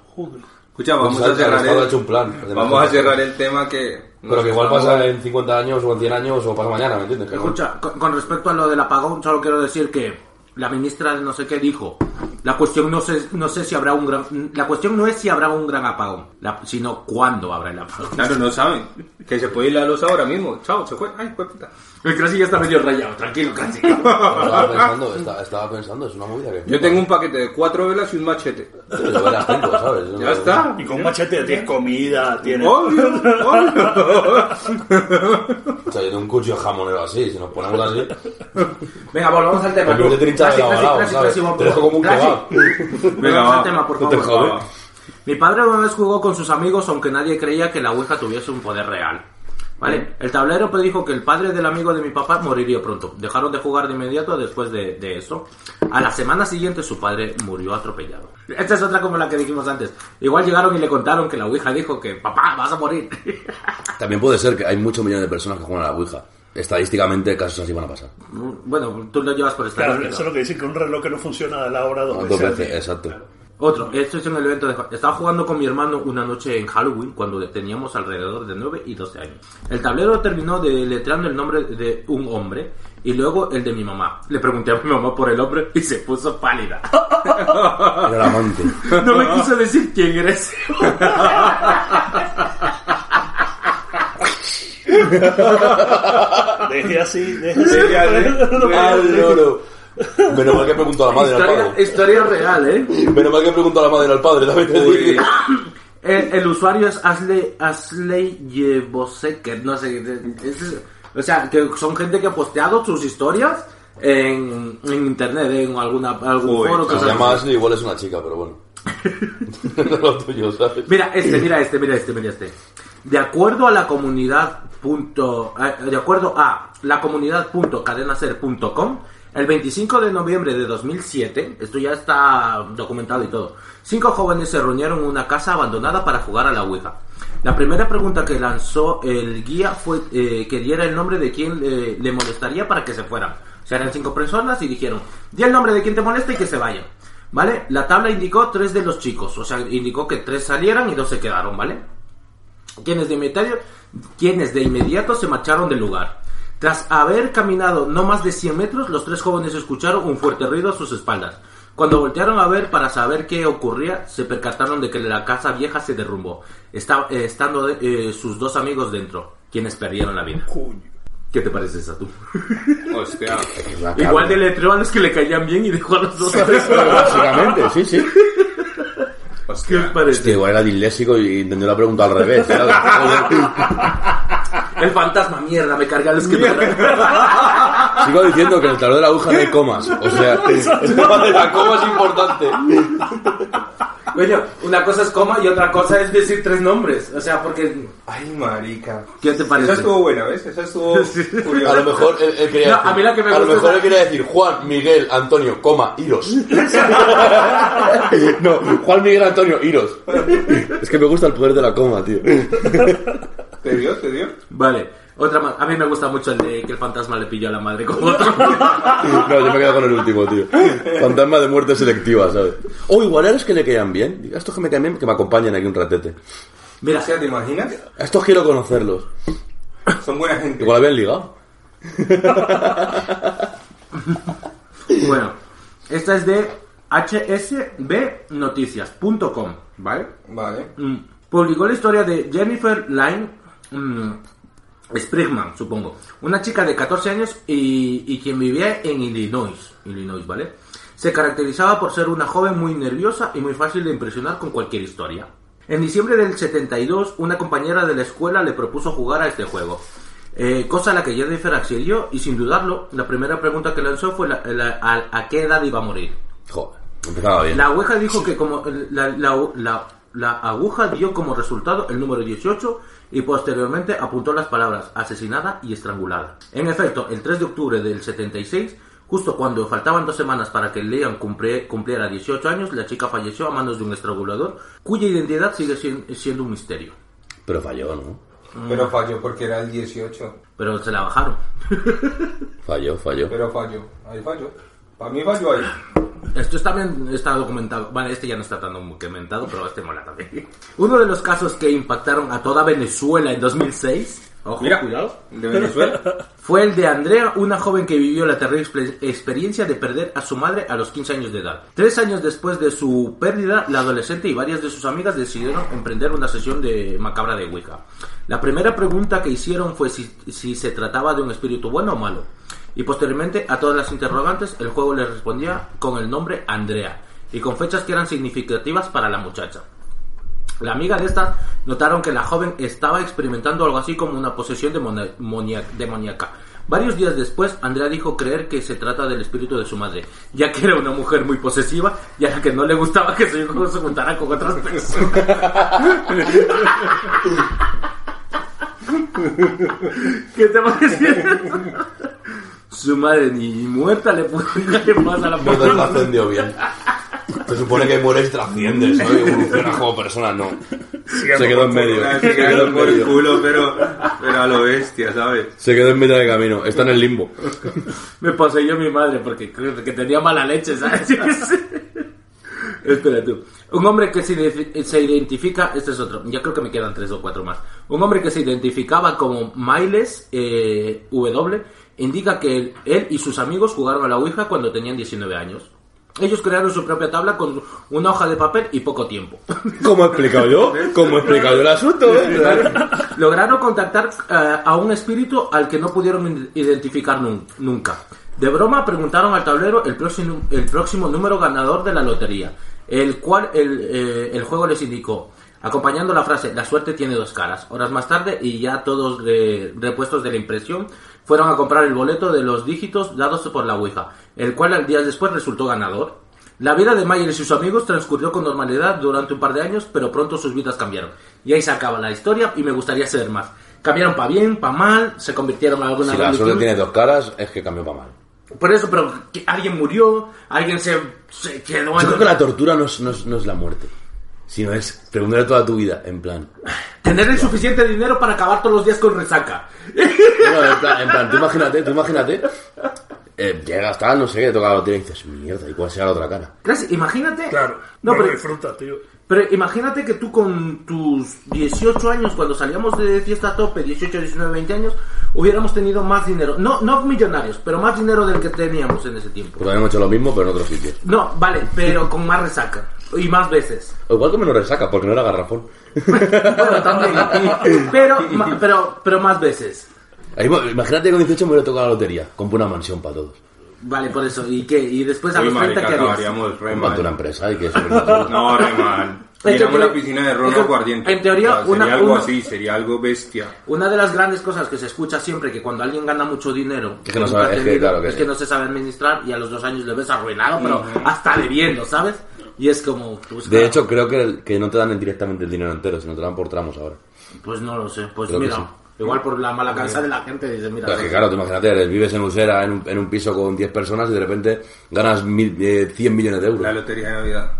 [SPEAKER 5] Escucha, vamos
[SPEAKER 4] Pues,
[SPEAKER 5] a cerrar
[SPEAKER 4] el Estado ha
[SPEAKER 5] el,
[SPEAKER 4] hecho un plan.
[SPEAKER 5] vamos a cerrar el tema que...
[SPEAKER 4] Pero que igual pasa en 50 años o en 100 años o pasa mañana, ¿me entiendes? Que no-
[SPEAKER 3] Escucha, con, con respecto a lo del apagón, solo quiero decir que la ministra de no sé qué dijo. La cuestión no sé, no sé si habrá un gran, la cuestión no es si habrá un gran apagón, la- sino cuándo habrá el apagón.
[SPEAKER 5] Claro, no saben. Que se puede ir la luz ahora mismo. Chao, se fue. Ay, fue puta.
[SPEAKER 3] El casi ya está medio rayado, tranquilo, casi.
[SPEAKER 4] Estaba pensando, esta- estaba pensando, es una movida que...
[SPEAKER 5] Yo tengo un paquete de cuatro velas y un machete.
[SPEAKER 4] Yo verás tengo, ¿sabes?
[SPEAKER 5] Ya está.
[SPEAKER 6] Y con machete tienes comida, tienes.
[SPEAKER 5] Obvio, obvio.
[SPEAKER 4] O sea, yo tengo un cuchillo jamonero así, si nos ponemos así...
[SPEAKER 3] Venga, volvamos al tema.
[SPEAKER 4] Como yo te he hinchado
[SPEAKER 3] Casi,
[SPEAKER 4] el
[SPEAKER 3] casi,
[SPEAKER 4] abalao,
[SPEAKER 3] casi,
[SPEAKER 4] ¿sabes?
[SPEAKER 3] casi,
[SPEAKER 4] Te
[SPEAKER 3] por
[SPEAKER 4] dejo
[SPEAKER 3] favor.
[SPEAKER 4] como un
[SPEAKER 3] Casi.
[SPEAKER 4] kebab.
[SPEAKER 5] Venga,
[SPEAKER 3] Volvamos
[SPEAKER 5] va.
[SPEAKER 3] al tema, por
[SPEAKER 4] No te
[SPEAKER 3] favor.
[SPEAKER 4] jodes.
[SPEAKER 3] Mi padre una vez jugó con sus amigos aunque nadie creía que la Ouija tuviese un poder real. ¿Vale? El tablero predijo que el padre del amigo de mi papá moriría pronto. Dejaron de jugar de inmediato después de, de eso. A la semana siguiente su padre murió atropellado. Esta es otra como la que dijimos antes. Igual llegaron y le contaron que la Ouija dijo que papá, vas a morir.
[SPEAKER 4] También puede ser que hay muchos millones de personas que juegan a la Ouija. Estadísticamente, casos así van a pasar.
[SPEAKER 3] bueno, tú lo llevas por esta
[SPEAKER 6] Claro,
[SPEAKER 3] lógica.
[SPEAKER 6] eso es lo que dicen que un reloj que no funciona a la hora dos
[SPEAKER 4] Dos
[SPEAKER 6] veces al
[SPEAKER 4] veces,
[SPEAKER 6] día.
[SPEAKER 4] exacto.
[SPEAKER 3] Otro, esto es en el evento de... Estaba jugando con mi hermano una noche en Halloween cuando teníamos alrededor de 9 y 12 años. El tablero terminó deletreando el nombre de un hombre y luego el de mi mamá. Le pregunté a mi mamá por el hombre y se puso pálida.
[SPEAKER 4] Era el amante.
[SPEAKER 3] No me quiso decir quién eres.
[SPEAKER 6] Deje así, deje así.
[SPEAKER 4] Al loro. Menos mal que preguntó a la madre al
[SPEAKER 3] historia,
[SPEAKER 4] padre.
[SPEAKER 3] historia real, ¿eh?
[SPEAKER 4] Menos mal que preguntó a la madre al padre, también te digo.
[SPEAKER 3] El, el usuario es Asley, Asley Yeboseker, no sé. es- o sea, que son gente que ha posteado sus historias en, en internet, ¿eh? en alguna, algún
[SPEAKER 5] Uy,
[SPEAKER 3] foro.
[SPEAKER 4] Se
[SPEAKER 3] cosas
[SPEAKER 4] llama
[SPEAKER 3] así.
[SPEAKER 4] Ashley, igual es una chica, pero bueno. No es lo tuyo, ¿sabes?
[SPEAKER 3] Mira este, mira este, mira este, mira este. De acuerdo a la comunidad punto, eh, de acuerdo a la comunidad punto cadenaser.com, el 25 de noviembre de 2007, esto ya está documentado y todo. Cinco jóvenes se reunieron en una casa abandonada para jugar a la Ouija. La primera pregunta que lanzó el guía fue eh, que diera el nombre de quien eh, le molestaría para que se fueran. O sea, eran cinco personas y dijeron, di el nombre de quien te molesta y que se vayan. ¿Vale? La tabla indicó tres de los chicos. O sea, indicó que tres salieran y dos se quedaron, ¿vale? Quienes de inmediato, quienes de inmediato se marcharon del lugar. Tras haber caminado no más de 100 metros, los tres jóvenes escucharon un fuerte ruido a sus espaldas. Cuando voltearon a ver para saber qué ocurría, se percataron de que la casa vieja se derrumbó, esta- eh, estando eh, sus dos amigos dentro, quienes perdieron la vida. ¿Qué te parece esa tú?
[SPEAKER 5] Hostia.
[SPEAKER 3] Igual deletreó a los que le caían bien y dejó a los dos.
[SPEAKER 4] Básicamente, sí, sí.
[SPEAKER 3] ¿Qué os parece?
[SPEAKER 4] Hostia, igual era disléxico y entendió la pregunta al revés. ¿sabes?
[SPEAKER 3] El fantasma, mierda, me carga los que me
[SPEAKER 4] Sigo diciendo que en el tablero de la aguja no hay comas. O sea, el tema de la coma es importante.
[SPEAKER 3] Coño, una cosa es coma y otra cosa es decir tres nombres. O sea, porque.
[SPEAKER 5] Ay, marica.
[SPEAKER 3] ¿Qué te
[SPEAKER 5] Esa
[SPEAKER 3] parece?
[SPEAKER 5] estuvo buena, ¿ves? Esa estuvo curiosa.
[SPEAKER 4] A lo mejor él, él quería
[SPEAKER 3] No,
[SPEAKER 4] decir,
[SPEAKER 3] a mí la que me
[SPEAKER 4] a lo
[SPEAKER 3] gusta es
[SPEAKER 4] mejor
[SPEAKER 3] la-
[SPEAKER 4] él quería decir Juan Miguel Antonio, coma, iros. no, Juan Miguel Antonio, iros. Es que me gusta el poder de la coma, tío.
[SPEAKER 5] ¿Te dio? ¿Te dio?
[SPEAKER 3] Vale, otra más. A mí me gusta mucho el de que el fantasma le pilló a la madre con otro.
[SPEAKER 4] No, yo me quedo con el último, tío. Fantasma de muerte selectiva, ¿sabes? O igual a los que le quedan bien. Diga, estos que me quedan bien, que me acompañen aquí un ratete.
[SPEAKER 5] O
[SPEAKER 3] Mira,
[SPEAKER 5] sea, ¿te imaginas?
[SPEAKER 4] A estos quiero conocerlos.
[SPEAKER 5] Son buena gente.
[SPEAKER 4] Igual habían ligado.
[SPEAKER 3] bueno, esta es de hsbnoticias.com, ¿vale?
[SPEAKER 5] Vale.
[SPEAKER 3] Mm, Publicó la historia de Jennifer Line Sprigman, supongo. Una chica de 14 años y, y quien vivía en Illinois. Illinois, ¿vale? Se caracterizaba por ser una joven muy nerviosa y muy fácil de impresionar con cualquier historia. En diciembre del 72, una compañera de la escuela le propuso jugar a este juego. eh, cosa a la que Jennifer accedió y sin dudarlo, la primera pregunta que lanzó fue la- la- a- a qué edad iba a morir.
[SPEAKER 4] Joder, empezaba bien.
[SPEAKER 3] La aguja dijo que como la, la- la- la aguja dio como resultado el número 18 y posteriormente apuntó las palabras asesinada y estrangulada. En efecto, el 3 de octubre del 76, justo cuando faltaban dos semanas para que Leon cumpre- cumpliera 18 años, la chica falleció a manos de un estrangulador cuya identidad sigue sien- siendo un misterio.
[SPEAKER 4] Pero falló, ¿no?
[SPEAKER 7] Pero falló porque era el 18.
[SPEAKER 3] Pero se la bajaron.
[SPEAKER 4] Falló, falló.
[SPEAKER 7] Pero falló. Ahí falló. Para mí falló ahí.
[SPEAKER 3] Esto es- también está documentado. Vale, este ya no está tan documentado, pero este mola también. Uno de los casos que impactaron a toda Venezuela en 2006. Ojo,
[SPEAKER 7] Mira,
[SPEAKER 3] cuidado.
[SPEAKER 7] de Venezuela.
[SPEAKER 3] Fue el de Andrea, una joven que vivió la terrible exper- experiencia de perder a su madre a los 15 años de edad. Tres años después de su pérdida, la adolescente y varias de sus amigas decidieron emprender una sesión de macabra de Wicca. La primera pregunta que hicieron fue si, si se trataba de un espíritu bueno o malo. Y posteriormente, a todas las interrogantes, el juego les respondía con el nombre Andrea y con fechas que eran significativas para la muchacha. La amiga de esta notaron que la joven estaba experimentando algo así como una posesión demona- monia- demoníaca. Varios días después, Andrea dijo creer que se trata del espíritu de su madre, ya que era una mujer muy posesiva y a la que no le gustaba que su hijo se juntara con otras personas. ¿Qué te parece? su madre ni muerta le pudo le pasa a la
[SPEAKER 4] No
[SPEAKER 3] pobre
[SPEAKER 4] te trascendió bien. Se supone que mueres trasciendes, ¿no? Y evolucionas como persona, no. Se quedó en medio.
[SPEAKER 5] Una
[SPEAKER 4] Se
[SPEAKER 5] vez que
[SPEAKER 4] quedó
[SPEAKER 5] ganó
[SPEAKER 4] en
[SPEAKER 5] por el
[SPEAKER 4] medio.
[SPEAKER 5] culo, pero, pero a lo bestia, ¿sabes?
[SPEAKER 4] Se quedó en mitad de camino. Está en el limbo.
[SPEAKER 3] Me poseyó mi madre porque creo que tenía mala leche, ¿sabes? Yo qué sé. Espera tú. Un hombre que se, identifi- se identifica, este es otro, ya creo que me quedan tres o cuatro más. Un hombre que se identificaba como Miles eh, W indica que él, él y sus amigos jugaron a la Ouija cuando tenían 19 años. Ellos crearon su propia tabla con una hoja de papel y poco tiempo.
[SPEAKER 4] ¿Cómo he explicado yo? ¿Cómo he explicado yo el asunto, eh?
[SPEAKER 3] Lograron contactar eh, a un espíritu al que no pudieron in- identificar nun- nunca. De broma preguntaron al tablero el próximo, el próximo número ganador de la lotería, el cual el, eh, el juego les indicó, acompañando la frase La suerte tiene dos caras. Horas más tarde y ya todos eh, repuestos de la impresión fueron a comprar el boleto de los dígitos dados por la Ouija, el cual al día después resultó ganador. La vida de Mayer y sus amigos transcurrió con normalidad durante un par de años, pero pronto sus vidas cambiaron. Y ahí se acaba la historia y me gustaría saber más. Cambiaron para bien, para mal, se convirtieron en alguna
[SPEAKER 4] Si la
[SPEAKER 3] religión.
[SPEAKER 4] suerte tiene dos caras, es que cambió para mal.
[SPEAKER 3] Por eso, pero que alguien murió, alguien se, se quedó
[SPEAKER 4] Yo
[SPEAKER 3] en...
[SPEAKER 4] creo que la tortura no es, no es, no es la muerte, sino es preguntarle toda tu vida, en plan.
[SPEAKER 3] Tener el suficiente dinero para acabar todos los días con resaca.
[SPEAKER 4] No, en, plan en plan, tú imagínate, tú imagínate. eh, llegas tal, no sé qué, te toca la lotería y dices, mierda, ¿y cuál será la otra cara?
[SPEAKER 3] Claro, Imagínate...
[SPEAKER 6] Claro.
[SPEAKER 3] No,
[SPEAKER 6] No,
[SPEAKER 3] pero-
[SPEAKER 6] disfrutas, tío.
[SPEAKER 3] Pero imagínate que tú con tus 18 años, cuando salíamos de fiesta a tope, 18, 19, 20 años, hubiéramos tenido más dinero. No, no millonarios, pero más dinero del que teníamos en ese tiempo.
[SPEAKER 4] Porque habíamos hecho lo mismo, pero en otro sitio.
[SPEAKER 3] No, vale, pero con más resaca. Y más veces.
[SPEAKER 4] O igual que menos resaca, porque no era garrafón.
[SPEAKER 3] Bueno, también. Pero, ma- pero, pero más veces.
[SPEAKER 4] Ahí, bueno, imagínate que con 18 me hubiera tocado la lotería. Compro una mansión para todos.
[SPEAKER 3] Vale, por eso. ¿Y qué? ¿Y después a
[SPEAKER 5] Uy,
[SPEAKER 3] los 30
[SPEAKER 5] marica,
[SPEAKER 3] qué harías?
[SPEAKER 5] acabaríamos re
[SPEAKER 4] Monto una
[SPEAKER 5] mal.
[SPEAKER 4] empresa y que eso no es todo.
[SPEAKER 5] No, re mal.
[SPEAKER 3] En
[SPEAKER 5] Llenamos
[SPEAKER 3] teoría-
[SPEAKER 5] la piscina de
[SPEAKER 3] en teo-
[SPEAKER 5] ron guardiente.
[SPEAKER 3] en teoría, una-
[SPEAKER 5] sería algo
[SPEAKER 3] una-
[SPEAKER 5] así, sería algo bestia.
[SPEAKER 3] Una de las grandes cosas que se escucha siempre que cuando alguien gana mucho dinero
[SPEAKER 4] Es que no
[SPEAKER 3] nunca ha
[SPEAKER 4] sabe- es que,
[SPEAKER 3] tenido,
[SPEAKER 4] claro que
[SPEAKER 3] es
[SPEAKER 4] sí.
[SPEAKER 3] que no se sabe administrar y a los dos años le ves arruinado, pero hasta debiendo, ¿sabes? Y es como... pues,
[SPEAKER 4] De
[SPEAKER 3] claro,
[SPEAKER 4] hecho, creo que, el- que no te dan directamente el dinero entero, sino te lo dan por tramos ahora.
[SPEAKER 3] Pues no lo sé, pues
[SPEAKER 4] Creo que
[SPEAKER 3] mira,
[SPEAKER 4] sí.
[SPEAKER 3] igual por la mala cabeza de la gente dice, mira,
[SPEAKER 4] Pero es que claro, tú imagínate, eres- vives en Usera, en un, en un piso con 10 personas y de repente ganas mil, eh, 100 millones de
[SPEAKER 5] La
[SPEAKER 4] euros.
[SPEAKER 5] lotería de Navidad.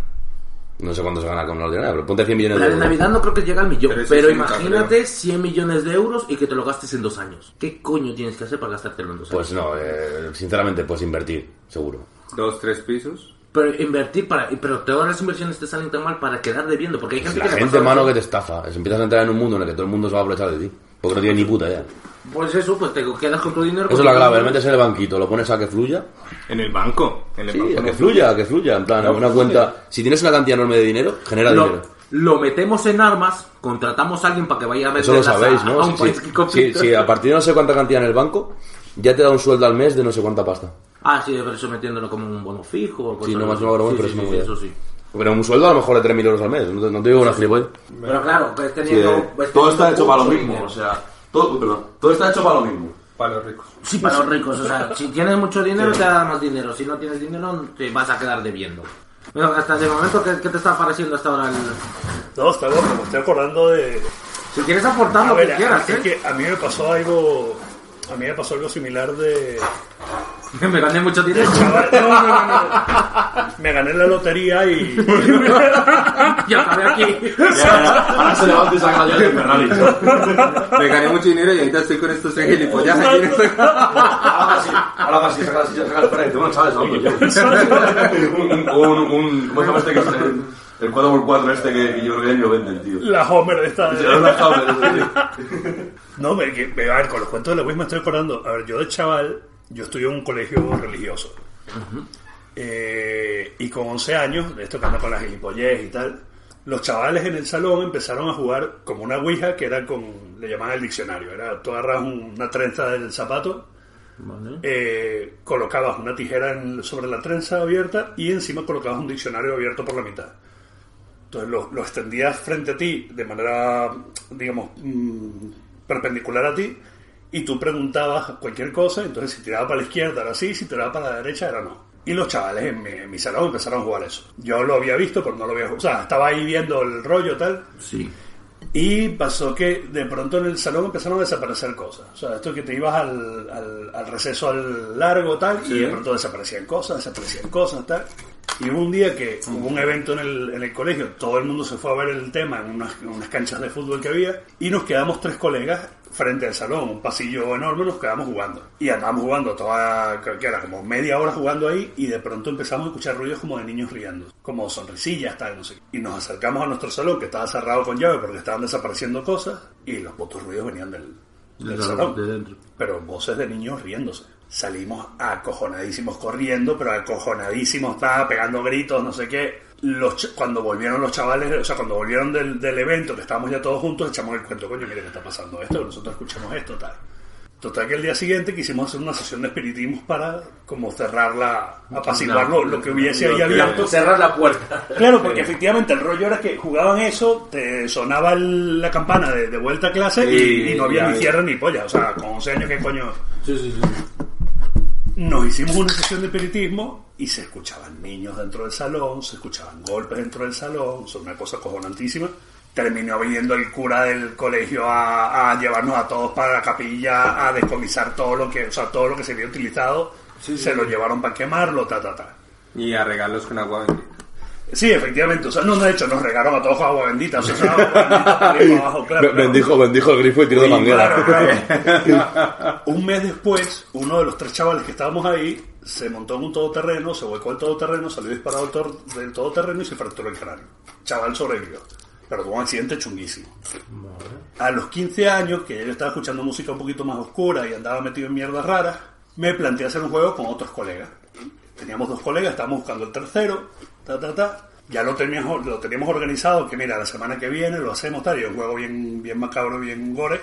[SPEAKER 4] No sé cuánto se gana con la lotería, pero ponte 100 millones de
[SPEAKER 3] la de
[SPEAKER 4] euros.
[SPEAKER 3] Navidad no creo que llegue al millón, pero,
[SPEAKER 5] 360,
[SPEAKER 3] imagínate 100 millones de euros y que te lo gastes en dos años. ¿Qué coño tienes que hacer para gastártelo en dos años?
[SPEAKER 4] Pues no, eh, sinceramente, pues invertir, seguro.
[SPEAKER 5] Dos, tres pisos.
[SPEAKER 3] Pero invertir para... Pero todas las inversiones te salen tan mal para quedar debiendo, porque hay gente
[SPEAKER 4] La
[SPEAKER 3] que... le
[SPEAKER 4] gente,
[SPEAKER 3] pasa-
[SPEAKER 4] mano, que te estafa. Es- Empiezas a entrar en un mundo en el que todo el mundo se va a aprovechar de ti. Porque no tiene ni puta idea. Eso
[SPEAKER 3] Pues eso, pues te quedas con tu dinero...
[SPEAKER 4] es
[SPEAKER 3] con
[SPEAKER 4] la
[SPEAKER 3] tu
[SPEAKER 4] clave,
[SPEAKER 3] dinero.
[SPEAKER 4] lo metes en el banquito, lo pones a que fluya.
[SPEAKER 5] En el banco. En el
[SPEAKER 4] Sí,
[SPEAKER 5] banco.
[SPEAKER 4] a que fluya, a que fluya. En plan, a una cuenta... Si tienes una cantidad enorme de dinero, genera
[SPEAKER 3] Lo-
[SPEAKER 4] dinero.
[SPEAKER 3] lo metemos en armas, contratamos a alguien para que vaya a
[SPEAKER 4] Eso lo
[SPEAKER 3] venderlas
[SPEAKER 4] sabéis,
[SPEAKER 3] a,
[SPEAKER 4] ¿no?
[SPEAKER 3] a un
[SPEAKER 4] Sí,
[SPEAKER 3] país
[SPEAKER 4] sí.
[SPEAKER 3] que
[SPEAKER 4] Sí,
[SPEAKER 3] conflicta.
[SPEAKER 4] sí, a partir de no sé cuánta cantidad en el banco, ya te da un sueldo al mes de no sé cuánta pasta.
[SPEAKER 3] Ah, sí, pero eso metiéndolo como un bono fijo. o cosas
[SPEAKER 4] Sí, no más
[SPEAKER 3] así.
[SPEAKER 4] no me acuerdo, pero es
[SPEAKER 3] sí,
[SPEAKER 4] una
[SPEAKER 3] sí,
[SPEAKER 4] movida.
[SPEAKER 3] eso sí.
[SPEAKER 4] Pero un sueldo a lo mejor de 3.000 euros al mes, no te, no te digo una gilipollas.
[SPEAKER 3] Pero claro, que es
[SPEAKER 8] Sí,
[SPEAKER 3] teniendo... es
[SPEAKER 6] pues,
[SPEAKER 8] todo
[SPEAKER 3] teniendo
[SPEAKER 8] está hecho para lo
[SPEAKER 3] mucho
[SPEAKER 8] mismo,
[SPEAKER 3] dinero.
[SPEAKER 8] o sea, todo, uy, perdón, todo está hecho para lo mismo.
[SPEAKER 7] Para los ricos.
[SPEAKER 3] Sí, para los ricos, o sea, si tienes mucho dinero te da más dinero, si no tienes dinero te vas a quedar debiendo. Bueno, hasta de momento, ¿qué, qué te está pareciendo hasta ahora? el-
[SPEAKER 6] No, está loco, me estoy acordando de...
[SPEAKER 3] Si quieres aportar
[SPEAKER 6] A
[SPEAKER 3] lo
[SPEAKER 6] ver,
[SPEAKER 3] que
[SPEAKER 6] a-
[SPEAKER 3] quieras,
[SPEAKER 6] es
[SPEAKER 3] ¿eh?
[SPEAKER 6] Ah, que a mí me pasó algo... A mí me pasó algo similar de...
[SPEAKER 3] Me gané mucho dinero.
[SPEAKER 6] Chaval, no, no, no, no. Me gané la lotería y...
[SPEAKER 3] Ya acabé aquí.
[SPEAKER 8] Ahora se levanta y saca la llave del Ferrari.
[SPEAKER 5] Me gané mucho dinero y ahorita estoy con estos tres gilipollas. aquí en esta-
[SPEAKER 8] Ahora sí, ahora sí, saca la silla, saca el Ferrari. Tú no sabes, hombre, yo. Un, un, un, ¿cómo se llama este que es el, el 4x4 este que, que yo creo que ya ni lo venden, tío?
[SPEAKER 6] La Homer esta de...
[SPEAKER 8] Es una cámara, sí.
[SPEAKER 6] No, me, que- me- a ver, con los cuentos de la Wiz me estoy acordando. A ver, yo de chaval, yo estudié en un colegio religioso. Eh, y con 11 años, de esto que anda con las gilipollez y tal, los chavales en el salón empezaron a jugar como una ouija que era con, le llamaban el diccionario, era tú agarras un- una trenza del zapato, eh, colocabas una tijera en- sobre la trenza abierta y encima colocabas un diccionario abierto por la mitad. Entonces lo, lo extendías frente a ti de manera, digamos, mm, perpendicular a ti y tú preguntabas cualquier cosa, entonces si tiraba para la izquierda era sí, si tiraba para la derecha era no. Y los chavales en mi, en mi salón empezaron a jugar eso. Yo lo había visto, pero no lo había jugado. O sea, estaba ahí viendo el rollo tal.
[SPEAKER 3] Sí.
[SPEAKER 6] Y pasó que de pronto en el salón empezaron a desaparecer cosas. O sea, esto que te ibas al, al- al receso al largo tal, y de pronto desaparecían cosas, desaparecían cosas tal. Y hubo un día que hubo un evento en el, en el colegio, todo el mundo se fue a ver el tema en unas, en unas canchas de fútbol que había, y nos quedamos tres colegas frente al salón, un pasillo enorme, nos quedamos jugando. Y andábamos jugando toda, creo que era como media hora jugando ahí, y de pronto empezamos a escuchar ruidos como de niños riendo, como sonrisillas, tal, no sé qué. Y nos acercamos a nuestro salón, que estaba cerrado con llave porque estaban desapareciendo cosas, y los putos ruidos venían del, del salón.
[SPEAKER 3] De dentro.
[SPEAKER 6] Pero voces de niños riéndose. Salimos acojonadísimos corriendo, pero acojonadísimos, estaba pegando gritos, no sé qué. Los ch- cuando volvieron los chavales, o sea, cuando volvieron del, del evento, que estábamos ya todos juntos, echamos el cuento, coño, mire, ¿qué está pasando esto? Nosotros escuchamos esto, tal. Total que el día siguiente quisimos hacer una sesión de espiritismos para como cerrarla, apaciguar lo, lo que hubiese ahí abierto.
[SPEAKER 3] Cerrar la puerta.
[SPEAKER 6] Claro, porque efectivamente el rollo era que jugaban eso, te sonaba el- la campana de, de vuelta a clase y, y no había ni cierre ni polla. O sea, con 11 años, ¿qué coño?
[SPEAKER 3] Sí, sí, sí.
[SPEAKER 6] Nos hicimos una sesión de espiritismo y se escuchaban niños dentro del salón, se escuchaban golpes dentro del salón, o sea, una cosa cojonantísima. Terminó viniendo el cura del colegio a, a llevarnos a todos para la capilla, a descomisar todo lo que, o sea, todo lo que se había utilizado, se lo llevaron para quemarlo, ta, ta, ta.
[SPEAKER 5] Y a regalos con agua bendita.
[SPEAKER 6] Sí, efectivamente. O sea, no, de hecho, nos regaron a todos con agua bendita. O sea, esa agua bendita para arriba, para abajo, claro,
[SPEAKER 4] Be-
[SPEAKER 6] claro.
[SPEAKER 4] Bendijo, bendijo el grifo y tiró de manguera.
[SPEAKER 6] Claro, claro. Un mes después, uno de los tres chavales que estábamos ahí se montó en un todoterreno, se volcó el todoterreno, salió disparado del tor- del todoterreno y se fracturó el cráneo. Chaval sobrevivió. Pero tuvo un accidente chunguísimo. A los 15 años, que yo estaba escuchando música un poquito más oscura y andaba metido en mierdas raras, me planteé hacer un juego con otros colegas. Teníamos dos colegas, estábamos buscando el tercero, ta, ta, ta. Ya lo teníamos, lo teníamos organizado, que mira, la semana que viene lo hacemos tal, y era un juego bien, bien macabro, bien gore.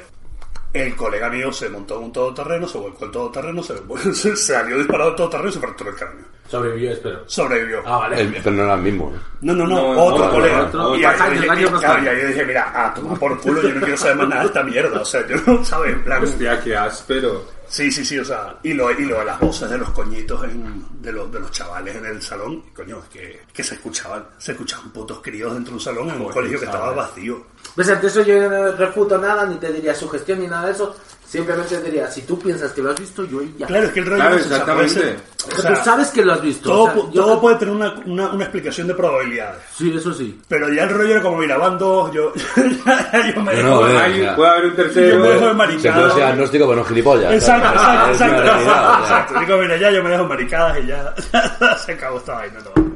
[SPEAKER 6] El colega mío se montó en un todoterreno, se volcó el todoterreno, se, se salió disparado el todoterreno y se fracturó el cráneo.
[SPEAKER 3] Sobrevivió, espero.
[SPEAKER 6] Sobrevivió.
[SPEAKER 3] Ah, vale.
[SPEAKER 4] El- pero no era el mismo. ¿no?
[SPEAKER 6] No, no, no,
[SPEAKER 5] No,
[SPEAKER 6] otro
[SPEAKER 5] no,
[SPEAKER 6] colega.
[SPEAKER 3] otro.
[SPEAKER 6] y, ahí
[SPEAKER 3] Pasaño,
[SPEAKER 6] yo
[SPEAKER 3] daño
[SPEAKER 6] dije,
[SPEAKER 3] pasaño.
[SPEAKER 6] claro, y ahí yo dije, mira, ah, toma por culo, yo no quiero saber más nada de esta mierda. O sea, yo no, ¿sabes? En
[SPEAKER 3] Pues
[SPEAKER 6] plan,
[SPEAKER 5] Hostia, qué áspero.
[SPEAKER 6] sí, sí, sí, o sea, y lo, y lo de las voces de los coñitos en- de, los, de los chavales en el salón, coño, es que, que se escuchaban, se escuchaban putos críos dentro de un salón en un colegio que estaba vacío.
[SPEAKER 3] Pues ante eso yo no refuto nada, ni te diría sugestión ni nada de eso. Simplemente te diría, si tú piensas que lo has visto, yo ya.
[SPEAKER 6] Claro, es que el rollo
[SPEAKER 5] Claro,
[SPEAKER 6] es, o sea, puede ser-
[SPEAKER 5] exactamente.
[SPEAKER 6] o
[SPEAKER 3] Pero
[SPEAKER 6] sea,
[SPEAKER 3] tú sabes que lo has visto.
[SPEAKER 6] todo,
[SPEAKER 3] o sea,
[SPEAKER 6] pu-
[SPEAKER 3] yo-
[SPEAKER 6] todo puede tener una, una, una explicación de probabilidades.
[SPEAKER 3] Sí, eso sí.
[SPEAKER 6] Pero ya el rollo era como, mira, van dos, yo, yo me
[SPEAKER 4] No,
[SPEAKER 6] dejo,
[SPEAKER 4] no, eh,
[SPEAKER 5] Ahí
[SPEAKER 4] o sea,
[SPEAKER 5] puede haber un
[SPEAKER 6] yo me dejo de
[SPEAKER 5] tercero.
[SPEAKER 4] Se puede
[SPEAKER 6] maricado.
[SPEAKER 4] ser agnóstico, pero no gilipollas.
[SPEAKER 6] Exacto,
[SPEAKER 4] ¿sabes? Es una
[SPEAKER 6] exacto, exacto,
[SPEAKER 4] realidad,
[SPEAKER 6] exacto,
[SPEAKER 4] o sea.
[SPEAKER 6] exacto. Digo, mira, ya yo me dejo maricadas y ya se acabó esta vaina. No.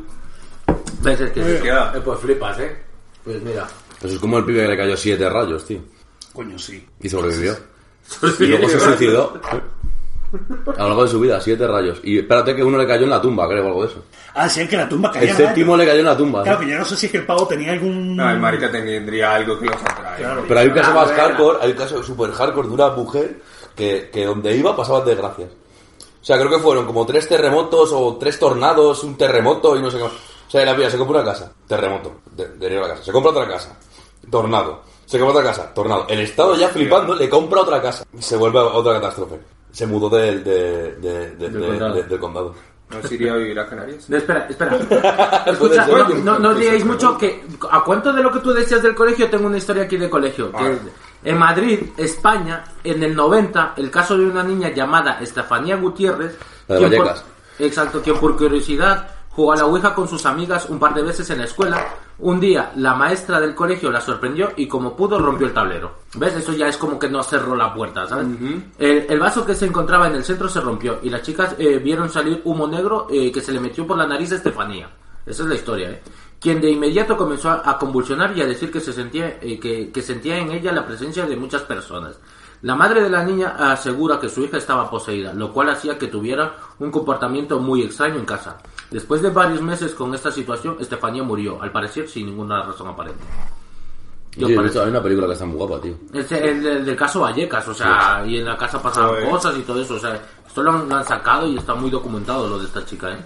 [SPEAKER 3] Ves es que sí.
[SPEAKER 5] queda.
[SPEAKER 3] Eh, pues flipas, ¿eh? Pues mira.
[SPEAKER 4] Pues es como el pibe que le cayó siete rayos, tío.
[SPEAKER 6] Coño, sí.
[SPEAKER 4] Y sobrevivió. Y luego se suicidó. A lo largo de su vida, siete rayos. Y espérate que uno le cayó en la tumba, creo, o algo de eso.
[SPEAKER 6] Ah, decían que la tumba caía
[SPEAKER 4] El séptimo
[SPEAKER 6] rayos.
[SPEAKER 4] le cayó en la tumba. ¿eh?
[SPEAKER 6] Claro,
[SPEAKER 4] ¿no?
[SPEAKER 6] que yo no sé si es que el pavo tenía algún...
[SPEAKER 5] No, el marica tendría algo que los atrae.
[SPEAKER 6] Claro.
[SPEAKER 4] Pero hay un caso más hardcore, hay un caso super hardcore de una mujer que, que donde iba pasaban desgracias. O sea, creo que fueron como tres terremotos o tres tornados, un terremoto y no sé qué más. O sea, la vida se compra una casa, terremoto, de, deriva la casa. Se compra otra casa, tornado. Se compra otra casa, tornado. El Estado ya flipando le compra otra casa y se vuelve a otra catástrofe. Se mudó del, de- de- de- de-
[SPEAKER 3] condado.
[SPEAKER 4] de- del condado.
[SPEAKER 5] ¿No se iría a vivir a Canarias?
[SPEAKER 3] No, espera, espera. Escucha,
[SPEAKER 4] Puede
[SPEAKER 3] no,
[SPEAKER 4] ser.
[SPEAKER 3] no, no os digáis mucho que... ¿A cuánto de lo que tú decías del colegio? Tengo una historia aquí de colegio. que es- en Madrid, España, en el 90, el caso de una niña llamada Estefanía Gutiérrez...
[SPEAKER 4] La de
[SPEAKER 3] quien por-
[SPEAKER 4] Vallecas.
[SPEAKER 3] exacto, quien por curiosidad jugó a la Ouija con sus amigas un par de veces en la escuela. Un día, la maestra del colegio la sorprendió y como pudo rompió el tablero. ¿Ves? Eso ya es como que no cerró la puerta, ¿sabes? el, el vaso que se encontraba en el centro se rompió y las chicas eh, vieron salir humo negro eh, que se le metió por la nariz a Estefanía. Esa es la historia, ¿eh? Quien de inmediato comenzó a, a convulsionar y a decir que, se sentía, eh, que, que sentía en ella la presencia de muchas personas. La madre de la niña asegura que su hija estaba poseída, lo cual hacía que tuviera un comportamiento muy extraño en casa. Después de varios meses con esta situación, Estefanía murió, al parecer sin ninguna razón aparente. ¿Qué os
[SPEAKER 4] Sí, de
[SPEAKER 3] parece?
[SPEAKER 4] hecho, hay una película que está muy guapa, tío.
[SPEAKER 3] Es el, el del caso Vallecas, o sea, y en la casa pasaban cosas y todo eso, o sea, esto lo han, lo han sacado y está muy documentado lo de esta chica, ¿eh?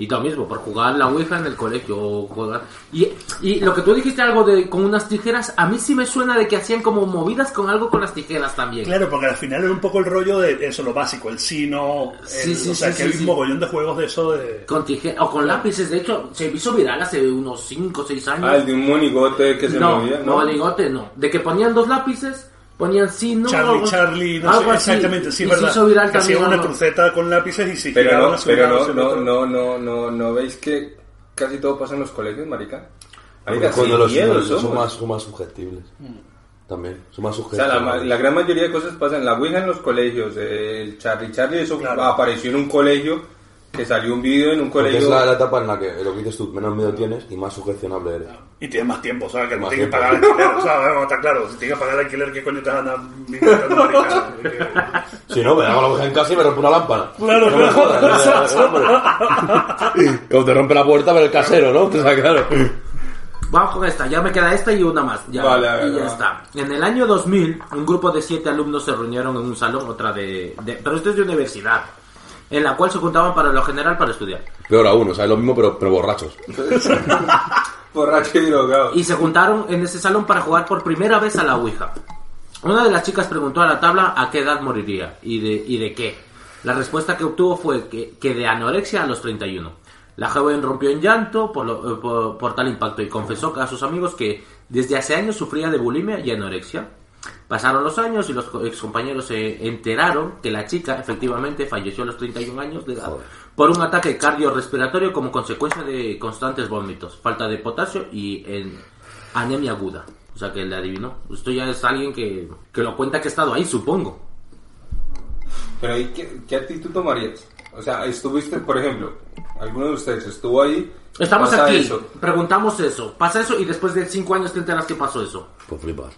[SPEAKER 3] Y lo mismo, por jugar la Ouija en el colegio o jugar... Y, y lo que tú dijiste algo de con unas tijeras, a mí sí me suena de que hacían como movidas con algo con las tijeras también.
[SPEAKER 6] Claro, porque al final era un poco el rollo de eso, lo básico, el sino, el-
[SPEAKER 3] Sí, sí,
[SPEAKER 6] o sea,
[SPEAKER 3] sí,
[SPEAKER 6] que hay
[SPEAKER 3] sí,
[SPEAKER 6] un
[SPEAKER 3] sí.
[SPEAKER 6] mogollón de juegos de eso de...
[SPEAKER 3] Con tijeras, o con lápices, de hecho, se hizo viral hace unos 5 o 6 años.
[SPEAKER 5] Ah, el de un monigote que se
[SPEAKER 3] no,
[SPEAKER 5] movía.
[SPEAKER 3] no, bigote no. De que ponían dos lápices, ponían sí, no...
[SPEAKER 6] Charlie,
[SPEAKER 3] algo-
[SPEAKER 6] Charlie, no
[SPEAKER 3] algo
[SPEAKER 6] sé,
[SPEAKER 3] así.
[SPEAKER 6] exactamente, sí,
[SPEAKER 3] y
[SPEAKER 6] es
[SPEAKER 3] Se
[SPEAKER 6] verdad.
[SPEAKER 3] hizo viral
[SPEAKER 6] que hacían
[SPEAKER 3] también
[SPEAKER 6] una
[SPEAKER 3] algo.
[SPEAKER 6] cruceta con lápices y si
[SPEAKER 5] Pero
[SPEAKER 6] giraban
[SPEAKER 5] no,
[SPEAKER 6] hacia un
[SPEAKER 5] pero
[SPEAKER 6] lado,
[SPEAKER 5] no,
[SPEAKER 6] hacia el
[SPEAKER 5] no,
[SPEAKER 6] otro.
[SPEAKER 5] no, no, no, no veis que casi todo pasa en los colegios, marica. Marica,
[SPEAKER 4] Porque
[SPEAKER 5] sí,
[SPEAKER 4] cuando los
[SPEAKER 5] miedo
[SPEAKER 4] niños son
[SPEAKER 5] somos.
[SPEAKER 4] más, son más susceptibles. También, son más
[SPEAKER 5] O sea,
[SPEAKER 4] susceptibles.
[SPEAKER 5] la, ma- la gran mayoría de cosas pasan. La Ouija en los colegios, eh, el Charlie Charlie, eso
[SPEAKER 6] Claro.
[SPEAKER 5] apareció en un colegio, que salió un vídeo en un
[SPEAKER 4] Porque
[SPEAKER 5] colegio.
[SPEAKER 4] es la, la etapa en la que lo que dices tú, menos miedo tienes y más sugestionable eres.
[SPEAKER 6] Y tienes más tiempo, ¿sabes? Que no
[SPEAKER 4] Más
[SPEAKER 6] tienes que pagar
[SPEAKER 4] tiempo.
[SPEAKER 6] alquiler, ¿sabes? Vamos, está claro. Si tienes que pagar alquiler, ¿qué coño te vas a andar inventando maricadas? Que-
[SPEAKER 4] Si no, me hago la mujer en casa y me rompe una lámpara.
[SPEAKER 6] Claro,
[SPEAKER 4] no me
[SPEAKER 6] claro.
[SPEAKER 4] jodas, no, no, hombre. Como te rompe la puerta, pero el casero, ¿no? Te saca, claro.
[SPEAKER 3] Vamos con esta, ya me queda esta y una más. Ya,
[SPEAKER 5] Vale,
[SPEAKER 3] y
[SPEAKER 5] vale,
[SPEAKER 3] ya
[SPEAKER 5] vale.
[SPEAKER 3] está. En el año 2000, un grupo de siete alumnos se reunieron en un salón, otra de. de- pero esto es de universidad, en la cual se juntaban para lo general para estudiar.
[SPEAKER 4] Peor aún, o sea, es lo mismo, pero, pero borrachos.
[SPEAKER 5] Borracho y drogado.
[SPEAKER 3] Y se juntaron en ese salón para jugar por primera vez a la Ouija. Una de las chicas preguntó a la tabla a qué edad moriría y de, y de qué. La respuesta que obtuvo fue que, que de anorexia a los 31. La joven rompió en llanto por, lo- eh, por- por tal impacto y confesó a sus amigos que desde hace años sufría de bulimia y anorexia. Pasaron los años y los co- excompañeros se enteraron que la chica efectivamente falleció a los 31 años de edad
[SPEAKER 4] Joder.
[SPEAKER 3] por un ataque cardiorrespiratorio como consecuencia de constantes vómitos, falta de potasio y en- anemia aguda. O sea que le adivinó. Esto ya es alguien que, que lo cuenta que ha estado ahí, supongo.
[SPEAKER 5] Pero ahí, ¿qué, qué actitud tomarías? O sea, estuviste, por ejemplo, alguno de ustedes estuvo ahí.
[SPEAKER 3] Estamos
[SPEAKER 5] pasa
[SPEAKER 3] aquí,
[SPEAKER 5] eso.
[SPEAKER 3] preguntamos eso, pasa eso y después de cinco años te enteras que pasó eso.
[SPEAKER 4] Pues flipas.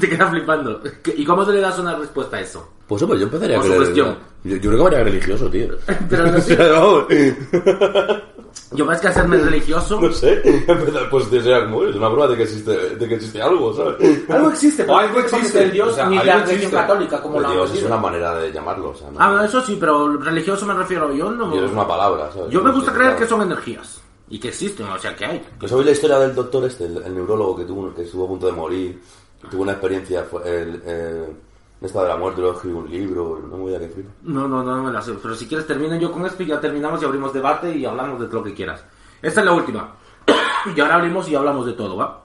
[SPEAKER 3] te quedas flipando. ¿Qué- ¿Y cómo te le das una respuesta a eso?
[SPEAKER 4] Pues hombre, yo empezaría a
[SPEAKER 3] Por
[SPEAKER 4] creer.
[SPEAKER 3] sugestión.
[SPEAKER 4] Yo, yo creo que me haría religioso, tío.
[SPEAKER 3] Pero no sé.
[SPEAKER 4] O sea, no,
[SPEAKER 3] Yo más que hacerme religioso.
[SPEAKER 4] no sé. Empezar, pues tío, sería como, es una prueba de que existe, de que existe algo, ¿sabes?
[SPEAKER 3] Algo existe, pero
[SPEAKER 5] Algo
[SPEAKER 3] no sé
[SPEAKER 5] existe,
[SPEAKER 3] si el Dios
[SPEAKER 5] o sea,
[SPEAKER 3] ni
[SPEAKER 5] algo
[SPEAKER 3] la religión
[SPEAKER 5] existe. Pues
[SPEAKER 3] católica como
[SPEAKER 4] Pero,
[SPEAKER 3] la
[SPEAKER 4] tío, es
[SPEAKER 3] conocida.
[SPEAKER 4] una manera de llamarlo, o sea, no.
[SPEAKER 3] Ah, no, eso sí, pero religioso me refiero yo, no.
[SPEAKER 4] Dios es una palabra, ¿sabes?
[SPEAKER 3] Yo me
[SPEAKER 4] No
[SPEAKER 3] gusta
[SPEAKER 4] sé,
[SPEAKER 3] creer
[SPEAKER 4] claro.
[SPEAKER 3] que son energías y que existen, o sea que hay.
[SPEAKER 4] ¿No sabéis la historia del doctor este, el, el neurólogo que tuvo que estuvo a punto de morir, que tuvo una experiencia fue el, eh, esta de la muerte, luego escribió un libro, no me voy a decir.
[SPEAKER 3] No, no, no, no me la sé. Pero si quieres termino yo con esto y ya terminamos y abrimos debate y hablamos de lo que quieras. Esta es la última. y ahora abrimos y hablamos de todo, ¿va?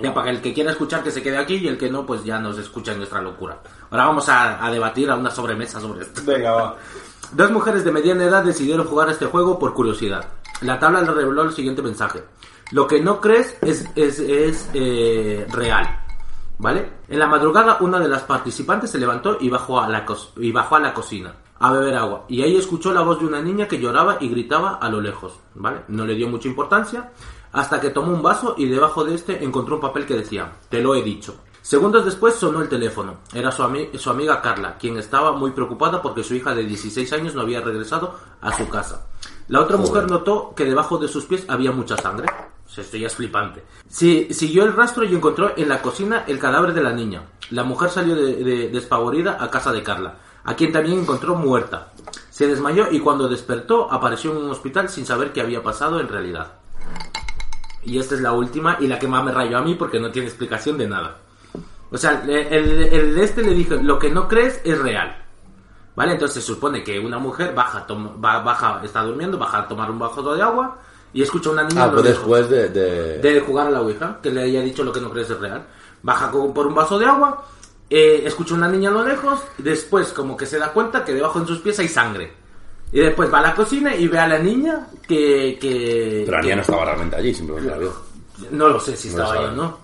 [SPEAKER 3] Ya para que el que quiera escuchar que se quede aquí y el que no, pues ya nos escucha en nuestra locura. Ahora vamos a, a debatir a una sobremesa sobre esto.
[SPEAKER 5] Venga, va.
[SPEAKER 3] Dos mujeres de mediana edad decidieron jugar a este juego por curiosidad. La tabla les reveló el siguiente mensaje. Lo que no crees es, es, es, eh, real. ¿Vale? En la madrugada una de las participantes se levantó y bajó, a la cos- y bajó a la cocina a beber agua. Y ahí escuchó la voz de una niña que lloraba y gritaba a lo lejos. ¿Vale? No le dio mucha importancia hasta que tomó un vaso y debajo de este encontró un papel que decía, te lo he dicho. Segundos después sonó el teléfono. Era su, ami- su amiga Carla, quien estaba muy preocupada porque su hija de 16 años no había regresado a su casa. La otra mujer notó que debajo de sus pies había mucha sangre. O sea, Esto ya es flipante. Sí, siguió el rastro y encontró en la cocina el cadáver de la niña. La mujer salió de- de- despavorida a casa de Carla, a quien también encontró muerta. Se desmayó y cuando despertó apareció en un hospital sin saber qué había pasado en realidad. Y esta es la última y la que más me rayó a mí porque no tiene explicación de nada. O sea, el, el- el este le dijo, lo que no crees es real. ¿Vale? Entonces se supone que una mujer baja, a tom- va- baja está durmiendo, baja a tomar un vaso de agua y escucha a una niña
[SPEAKER 4] Ah,
[SPEAKER 3] lo
[SPEAKER 4] pues
[SPEAKER 3] lejos
[SPEAKER 4] después de... de-
[SPEAKER 3] de jugar a la Ouija, que le haya dicho lo que no crees es real. Baja con- por un vaso de agua, eh, escucha a una niña a lo lejos, después como que se da cuenta que debajo en sus pies hay sangre. Y después va a la cocina y ve a la niña que... que
[SPEAKER 4] Pero la
[SPEAKER 3] que-
[SPEAKER 4] niña no estaba realmente allí, simplemente la vio.
[SPEAKER 3] no lo sé si
[SPEAKER 4] No lo
[SPEAKER 3] estaba ahí o
[SPEAKER 4] sabe.
[SPEAKER 3] no.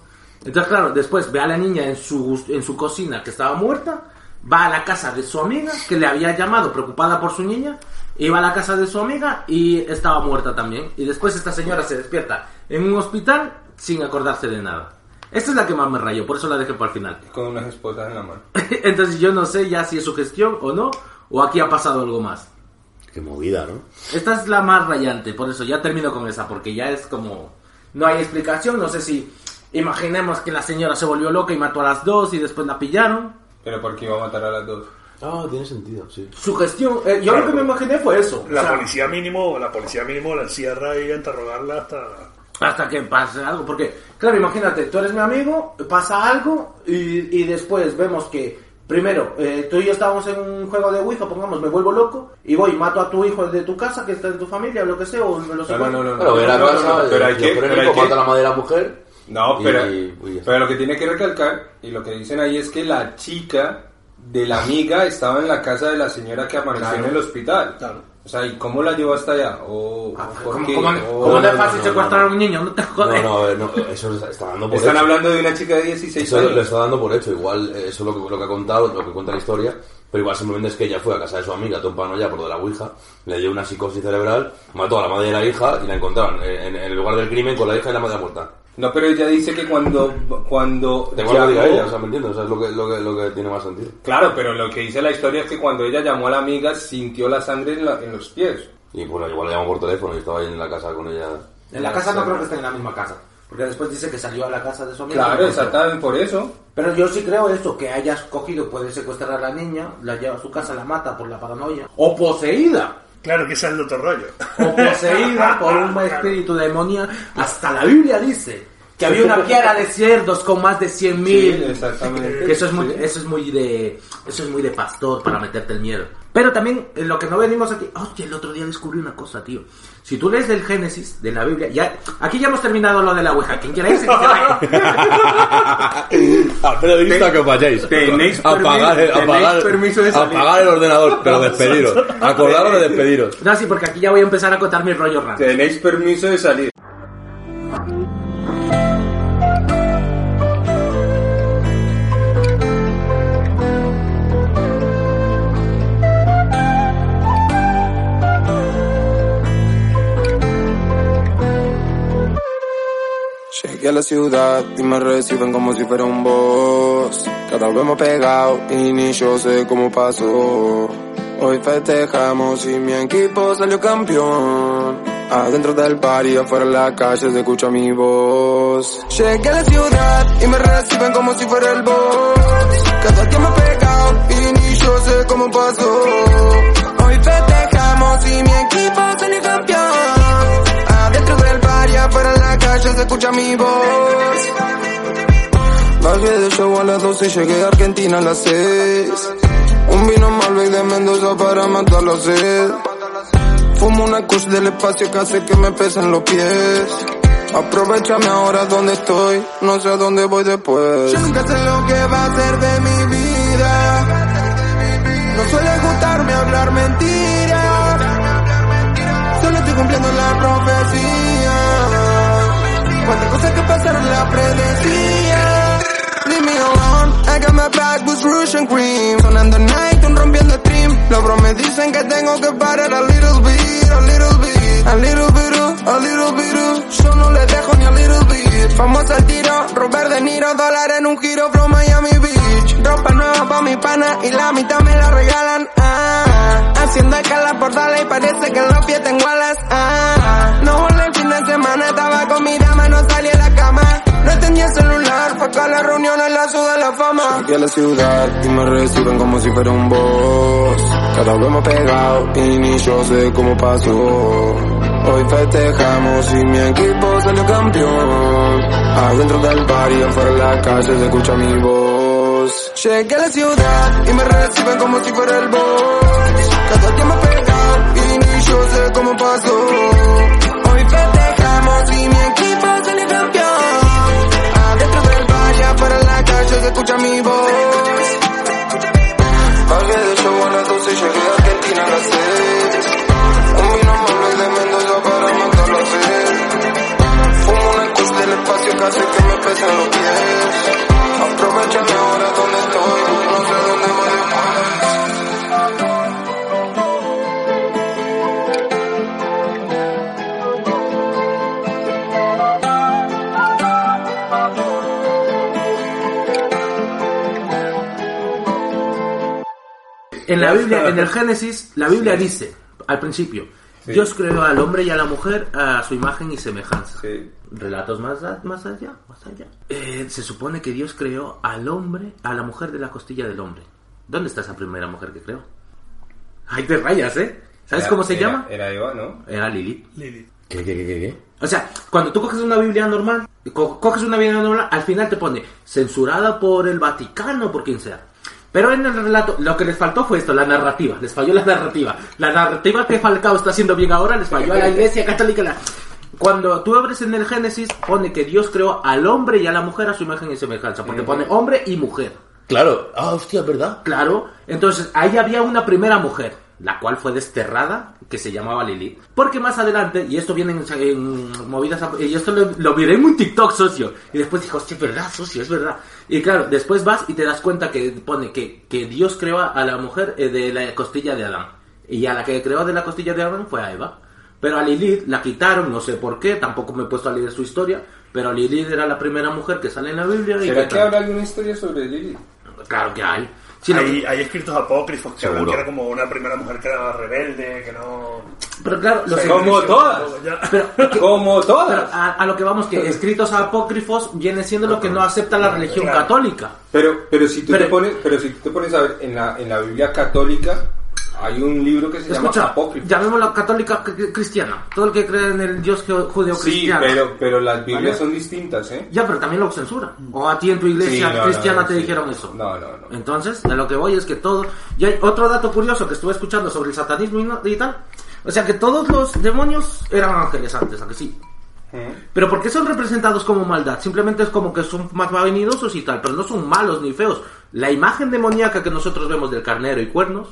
[SPEAKER 3] Entonces, claro, después ve a la niña en su, en su cocina que estaba muerta, va a la casa de su amiga, que le había llamado preocupada por su niña, y va a la casa de su amiga y estaba muerta también. Y después esta señora se despierta en un hospital sin acordarse de nada. Esta es la que más me rayó, por eso la dejé para el final.
[SPEAKER 5] Con unas esposas en la mano.
[SPEAKER 3] Entonces yo no sé ya si es su gestión o no, o aquí ha pasado algo más.
[SPEAKER 4] Qué movida, ¿no?
[SPEAKER 3] Esta es la más rayante, por eso ya termino con esa, porque ya es como... No hay explicación, no sé si... Imaginemos que la señora se volvió loca y mató a las dos y después la pillaron.
[SPEAKER 5] Pero porque iba a matar a las dos.
[SPEAKER 4] Ah, tiene sentido, sí.
[SPEAKER 3] Su gestión... eh, yo lo que me imaginé fue eso.
[SPEAKER 6] La
[SPEAKER 3] o sea,
[SPEAKER 6] policía mínimo, la policía mínimo la encierra y a interrogarla hasta...
[SPEAKER 3] hasta que pase algo, porque... Claro, imagínate, tú eres mi amigo, pasa algo y, y después vemos que... Primero, eh, tú y yo estábamos en un juego de Ouija, pongamos, me vuelvo loco y voy, mato a tu hijo de tu casa, que está en tu familia, o lo que sea, o me lo
[SPEAKER 5] No, no, no,
[SPEAKER 4] Claro,
[SPEAKER 5] no.
[SPEAKER 4] ve la
[SPEAKER 5] No, no,
[SPEAKER 4] casa,
[SPEAKER 5] no, pero hay
[SPEAKER 4] el
[SPEAKER 5] que- pero hay
[SPEAKER 4] frigorífico,
[SPEAKER 5] que-
[SPEAKER 4] mata la madre a la mujer.
[SPEAKER 5] No,
[SPEAKER 4] y-
[SPEAKER 5] pero,
[SPEAKER 4] y ya está.
[SPEAKER 5] pero lo que tiene que recalcar y lo que dicen ahí es que la chica de la amiga estaba en la casa de la señora que apareció en el hospital.
[SPEAKER 6] Claro.
[SPEAKER 5] O sea, ¿y cómo la llevó hasta allá? ¿O
[SPEAKER 3] Ah,
[SPEAKER 5] por
[SPEAKER 3] ¿Cómo,
[SPEAKER 5] qué?
[SPEAKER 3] cómo,
[SPEAKER 5] ¿O-
[SPEAKER 3] cómo
[SPEAKER 4] no,
[SPEAKER 3] es
[SPEAKER 4] no,
[SPEAKER 3] fácil
[SPEAKER 4] no,
[SPEAKER 3] secuestrar
[SPEAKER 4] no.
[SPEAKER 3] a un niño? No te
[SPEAKER 4] No,
[SPEAKER 3] jodes.
[SPEAKER 4] no, eh, no, eso es- está dando por
[SPEAKER 5] Están
[SPEAKER 4] hecho.
[SPEAKER 5] hablando de una chica de 16
[SPEAKER 4] Eso lo,
[SPEAKER 5] años.
[SPEAKER 4] lo está dando por hecho, igual eh, eso es lo que, lo que ha contado, lo que cuenta la historia, pero igual simplemente es que ella fue a casa de su amiga, Tompano ya, por lo de la Ouija, le dio una psicosis cerebral, mató a la madre de la hija y la encontraron eh, en, en el lugar del crimen con la hija y la madre muerta.
[SPEAKER 5] No, pero ella dice que cuando... cuando
[SPEAKER 4] Te igual lo que diga
[SPEAKER 5] llamó-
[SPEAKER 4] ella, o sea, ¿me entiendes? O sea, es lo que, lo que, lo que tiene más sentido.
[SPEAKER 5] Claro, pero lo que dice la historia es que cuando ella llamó a la amiga sintió la sangre en, la- en los pies.
[SPEAKER 4] Y bueno, igual la llamó por teléfono y estaba ahí en la casa con ella.
[SPEAKER 3] En la casa no creo que esté en la misma casa. Porque después dice que salió a la casa de su amiga.
[SPEAKER 5] Claro, exactamente por eso.
[SPEAKER 3] Pero yo sí creo eso, que hayas cogido, puedes secuestrar a la niña, la lleva a su casa, la mata por la paranoia. O poseída.
[SPEAKER 6] Claro que ese es el otro rollo.
[SPEAKER 3] O poseída por un espíritu demonio. Hasta la Biblia dice que había una piara de ciervos con más de 100.000.
[SPEAKER 5] Sí, exactamente.
[SPEAKER 3] Que eso es muy, eso es muy de, eso es muy de pastor para meterte el miedo. Pero también eh, lo que no venimos aquí, hostia, el otro día descubrí una cosa, tío. Si tú lees del Génesis, de la Biblia, ya, aquí ya hemos terminado lo de la Ouija. Quien quiera irse, que se vaya.
[SPEAKER 4] Ah, Alfredo, visto que os vayáis.
[SPEAKER 5] Tenéis Apagar el- permiso- apagar- tenéis permiso de salir. apagar
[SPEAKER 4] el ordenador, pero despediros. Acordaros de despediros.
[SPEAKER 3] No, sí, porque aquí ya voy a empezar a contar mi rollo raro.
[SPEAKER 5] Tenéis permiso de salir.
[SPEAKER 9] Llegué a la ciudad y me reciben como si fuera un boss. Cada vez me he pegado y ni yo sé cómo pasó. Hoy festejamos y mi equipo salió campeón. Adentro del bar y afuera en la calle se escucha mi voz. Llegué a la ciudad y me reciben como si fuera el boss. Cada día me he pegado y ni yo sé cómo pasó. Hoy festejamos y mi equipo salió campeón. Adentro del bar y afuera en la calle se escucha mi voz. Bajé de show a las 12 y llegué a Argentina a las 6. Un vino Malbec de Mendoza para matar la sed. Fumo una kush del espacio que hace que me pesen los pies. Aprovechame ahora donde estoy, no sé a dónde voy después. Yo nunca sé lo que va a ser de mi vida. No suele gustarme hablar mentiras. Solo estoy cumpliendo la profecía. Cuántas cosas que pasaron la predecía. Leave me alone, I got my bag with Russian cream. Sonando Nighton, rompiendo stream. Los bros me dicen que tengo que parar a little bit, a little bit. A little bit, a little bit. Yo no le dejo ni a little bit. Famoso el tiro, Robert De Niro, dólar en un giro, flow Miami Beach. Ropa nueva pa' mi pana y la mitad me la regalan. Ah, haciendo escala por Dallas y parece que en los pies tengo alas. Ah, no volé el fin de semana, estaba con mi dama, no salí de la cama. No tenía celular, fue acá la reunión en la ciudad de la fama. Aquí a la ciudad y me reciben como si fuera un boss. Cada vez más pegado y ni yo sé cómo pasó. Hoy festejamos y mi equipo salió campeón. Adentro del bar y afuera en la calle se escucha mi voz. Llegué a la ciudad y me reciben como si fuera el boss. Cada día más pegado y ni yo sé cómo pasó. Hoy festejamos y mi equipo salió campeón. Adentro del valle, afuera en la calle se escucha mi voz. Pagué de show a las 12 y llegué a Argentina a las 6. Un vino más de Mendoza para matar la sed. Fumo una cruz del espacio casi que me pesan los pies. Aprovechame ahora donde estoy, no sé dónde voy después.
[SPEAKER 3] En la Biblia, en el Génesis, la Biblia dice, al principio, Dios creó al hombre y a la mujer a su imagen y semejanza.
[SPEAKER 5] Sí.
[SPEAKER 3] Relatos más, a- más allá, más allá. Eh, se supone que Dios creó al hombre, a la mujer de la costilla del hombre. ¿Dónde está esa primera mujer que creó? Ahí te rayas, ¿eh? ¿Sabes
[SPEAKER 5] Era-
[SPEAKER 3] cómo se
[SPEAKER 5] era-
[SPEAKER 3] llama?
[SPEAKER 5] Era Eva, ¿no?
[SPEAKER 3] Era Lilith.
[SPEAKER 6] Lili.
[SPEAKER 4] ¿Qué, qué, qué, qué? qué?
[SPEAKER 3] O sea, cuando tú coges una Biblia normal, co- coges una Biblia normal, al final te pone censurada por el Vaticano, por quien sea. Pero en el relato, lo que les faltó fue esto, la narrativa. Les falló la narrativa. La narrativa que Falcao está haciendo bien ahora les falló a la Iglesia Católica. La- Cuando tú abres en el Génesis, pone que Dios creó al hombre y a la mujer a su imagen y semejanza. Porque pone hombre y mujer.
[SPEAKER 4] Claro. Ah, hostia, ¿verdad?
[SPEAKER 3] Claro, entonces ahí había una primera mujer, la cual fue desterrada, que se llamaba Lilith. Porque más adelante, y esto viene en, en movidas, y esto lo, lo miré en un TikTok, socio. Y después dijo, sí, es verdad, socio, es verdad. Y claro, después vas y te das cuenta que pone que, que Dios creó a la mujer eh, de la costilla de Adán. Y a la que creó de la costilla de Adán fue a Eva. Pero a Lilith la quitaron, no sé por qué, tampoco me he puesto a leer su historia. Pero Lilith era la primera mujer que sale en la Biblia. y
[SPEAKER 5] ¿Será
[SPEAKER 3] que
[SPEAKER 5] que habrá alguna historia sobre Lili?
[SPEAKER 3] Claro que hay. Sí, lo-
[SPEAKER 6] hay, hay escritos apócrifos que hablan
[SPEAKER 4] Seguro.
[SPEAKER 6] que era como una primera mujer que era rebelde, que no...
[SPEAKER 3] Pero claro, los
[SPEAKER 5] Como todas.
[SPEAKER 6] Ya.
[SPEAKER 3] Pero,
[SPEAKER 5] Como
[SPEAKER 3] pero
[SPEAKER 5] todas.
[SPEAKER 3] a, a lo que vamos, que escritos apócrifos viene siendo lo que no acepta la religión
[SPEAKER 6] Claro.
[SPEAKER 3] católica.
[SPEAKER 5] Pero, pero si tú
[SPEAKER 3] Pero-
[SPEAKER 5] te pones, pero si tú te pones a ver en la, en la Biblia católica hay un libro que se llama
[SPEAKER 3] Escucha,
[SPEAKER 5] Apócrifo.
[SPEAKER 3] llamémosla católica c- c- cristiana. Todo el que cree en el Dios que-
[SPEAKER 5] Sí,
[SPEAKER 3] judeo-cristiano.
[SPEAKER 5] pero, pero las Biblias
[SPEAKER 3] ¿Vale?
[SPEAKER 5] son distintas, ¿eh?
[SPEAKER 3] Ya, pero también lo censura. O a ti en tu iglesia
[SPEAKER 5] Sí, no, no,
[SPEAKER 3] cristiana
[SPEAKER 5] no,
[SPEAKER 3] te
[SPEAKER 5] sí.
[SPEAKER 3] dijeron eso.
[SPEAKER 5] No, no, no.
[SPEAKER 3] Entonces, de lo que voy es que todo... Y hay otro dato curioso que estuve escuchando sobre el satanismo y, no- y tal. O sea, que todos los demonios eran ángeles antes, aunque sí. Pero ¿por qué son representados como maldad? Simplemente es como que son más vanidosos y tal, pero no son malos ni feos. La imagen demoníaca que nosotros vemos del carnero y cuernos,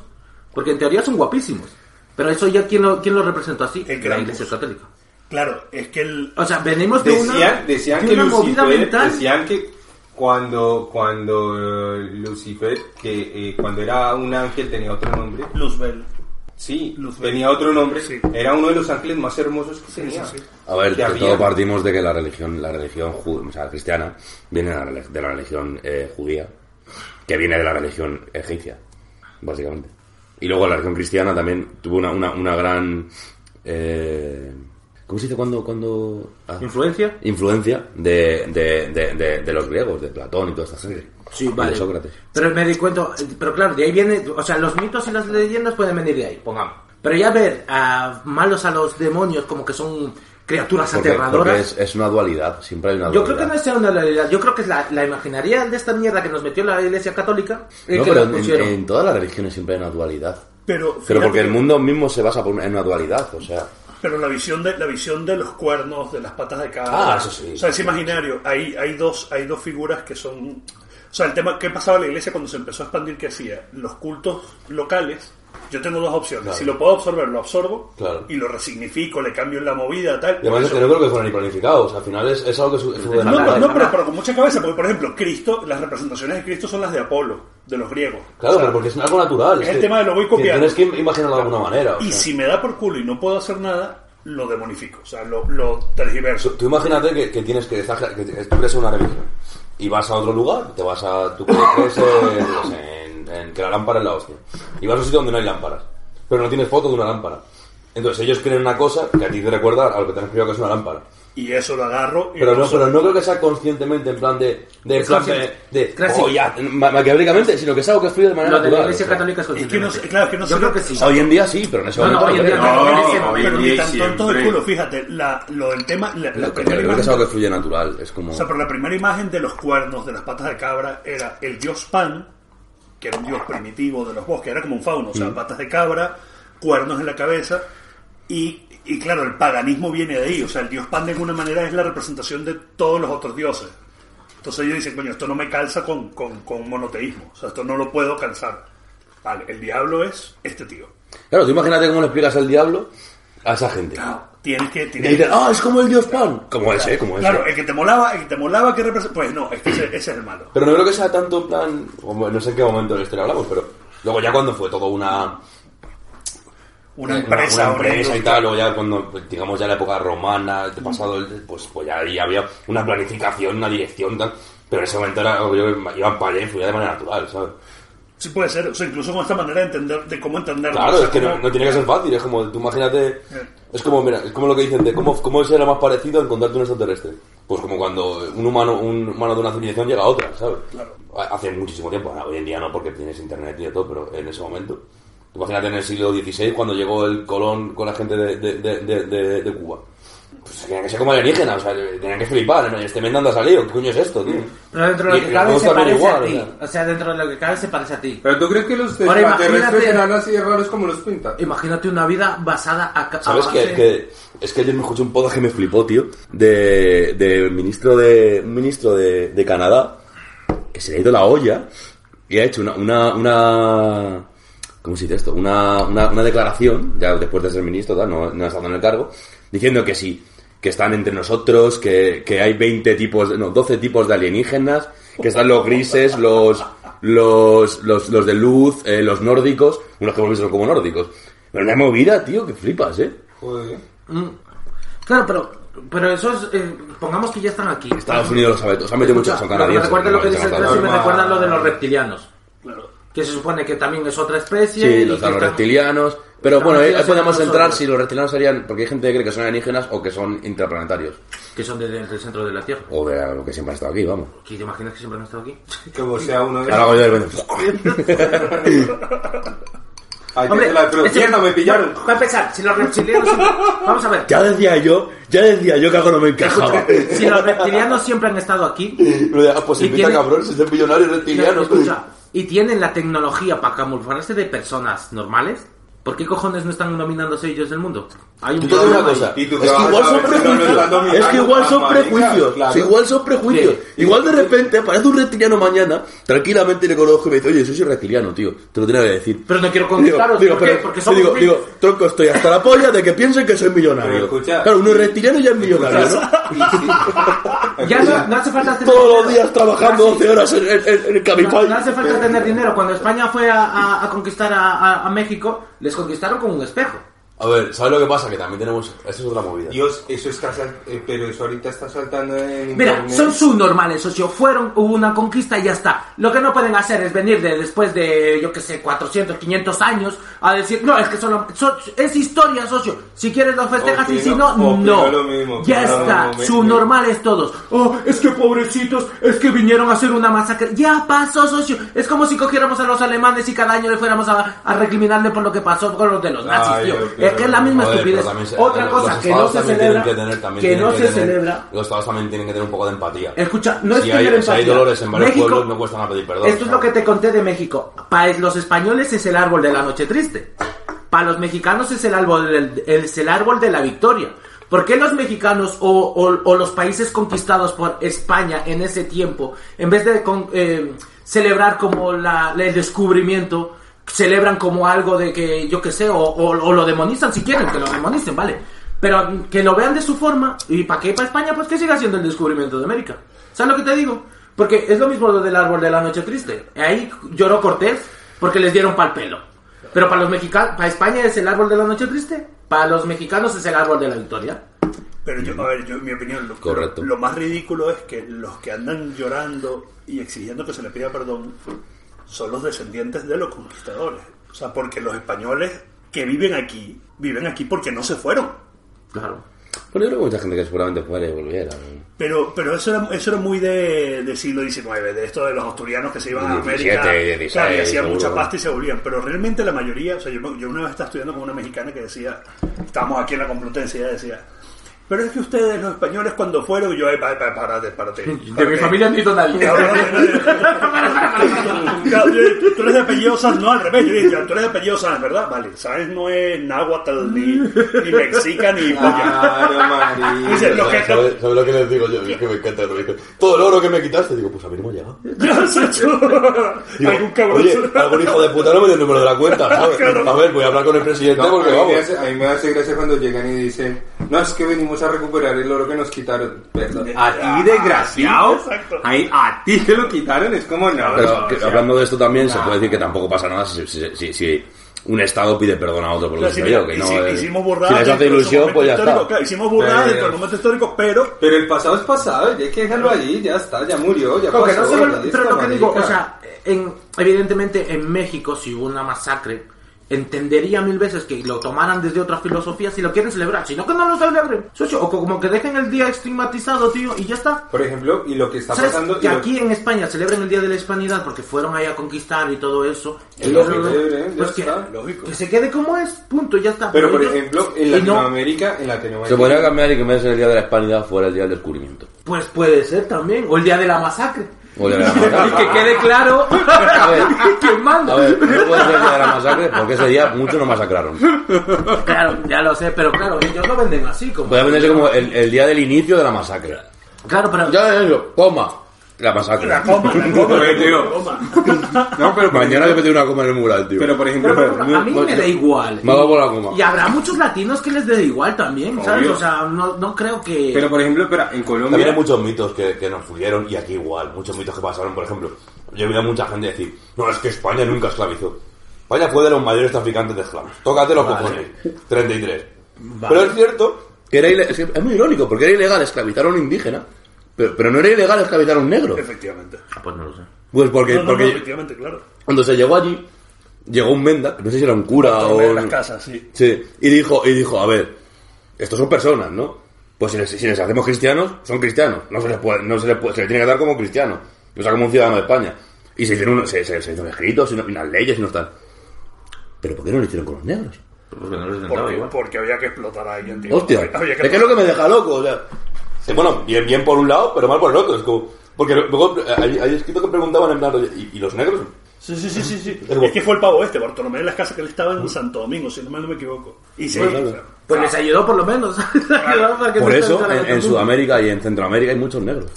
[SPEAKER 3] porque en teoría son guapísimos. Pero eso ya, ¿quién lo, quién lo representó así?
[SPEAKER 6] El
[SPEAKER 3] La
[SPEAKER 6] Krampus.
[SPEAKER 3] Iglesia Católica.
[SPEAKER 6] Claro, es que el...
[SPEAKER 3] O sea, venimos de una,
[SPEAKER 5] Decían, decían
[SPEAKER 3] de
[SPEAKER 5] que
[SPEAKER 3] una movida
[SPEAKER 5] Lucifer,
[SPEAKER 3] mental.
[SPEAKER 5] decían que cuando, cuando eh, Lucifer, que eh, cuando era un ángel tenía otro nombre,
[SPEAKER 6] Luzbel.
[SPEAKER 5] sí,
[SPEAKER 6] Lucifer.
[SPEAKER 5] tenía otro nombre,
[SPEAKER 6] Sí.
[SPEAKER 5] era uno de los ángeles más hermosos que tenía.
[SPEAKER 6] sí, sí.
[SPEAKER 4] A ver,
[SPEAKER 5] Que
[SPEAKER 4] de
[SPEAKER 5] había.
[SPEAKER 4] todo partimos de que la religión, la religión ju- o sea, cristiana viene de la, relig- de la religión eh, judía, que viene de la religión egipcia, básicamente. Y luego la religión cristiana también tuvo una, una, una gran... eh, ¿Cómo se dice cuando...? cuando ah,
[SPEAKER 3] ¿Influencia?
[SPEAKER 4] influencia de, de, de, de, de los griegos, de Platón y toda esta gente.
[SPEAKER 3] Sí,
[SPEAKER 4] Y
[SPEAKER 3] vale.
[SPEAKER 4] de Sócrates.
[SPEAKER 3] Pero me di cuenta, pero claro, de ahí viene, o sea, los mitos y las leyendas pueden venir de ahí, pongamos. Pero ya ver a malos a los demonios como que son criaturas
[SPEAKER 4] Porque,
[SPEAKER 3] aterradoras.
[SPEAKER 4] porque es, es una dualidad, siempre hay una
[SPEAKER 3] Yo
[SPEAKER 4] dualidad.
[SPEAKER 3] creo que no es una realidad, yo creo que es la, la imaginaria de esta mierda que nos metió la iglesia católica. eh,
[SPEAKER 4] No,
[SPEAKER 3] que
[SPEAKER 4] pero
[SPEAKER 3] nos
[SPEAKER 4] en- en,
[SPEAKER 3] pusieron.
[SPEAKER 4] en todas las religiones siempre hay una dualidad.
[SPEAKER 6] Pero,
[SPEAKER 4] Pero
[SPEAKER 6] fíjate
[SPEAKER 4] porque el
[SPEAKER 6] que-
[SPEAKER 4] mundo mismo se basa por- en una dualidad, o sea...
[SPEAKER 6] Pero la visión de la visión de los cuernos, de las patas de cada.
[SPEAKER 4] Ah, eso sí.
[SPEAKER 6] O sea, es imaginario. Hay, hay dos hay dos figuras que son. O sea, el tema qué pasaba en la iglesia cuando se empezó a expandir qué hacía. Los cultos locales. Yo tengo dos opciones. Si lo puedo absorber, lo absorbo
[SPEAKER 4] Claro.
[SPEAKER 6] y lo resignifico, le cambio en la movida, tal.
[SPEAKER 4] Y además es
[SPEAKER 6] Eso-
[SPEAKER 4] que no creo que fueran ni planificados, al final es, es algo que su- sube de la
[SPEAKER 6] no,
[SPEAKER 4] nada.
[SPEAKER 6] no, pero, pero con mucha cabeza, porque por ejemplo, Cristo, las representaciones de Cristo son las de Apolo, de los griegos.
[SPEAKER 4] Claro, pero porque es algo natural.
[SPEAKER 6] es
[SPEAKER 4] que
[SPEAKER 6] el tema de lo voy
[SPEAKER 4] que
[SPEAKER 6] copiando.
[SPEAKER 4] Tienes que imaginarlo de alguna manera. o
[SPEAKER 6] Y
[SPEAKER 4] sea.
[SPEAKER 6] si me da por culo y no puedo hacer nada, lo demonifico, o sea, lo, lo tergiverso.
[SPEAKER 4] Tú, tú imagínate que, que tienes que, estás- que tú quieres ser una religión y vas a otro lugar, te vas a tu crees en, no sé, en, en que la lámpara es la hostia. Y vas a un sitio donde no hay lámparas, pero no tienes foto de una lámpara. Entonces ellos creen una cosa que a ti te recuerda a lo que te han explicado que es una lámpara.
[SPEAKER 6] Y eso lo agarro y
[SPEAKER 4] Pero
[SPEAKER 6] lo
[SPEAKER 4] no,
[SPEAKER 6] uso.
[SPEAKER 4] pero no creo que sea conscientemente en plan de... de, en plan de, de
[SPEAKER 3] Clásico.
[SPEAKER 4] oh, ya, ma- maquiavélicamente, sino que es algo que fluye de manera
[SPEAKER 3] Lo de la
[SPEAKER 4] natural.
[SPEAKER 3] Iglesia
[SPEAKER 4] o sea.
[SPEAKER 3] Católica es
[SPEAKER 6] Es que
[SPEAKER 3] consciente.
[SPEAKER 6] no sé- claro, es que no
[SPEAKER 3] Yo
[SPEAKER 6] sé-
[SPEAKER 3] creo que sí.
[SPEAKER 4] O sea, hoy en día sí, pero en ese
[SPEAKER 3] No, no,
[SPEAKER 4] momento...
[SPEAKER 3] hoy en
[SPEAKER 4] creo
[SPEAKER 3] día
[SPEAKER 4] que-
[SPEAKER 3] no.
[SPEAKER 6] Pero
[SPEAKER 5] hoy en
[SPEAKER 6] ni
[SPEAKER 5] día y
[SPEAKER 6] tan tonto de
[SPEAKER 5] siempre.
[SPEAKER 6] culo, fíjate, la, lo del tema... La, la
[SPEAKER 4] Lo que-
[SPEAKER 6] primera
[SPEAKER 4] creo que es
[SPEAKER 6] imagen-
[SPEAKER 4] algo que fluye natural, es como...
[SPEAKER 6] O sea, pero la primera imagen de los cuernos, de las patas de cabra, era el dios Pan, que era un dios primitivo de los bosques, era como un fauno, o sea, patas de cabra, cuernos en la cabeza, y, y claro, el paganismo viene de ahí, o sea, el dios Pan de alguna manera es la representación de todos los otros dioses. Entonces ellos dicen, coño, esto no me calza con, con, con monoteísmo, o sea, esto no lo puedo calzar. Vale, el diablo es este tío.
[SPEAKER 4] Claro, tú imagínate cómo le explicas al diablo a esa gente.
[SPEAKER 6] Tienes que...
[SPEAKER 4] Y
[SPEAKER 6] Tienes que-
[SPEAKER 4] dicen, ah, es como el dios Pan. Como ese, como ese.
[SPEAKER 3] eh.
[SPEAKER 6] Claro, el que te molaba, el que te molaba, que representa... Pues no, es que ese, ese es el malo.
[SPEAKER 4] Pero no creo que sea tanto en plan. como- No sé en qué momento de la historia hablamos, pero. Luego ya cuando fue todo una.
[SPEAKER 6] Una empresa,
[SPEAKER 4] una empresa y
[SPEAKER 6] industria.
[SPEAKER 4] tal, luego ya cuando, pues, digamos, ya la época romana, el pasado, el- pues, pues ya ahí había una planificación, una dirección, tal. Pero en ese momento era, yo, iban para allá y fluía de manera natural, ¿sabes?
[SPEAKER 6] Sí puede ser, o sea, incluso con esta manera de entender, de cómo entenderlo. O
[SPEAKER 4] Claro,
[SPEAKER 6] sea,
[SPEAKER 4] es que no,
[SPEAKER 6] como-
[SPEAKER 4] no tiene que ser fácil, es como, tú imagínate,
[SPEAKER 6] Eh.
[SPEAKER 4] es como, mira, es como lo que dicen de cómo, cómo era más parecido a encontrarte un extraterrestre. Pues como cuando un humano, un humano de una civilización llega a otra, ¿sabes? Ha- Hace muchísimo tiempo, ahora, hoy en día no porque tienes internet y de todo, pero en ese momento. Tú Imagínate en el siglo XVI cuando llegó el Colón con la gente de, de, de, de- de- de Cuba. Pues tenían que ser como alienígenas, o sea, tenían que flipar, ¿no? este men de dónde ha salido, ¿qué coño es esto, tío?
[SPEAKER 3] Pero dentro de
[SPEAKER 4] Y-
[SPEAKER 3] lo que
[SPEAKER 4] y
[SPEAKER 3] cabe
[SPEAKER 4] todos
[SPEAKER 3] se
[SPEAKER 4] también
[SPEAKER 3] parece
[SPEAKER 4] igual,
[SPEAKER 3] a
[SPEAKER 4] o
[SPEAKER 3] ti.
[SPEAKER 4] sea.
[SPEAKER 3] O sea, dentro de lo que cabe se parece a ti.
[SPEAKER 5] Pero tú crees que los
[SPEAKER 3] Ahora
[SPEAKER 5] extraterrestres
[SPEAKER 3] imagínate-
[SPEAKER 5] eran así de raros como los pintan.
[SPEAKER 3] Imagínate una vida basada a... ca-
[SPEAKER 4] ¿Sabes
[SPEAKER 3] a
[SPEAKER 4] que,
[SPEAKER 3] base-
[SPEAKER 4] que- Es que ayer me escuché un podcast que me flipó, tío. De, de un ministro de un ministro de, de Canadá que se le ha ido la olla y ha hecho una. una, una ¿Cómo se dice esto? Una, una, una declaración, ya después de ser ministro, tal, no, no estando en el cargo, diciendo que sí, que están entre nosotros, que, que hay 20 tipos, de- no, 12 tipos de alienígenas, que están los grises, los, los, los, los de luz, eh, los nórdicos, unos que por lo visto son como nórdicos. Pero una movida, tío, que flipas, ¿eh?
[SPEAKER 3] Claro, pero, pero eso es... eh, pongamos que ya están aquí.
[SPEAKER 4] Estados Unidos lo sabe todo. Se han metido mucho, son
[SPEAKER 3] Escucha, lo que me
[SPEAKER 4] canadienses.
[SPEAKER 3] recuerda
[SPEAKER 4] este
[SPEAKER 3] lo que
[SPEAKER 4] no,
[SPEAKER 3] dice el
[SPEAKER 4] están
[SPEAKER 3] Cresci, me
[SPEAKER 4] matados.
[SPEAKER 3] recuerda lo de los reptilianos.
[SPEAKER 6] Claro.
[SPEAKER 3] Que se supone que también es otra especie.
[SPEAKER 4] Sí,
[SPEAKER 3] y
[SPEAKER 4] los,
[SPEAKER 3] que
[SPEAKER 4] los
[SPEAKER 3] están-
[SPEAKER 4] reptilianos. Pero
[SPEAKER 3] están
[SPEAKER 4] bueno, ahí,
[SPEAKER 3] metidos
[SPEAKER 4] ahí podemos
[SPEAKER 3] entre
[SPEAKER 4] entrar
[SPEAKER 3] nosotros.
[SPEAKER 4] si los reptilianos serían. Porque hay gente que cree que son alienígenas o que son interplanetarios.
[SPEAKER 3] Que son desde el centro de la Tierra.
[SPEAKER 4] O de lo que siempre ha estado aquí, vamos.
[SPEAKER 3] ¿Qué te imaginas que siempre han estado aquí?
[SPEAKER 5] Como sea uno de
[SPEAKER 4] Ahora hago yo el vende.
[SPEAKER 5] Ay, que
[SPEAKER 3] Hombre,
[SPEAKER 5] se la creo.
[SPEAKER 3] este-
[SPEAKER 5] Mierda, me pillaron.
[SPEAKER 3] Para empezar, si los reptilianos... siempre- Vamos a ver.
[SPEAKER 4] Ya decía yo, ya decía yo que algo no me encajaba.
[SPEAKER 3] Si los reptilianos siempre han estado aquí,
[SPEAKER 4] Lo de, ah, pues
[SPEAKER 3] Y
[SPEAKER 4] invita
[SPEAKER 3] tiene-
[SPEAKER 4] cabrón, si es millonario reptiliano.
[SPEAKER 3] Escucha, y tienen la tecnología para camuflarse de personas normales. ¿Por qué cojones no están dominándose ellos el mundo? Hay un
[SPEAKER 4] Yo te digo una
[SPEAKER 3] problema
[SPEAKER 4] cosa,
[SPEAKER 3] ahí.
[SPEAKER 4] es
[SPEAKER 5] Y
[SPEAKER 4] que
[SPEAKER 5] tú te vas
[SPEAKER 4] igual
[SPEAKER 5] a
[SPEAKER 4] son
[SPEAKER 5] ver, no lo están
[SPEAKER 4] prejuicios,
[SPEAKER 5] dominando,
[SPEAKER 4] es que igual son
[SPEAKER 5] marica,
[SPEAKER 4] prejuicios,
[SPEAKER 5] claro.
[SPEAKER 4] si igual son prejuicios. Igual de repente aparece un reptiliano mañana, tranquilamente le conozco y me dice, oye, yo soy reptiliano, tío, te lo tenía que decir.
[SPEAKER 3] Pero no quiero
[SPEAKER 4] Digo,
[SPEAKER 3] contestaros.
[SPEAKER 4] digo,
[SPEAKER 3] ¿por qué?
[SPEAKER 4] pero-
[SPEAKER 3] Porque
[SPEAKER 4] yo
[SPEAKER 3] somos
[SPEAKER 4] digo,
[SPEAKER 3] libres.
[SPEAKER 4] digo, tronco, estoy hasta la polla de que piensen que soy millonario.
[SPEAKER 5] Pero escucha.
[SPEAKER 4] claro, uno es reptiliano y ya es millonario, ¿no?
[SPEAKER 3] Ya no, no hace falta tener
[SPEAKER 4] Todos
[SPEAKER 3] dinero.
[SPEAKER 4] los días trabajando
[SPEAKER 3] Casi.
[SPEAKER 4] 12 horas en, en, en- en
[SPEAKER 3] No,
[SPEAKER 4] Cabify.
[SPEAKER 3] no hace falta tener dinero. Cuando España fue a, a- a conquistar a, a- a México, les conquistaron con un espejo.
[SPEAKER 4] A ver, ¿sabes lo que pasa? Que también tenemos... Esto es otra movida.
[SPEAKER 5] Dios, eso está sal- eh, pero eso ahorita está saltando en
[SPEAKER 3] Mira,
[SPEAKER 5] internet.
[SPEAKER 3] son subnormales, socio. Fueron, hubo una conquista y ya está. Lo que no pueden hacer es venir de después de, yo que sé, 400, 500 años a decir, no, es que son, son- es historia, socio. Si quieres lo festejas y si no,
[SPEAKER 5] Opino- opino
[SPEAKER 3] no.
[SPEAKER 5] lo mismo,
[SPEAKER 3] ya
[SPEAKER 5] opino lo
[SPEAKER 3] está,
[SPEAKER 5] mismo.
[SPEAKER 3] subnormales todos. Oh, es que pobrecitos, es que vinieron a hacer una masacre. Ya pasó, socio. Es como si cogiéramos a los alemanes y cada año le fuéramos a, a recriminarle por lo que pasó con los de los nazis,
[SPEAKER 5] Ay,
[SPEAKER 3] tío.
[SPEAKER 5] yo
[SPEAKER 3] es que es la misma
[SPEAKER 4] Joder,
[SPEAKER 3] estupidez.
[SPEAKER 4] pero también se-
[SPEAKER 3] Otra
[SPEAKER 4] los
[SPEAKER 3] cosa que no
[SPEAKER 4] estados
[SPEAKER 3] se
[SPEAKER 4] también
[SPEAKER 3] celebra,
[SPEAKER 4] tienen que, tener- también
[SPEAKER 3] que
[SPEAKER 4] tienen
[SPEAKER 3] no se
[SPEAKER 4] tener-
[SPEAKER 3] celebra.
[SPEAKER 4] Los estados también tienen que tener un poco de empatía.
[SPEAKER 3] Escucha, no es
[SPEAKER 4] si
[SPEAKER 3] tener
[SPEAKER 4] hay, si hay
[SPEAKER 3] empatía.
[SPEAKER 4] dolores en varios
[SPEAKER 3] México-
[SPEAKER 4] pueblos, no cuesta nada pedir perdón.
[SPEAKER 3] Esto es lo que te conté de México. Para los españoles es el árbol de la noche triste. Para los mexicanos es el árbol, del- es el árbol de la victoria. ¿Por qué los mexicanos o, o- o los países conquistados por España en ese tiempo, en vez de con- eh, celebrar como la, el descubrimiento, celebran como algo de que, yo qué sé, o, o- o lo demonizan si quieren, que lo demonicen, vale. Pero mm, que lo vean de su forma, y para qué para España, pues que siga siendo el descubrimiento de América. ¿Sabes lo que te digo? Porque es lo mismo lo del árbol de la noche triste. Ahí lloró Cortés porque les dieron pal pelo. Pero para los mexicanos, para España es el árbol de la noche triste, para los mexicanos es el árbol de la victoria.
[SPEAKER 6] Pero yo, a ver, yo en mi opinión, lo,
[SPEAKER 4] Correcto.
[SPEAKER 6] lo más ridículo es que los que andan llorando y exigiendo que se les pida perdón son los descendientes de los conquistadores. O sea, porque los españoles que viven aquí, viven aquí porque no se fueron.
[SPEAKER 3] Claro.
[SPEAKER 4] Bueno, yo creo que mucha gente que seguramente fuera y volviera. ¿no?
[SPEAKER 6] Pero, pero eso, era, eso era muy de, del siglo XIX, de esto de los asturianos que se iban a América
[SPEAKER 4] 17, 16,
[SPEAKER 6] claro, y hacían
[SPEAKER 4] seguro.
[SPEAKER 6] mucha pasta y se volvían. Pero realmente la mayoría, o sea, yo, me- yo una vez estaba estudiando con una mexicana que decía, estamos aquí en la Complutense, y ella decía, pero es que ustedes, los españoles, cuando fueron, yo, "Ay, pa- pa- párate, párate.
[SPEAKER 3] De mi familia no hizo nadie.
[SPEAKER 6] No, no, no, no. Claro, yo- Tú eres de apellido Sanz, no al revés. Yo dije, tú eres de apellido Sanz, ¿verdad? Vale, Sanz no es náhuatl, ni, ni mexica, ni. Dice, lo que, lo-
[SPEAKER 4] ¿Sabes, sabes lo que les digo yo? Es que me encanta. lo que- Todo el oro que me quitaste, digo, pues a mí no me ha llegado.
[SPEAKER 6] Gracias,
[SPEAKER 4] Digo,
[SPEAKER 6] Algún cabrón.
[SPEAKER 4] Oye, algún hijo de puta no me dio el número de la cuenta, ¿sabes?
[SPEAKER 6] Claro.
[SPEAKER 4] A ver, voy a hablar con el presidente
[SPEAKER 5] No,
[SPEAKER 4] porque
[SPEAKER 5] a, mí me
[SPEAKER 4] vamos.
[SPEAKER 5] hace, a mí me hace gracia cuando llegan y dicen, no, es que venimos a recuperar el oro que nos quitaron. Perdón,
[SPEAKER 3] Ah,
[SPEAKER 5] a ti, desgraciado.
[SPEAKER 6] Exacto.
[SPEAKER 5] Ay, a ti que lo quitaron, es como, no.
[SPEAKER 4] Pero
[SPEAKER 5] no,
[SPEAKER 4] que-
[SPEAKER 5] o sea,
[SPEAKER 4] hablando de esto también, se puede decir que tampoco pasa nada si, si- si- si un Estado pide perdón a otro por lo que
[SPEAKER 6] Claro, sí,
[SPEAKER 4] se
[SPEAKER 6] mira,
[SPEAKER 4] dio, que no,
[SPEAKER 6] hici-
[SPEAKER 4] eh,
[SPEAKER 6] hicimos borradas
[SPEAKER 4] Si les hace
[SPEAKER 6] dentro de su
[SPEAKER 4] ilusión,
[SPEAKER 6] momento
[SPEAKER 4] pues ya
[SPEAKER 6] histórico,
[SPEAKER 4] está. Eh,
[SPEAKER 6] claro, hicimos borradas
[SPEAKER 5] Pero-
[SPEAKER 6] dentro del momento histórico, pero
[SPEAKER 5] Pero el pasado es pasado, ya hay que dejarlo allí, ya está, ya murió, ya
[SPEAKER 3] Como que
[SPEAKER 5] pasó.
[SPEAKER 3] no se vuelve-
[SPEAKER 5] listo,
[SPEAKER 3] pero lo que digo, o
[SPEAKER 5] marica.
[SPEAKER 3] sea, en, evidentemente en México si hubo una masacre, entendería mil veces que lo tomaran desde otra filosofía si lo quieren celebrar, si no que no lo celebren. Socio, o como que dejen el día estigmatizado, tío, y ya está.
[SPEAKER 5] Por ejemplo, y lo que está
[SPEAKER 3] ¿Sabes?
[SPEAKER 5] pasando... y
[SPEAKER 3] que
[SPEAKER 5] lo-
[SPEAKER 3] aquí en España celebran el Día de la Hispanidad porque fueron ahí a conquistar y todo eso.
[SPEAKER 5] Es
[SPEAKER 3] Ellos
[SPEAKER 5] lógico,
[SPEAKER 3] lo-
[SPEAKER 5] eh, ya
[SPEAKER 3] pues que,
[SPEAKER 5] está,
[SPEAKER 6] lógico.
[SPEAKER 3] que se quede como es, punto, ya está.
[SPEAKER 5] Pero, por
[SPEAKER 3] ellos-
[SPEAKER 5] ejemplo, en
[SPEAKER 3] y no-
[SPEAKER 5] Latinoamérica, en
[SPEAKER 4] Eh, Se
[SPEAKER 5] Latinoamérica...
[SPEAKER 4] podría cambiar y que en vez del día de la Hispanidad fuera el día del descubrimiento.
[SPEAKER 3] pues puede ser también, o el Día de la Masacre.
[SPEAKER 4] O el día de la
[SPEAKER 3] Y que
[SPEAKER 4] masacre.
[SPEAKER 3] quede claro que manda.
[SPEAKER 4] A ver, no puede ser el día de la masacre porque ese día muchos nos masacraron.
[SPEAKER 3] Claro, ya lo sé, pero claro, ellos lo venden así como.
[SPEAKER 4] Podría venderse como el, el día del inicio de la masacre.
[SPEAKER 3] Claro, pero.
[SPEAKER 4] Ya es eso, coma. La masacre.
[SPEAKER 6] la coma, la coma,
[SPEAKER 5] Oye, tío.
[SPEAKER 6] la coma.
[SPEAKER 5] No, pero por
[SPEAKER 4] Mañana
[SPEAKER 5] ejemplo-
[SPEAKER 4] le metí una coma en el mural, tío.
[SPEAKER 5] Pero por ejemplo...
[SPEAKER 3] pero, por ejemplo, a mí
[SPEAKER 4] bueno,
[SPEAKER 3] me da igual.
[SPEAKER 4] me ha dado por la goma.
[SPEAKER 3] Y habrá muchos latinos que les dé igual también, ¿sabes?
[SPEAKER 5] Obvio.
[SPEAKER 3] O sea, no, no creo que.
[SPEAKER 5] Pero por ejemplo, espera, en
[SPEAKER 4] También hay
[SPEAKER 5] Colombia...
[SPEAKER 4] muchos mitos que, que nos fluyeron y aquí igual, muchos mitos que pasaron, por ejemplo. Yo he oído a mucha gente decir, no, es que España nunca esclavizó. España fue de los mayores traficantes de esclavos. Tócate los cojones. 33. Pero es cierto que era ile- es, que es muy irónico, porque era ilegal esclavizar a un indígena, pero, pero no era ilegal esclavizar a un negro.
[SPEAKER 6] Efectivamente.
[SPEAKER 3] Pues no lo sé.
[SPEAKER 4] Pues porque,
[SPEAKER 6] No, no, no,
[SPEAKER 4] porque
[SPEAKER 6] efectivamente, claro.
[SPEAKER 4] cuando se llegó allí, llegó un menda, no sé si era un cura o...
[SPEAKER 6] En las casas, sí.
[SPEAKER 4] Sí, y dijo, y dijo, a ver, estos son personas, ¿no? Pues si les, si les hacemos cristianos, son cristianos. No se les puede, no se les puede, se les tiene que dar como cristiano. O sea, como un ciudadano de España. Y se hicieron, unos- se, se, se hicieron escritos y no- y unas leyes y no tal. Pero ¿por qué no lo hicieron con los negros?
[SPEAKER 6] Porque, porque había que explotar a alguien, tío.
[SPEAKER 4] Pues Hostia,
[SPEAKER 6] Había
[SPEAKER 4] es que es lo que me deja loco, o sea. sí, bueno, bien, bien por un lado, pero mal por el otro. Es como, porque luego eh, hay, hay escritos que preguntaban en plan, oye, ¿y, y los negros?
[SPEAKER 6] Sí, sí, sí, sí, sí.
[SPEAKER 4] Es bueno.
[SPEAKER 6] Es que fue el pavo este, Bartolomé de las Casas, que él estaba en Santo Domingo, si no mal no me equivoco. Y sí,
[SPEAKER 4] claro.
[SPEAKER 6] o sea,
[SPEAKER 3] Pues les ayudó por lo menos. Les ayudó para que
[SPEAKER 4] Por
[SPEAKER 3] no
[SPEAKER 4] eso,
[SPEAKER 3] estuvieran
[SPEAKER 4] en, en
[SPEAKER 3] tanto
[SPEAKER 4] Sudamérica y en Centroamérica hay muchos negros.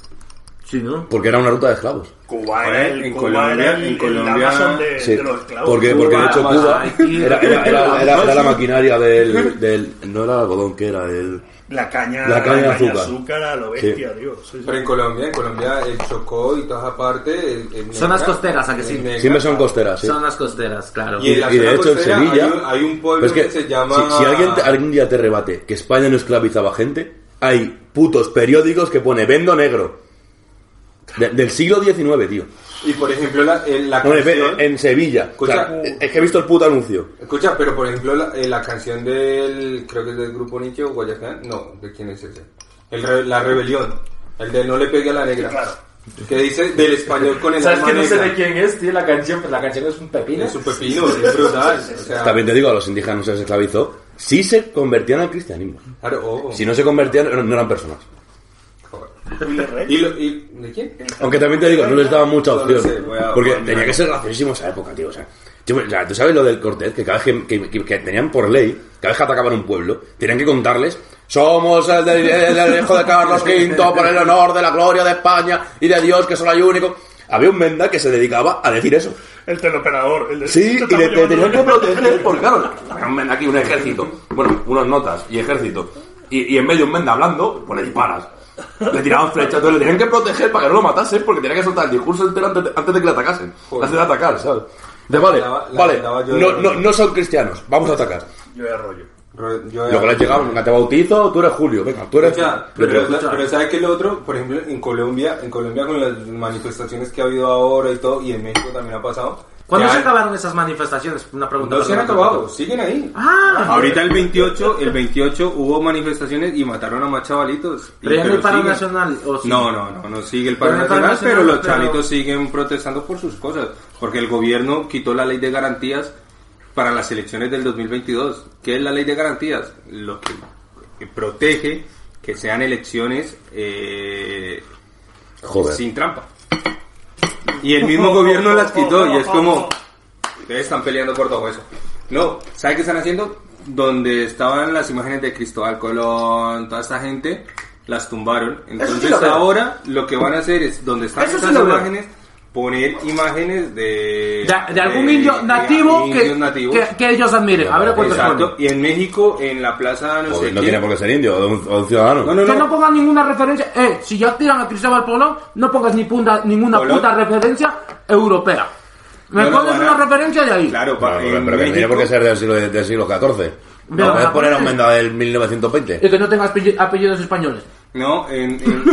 [SPEAKER 3] Sí, ¿no?
[SPEAKER 4] Porque era una ruta de esclavos.
[SPEAKER 6] Cuba
[SPEAKER 5] Joder,
[SPEAKER 6] era el,
[SPEAKER 5] en
[SPEAKER 6] Cuba
[SPEAKER 5] Colombia-
[SPEAKER 6] era el,
[SPEAKER 5] en
[SPEAKER 6] el
[SPEAKER 5] Colombia-
[SPEAKER 6] Amazon de,
[SPEAKER 4] Sí,
[SPEAKER 6] de los esclavos.
[SPEAKER 4] porque, porque de hecho
[SPEAKER 3] Cuba,
[SPEAKER 4] Cuba
[SPEAKER 3] Haití,
[SPEAKER 4] era, era- era- era- era la
[SPEAKER 3] Brasil.
[SPEAKER 4] maquinaria del, del... No era algodón, que era el...
[SPEAKER 6] La caña,
[SPEAKER 4] La caña de azúcar.
[SPEAKER 6] azúcar a lo bestia, tío. Sí, sí.
[SPEAKER 5] Pero en Colombia, en Colombia, el Chocó y toda esa parte... el- el
[SPEAKER 3] Zonas
[SPEAKER 5] negra,
[SPEAKER 3] costeras, ¿a que
[SPEAKER 5] el
[SPEAKER 3] sí?
[SPEAKER 5] negra.
[SPEAKER 4] Siempre son costeras, sí.
[SPEAKER 3] Son las costeras, claro.
[SPEAKER 5] Y en la
[SPEAKER 4] Y
[SPEAKER 5] zona
[SPEAKER 4] de hecho en
[SPEAKER 5] costera
[SPEAKER 4] Sevilla...
[SPEAKER 5] hay un, hay un pueblo
[SPEAKER 4] Pero es
[SPEAKER 5] que, se llama...
[SPEAKER 4] Si, si alguien te- algún día te rebate que España no esclavizaba gente, hay putos periódicos que pone vendo negro. De- del siglo XIX, tío.
[SPEAKER 5] Y por ejemplo, la, eh, la
[SPEAKER 4] No, en-
[SPEAKER 5] canción...
[SPEAKER 4] en, en Sevilla. O sea,
[SPEAKER 5] Escucha.
[SPEAKER 4] es que he visto el puto anuncio.
[SPEAKER 5] Escucha, pero por ejemplo, la, eh, la canción del... Creo que es del grupo Nietzsche o Guayacán. No, ¿de quién es ese? El re- la rebelión. El de No le pegue a la negra. Que dice del español con el alma negra.
[SPEAKER 10] quién es, tío, la canción, pero la canción es un pepino.
[SPEAKER 5] Es su pepino, es brutal. O sea,
[SPEAKER 4] También te digo, a los indígenas no se les esclavizó. Sí se convertían al cristianismo.
[SPEAKER 5] claro, oh, oh.
[SPEAKER 4] Si no se convertían, no- no eran personas.
[SPEAKER 5] ¿Y, lo- y- de quién?
[SPEAKER 4] Aunque también te digo, no les daba mucha
[SPEAKER 5] No lo
[SPEAKER 4] opción.
[SPEAKER 5] sé, voy a-
[SPEAKER 4] porque
[SPEAKER 5] voy a
[SPEAKER 4] tenía que ser graciosísimo esa época, tío. O sea, yo me- o sea, tú sabes lo del Cortés, que cada vez que, que- que- que tenían por ley, cada vez que atacaban un pueblo, tenían que contarles: Somos el, del- el- el hijo de Carlos V por el honor de la gloria de España y de Dios, que solo hay único. Había un menda que se dedicaba a decir eso.
[SPEAKER 6] El teleoperador. El de,
[SPEAKER 4] Sí,
[SPEAKER 6] te
[SPEAKER 4] y le,
[SPEAKER 6] estamos
[SPEAKER 4] te tenían
[SPEAKER 6] llevando-
[SPEAKER 4] que proteger, porque claro, había un menda aquí, un ejército. Bueno, unos notas y ejército. Y, y en medio de un menda hablando, pues le disparas. Le tiraban flechas, entonces le tenían que proteger para que no lo matasen, porque tenía que soltar el discurso entero antes, de- antes de que le atacasen. Antes de atacar, ¿sabes? De vale,
[SPEAKER 7] La- la-
[SPEAKER 4] vale,
[SPEAKER 7] la- la- yo-
[SPEAKER 4] no, no, no son cristianos, vamos a atacar.
[SPEAKER 6] Yo de rollo.
[SPEAKER 7] Ro- yo-
[SPEAKER 4] Lo que le has llegado, venga, te bautizo, tú eres Julio, venga, tú eres...
[SPEAKER 7] Ya, pero,
[SPEAKER 4] Pero-
[SPEAKER 7] pero, ¿sabes qué es lo otro? Por ejemplo, en Colombia, en Colombia con las manifestaciones que ha habido ahora y todo, y en México también ha pasado.
[SPEAKER 3] ¿Cuándo
[SPEAKER 7] ya
[SPEAKER 3] se acabaron esas manifestaciones? Una pregunta.
[SPEAKER 7] No se han
[SPEAKER 3] personal.
[SPEAKER 7] acabado, siguen ahí.
[SPEAKER 3] Ah,
[SPEAKER 5] Ahorita el 28, el 28 hubo manifestaciones y mataron a más chavalitos. Y-
[SPEAKER 3] pero ya no hay paro
[SPEAKER 7] siguen.
[SPEAKER 3] nacional. ¿o sí?
[SPEAKER 5] No, no, no, no sigue el paro
[SPEAKER 3] Pero el paro
[SPEAKER 5] nacional,
[SPEAKER 3] nacional,
[SPEAKER 5] pero los
[SPEAKER 3] pero-
[SPEAKER 5] chalitos siguen protestando por sus cosas, porque el gobierno quitó la ley de garantías para las elecciones del 2022. ¿Qué es la ley de garantías? Lo que que protege que sean elecciones eh,
[SPEAKER 4] Joder.
[SPEAKER 5] sin trampa. Y el mismo gobierno las quitó y es como, ustedes están peleando por todo eso. No, ¿sabe qué están haciendo? Donde estaban las imágenes de Cristóbal Colón, toda esa gente, las tumbaron. Entonces
[SPEAKER 3] lo veo.
[SPEAKER 5] ahora lo que van a hacer es, donde están
[SPEAKER 3] Eso sí
[SPEAKER 5] esas
[SPEAKER 3] lo veo.
[SPEAKER 5] imágenes, poner imágenes de...
[SPEAKER 3] De, de algún indio
[SPEAKER 5] Eh, de
[SPEAKER 3] nativo, que,
[SPEAKER 5] indios nativos.
[SPEAKER 3] que- que ellos admiren. A ver cuántos
[SPEAKER 5] Exacto,
[SPEAKER 3] ponen.
[SPEAKER 5] y en México, en la plaza, no
[SPEAKER 4] Joder,
[SPEAKER 5] sé
[SPEAKER 4] no
[SPEAKER 5] quién.
[SPEAKER 4] tiene por qué ser indio, o un, o un ciudadano.
[SPEAKER 5] No, no,
[SPEAKER 3] Que
[SPEAKER 5] no.
[SPEAKER 3] no pongan ninguna referencia. Eh, si ya tiran a Cristóbal Colón, no pongas ni punta, ninguna
[SPEAKER 5] Colón.
[SPEAKER 3] puta referencia europea. Me
[SPEAKER 5] No, no,
[SPEAKER 3] pones
[SPEAKER 5] van a-
[SPEAKER 3] una referencia de ahí.
[SPEAKER 5] Claro,
[SPEAKER 4] No,
[SPEAKER 5] pa-
[SPEAKER 4] no,
[SPEAKER 5] en
[SPEAKER 4] pero que no tiene
[SPEAKER 5] México-
[SPEAKER 4] por qué ser del siglo, del siglo XIV.
[SPEAKER 3] Pero-
[SPEAKER 4] No puedes poner aumenta del 1920.
[SPEAKER 3] Y que no tengas apell- apellidos españoles.
[SPEAKER 5] No, en- en...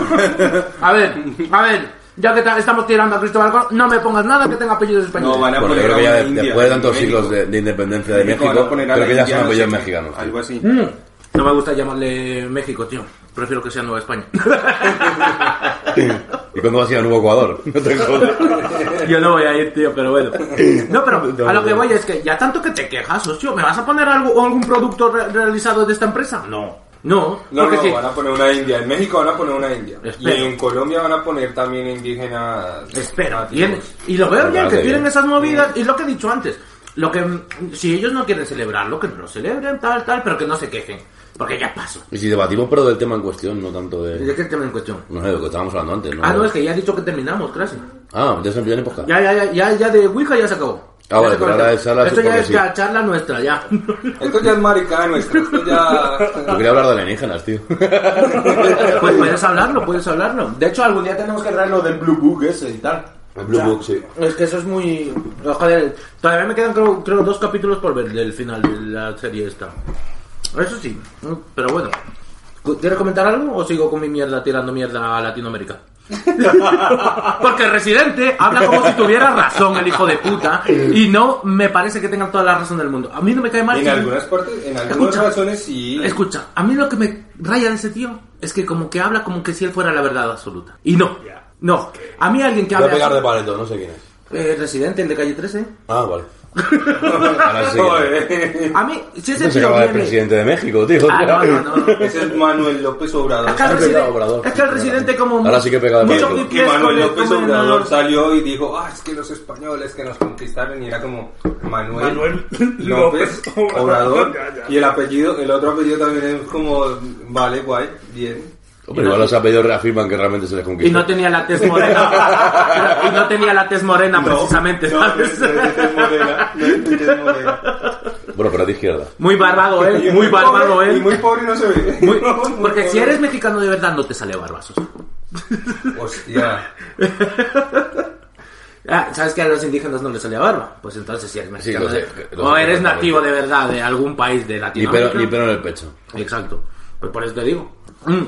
[SPEAKER 3] A ver, a ver, ya que ta- estamos tirando a Cristóbal Colón, no me pongas nada que tenga apellidos españoles.
[SPEAKER 5] No, van a
[SPEAKER 4] Bueno, yo
[SPEAKER 5] poner
[SPEAKER 4] creo que
[SPEAKER 5] a
[SPEAKER 4] ya
[SPEAKER 5] una
[SPEAKER 4] de-
[SPEAKER 5] india
[SPEAKER 4] después de tantos
[SPEAKER 5] en
[SPEAKER 4] siglos
[SPEAKER 5] México.
[SPEAKER 4] de, de independencia de México,
[SPEAKER 5] van a poner a
[SPEAKER 4] creo
[SPEAKER 5] la
[SPEAKER 4] que ya son
[SPEAKER 5] india, no
[SPEAKER 4] apellidos
[SPEAKER 5] sé qué,
[SPEAKER 4] mexicanos.
[SPEAKER 5] Algo así.
[SPEAKER 3] Mm, No me gusta llamarle México, tío. Prefiero que sea Nueva España.
[SPEAKER 4] ¿Y cuándo vas a ir a Nuevo Ecuador? No te jodas.
[SPEAKER 3] Yo no voy a ir, tío, pero bueno. No, pero a lo que voy es que ya tanto que te quejas, hostia, ¿me vas a poner algo, algún producto re- realizado de esta empresa? No. No,
[SPEAKER 7] No,
[SPEAKER 3] porque
[SPEAKER 7] no,
[SPEAKER 3] sí.
[SPEAKER 7] van a poner una india. En México van a poner una india.
[SPEAKER 3] Espero.
[SPEAKER 7] Y en Colombia van a poner también indígenas.
[SPEAKER 3] Espero. Y, en-
[SPEAKER 7] nativos.
[SPEAKER 3] y lo veo bien, Mm. que
[SPEAKER 4] Vale.
[SPEAKER 3] tienen esas movidas. Y lo que he dicho antes. Lo que, si ellos no quieren celebrarlo, que no lo celebren, tal, tal, pero que no se quejen. Porque ya pasó.
[SPEAKER 4] Y si debatimos, pero del tema en cuestión, no tanto
[SPEAKER 3] ¿De
[SPEAKER 4] de.
[SPEAKER 3] qué tema en cuestión?
[SPEAKER 4] No sé, de lo que estábamos hablando antes. ¿no?
[SPEAKER 3] Ah, no, es que ya he dicho que terminamos, gracias.
[SPEAKER 4] Ah, ya se empieza en época.
[SPEAKER 3] Ya, ya, ya, ya, ya de Ouija ya se acabó.
[SPEAKER 4] Ah, vale,
[SPEAKER 3] Ya se acabó
[SPEAKER 4] pero
[SPEAKER 3] el
[SPEAKER 4] ahora
[SPEAKER 3] tema.
[SPEAKER 4] es charla,
[SPEAKER 3] Esto ya
[SPEAKER 4] supongo
[SPEAKER 3] es
[SPEAKER 4] que sí.
[SPEAKER 3] la charla nuestra, ya.
[SPEAKER 7] Esto ya es maricada nuestra. Esto ya.
[SPEAKER 4] Yo quería hablar de alienígenas, tío.
[SPEAKER 3] pues puedes hablarlo, puedes hablarlo. De hecho, algún día tenemos que traerlo de Blue Book ese y tal.
[SPEAKER 4] El Blue Book, sí.
[SPEAKER 3] Es que eso es muy... Joder, todavía me quedan creo, creo dos capítulos por ver del final de la serie esta. Eso sí, pero bueno. ¿Quieres comentar algo o sigo con mi mierda tirando mierda a Latinoamérica? Porque Residente habla como si tuviera razón el hijo de puta y no me parece que tenga toda la razón del mundo. A mí no me cae mal.
[SPEAKER 7] En
[SPEAKER 3] que-
[SPEAKER 7] algunas partes, en algunas
[SPEAKER 3] Escucha.
[SPEAKER 7] razones sí.
[SPEAKER 3] Escucha, a mí lo que me raya de ese tío es que como que habla como que si él fuera la verdad absoluta. Y no, no. A mí alguien que
[SPEAKER 4] Voy a
[SPEAKER 3] habla...
[SPEAKER 4] pegar de
[SPEAKER 3] así-
[SPEAKER 4] paleto, no sé quién es.
[SPEAKER 3] Eh, Residente, el de Calle 13.
[SPEAKER 4] Ah, vale. Ahora sí.
[SPEAKER 3] A mí, si ese
[SPEAKER 4] No se
[SPEAKER 3] tío
[SPEAKER 4] acaba el
[SPEAKER 3] viene-
[SPEAKER 4] presidente de México, tío.
[SPEAKER 3] Ah, no, Ah, no, no, no.
[SPEAKER 7] Ese es Manuel López Obrador.
[SPEAKER 3] Es que el
[SPEAKER 4] Ah,
[SPEAKER 3] residente,
[SPEAKER 4] pegado, Obrador.
[SPEAKER 3] es que el residente como
[SPEAKER 4] Ahora sí que pegado,
[SPEAKER 3] mucho
[SPEAKER 4] Obrador.
[SPEAKER 7] Que
[SPEAKER 3] pipiés
[SPEAKER 7] Manuel
[SPEAKER 3] come-
[SPEAKER 7] López
[SPEAKER 3] comen
[SPEAKER 7] Obrador
[SPEAKER 3] a-
[SPEAKER 7] salió y dijo, ah, es que los españoles que nos conquistaron y era como Manuel,
[SPEAKER 6] Manuel
[SPEAKER 7] López
[SPEAKER 6] López Obrador.
[SPEAKER 7] Obrador.
[SPEAKER 6] Ya, ya.
[SPEAKER 7] Y el apellido, el otro apellido también es como, vale, guay, bien.
[SPEAKER 4] Pero igual los apellidos reafirman que realmente se les conquistó.
[SPEAKER 3] y no tenía la tez morena y no tenía la tez morena precisamente
[SPEAKER 7] No, no,
[SPEAKER 3] ¿sabes?
[SPEAKER 7] es- es- es morena, no es- es morena.
[SPEAKER 4] Bueno, pero de izquierda.
[SPEAKER 3] muy barbado él muy barbado
[SPEAKER 7] pobre, Y
[SPEAKER 3] él
[SPEAKER 7] muy pobre no se ve.
[SPEAKER 3] Muy-
[SPEAKER 7] No, muy
[SPEAKER 3] porque si
[SPEAKER 7] pobre.
[SPEAKER 3] eres mexicano de verdad no te sale barbazo
[SPEAKER 7] Hostia.
[SPEAKER 3] Ah, ¿Sabes que a los indígenas no les salía barba? Pues entonces si eres mexicano
[SPEAKER 4] lo sé,
[SPEAKER 3] de-
[SPEAKER 4] lo
[SPEAKER 3] o
[SPEAKER 4] sé
[SPEAKER 3] eres
[SPEAKER 4] perfectamente.
[SPEAKER 3] nativo de verdad de algún país de
[SPEAKER 4] Ni
[SPEAKER 3] Latinoamérica
[SPEAKER 4] pelo, ni pelo en el pecho.
[SPEAKER 3] Exacto, pues por eso te digo Mm.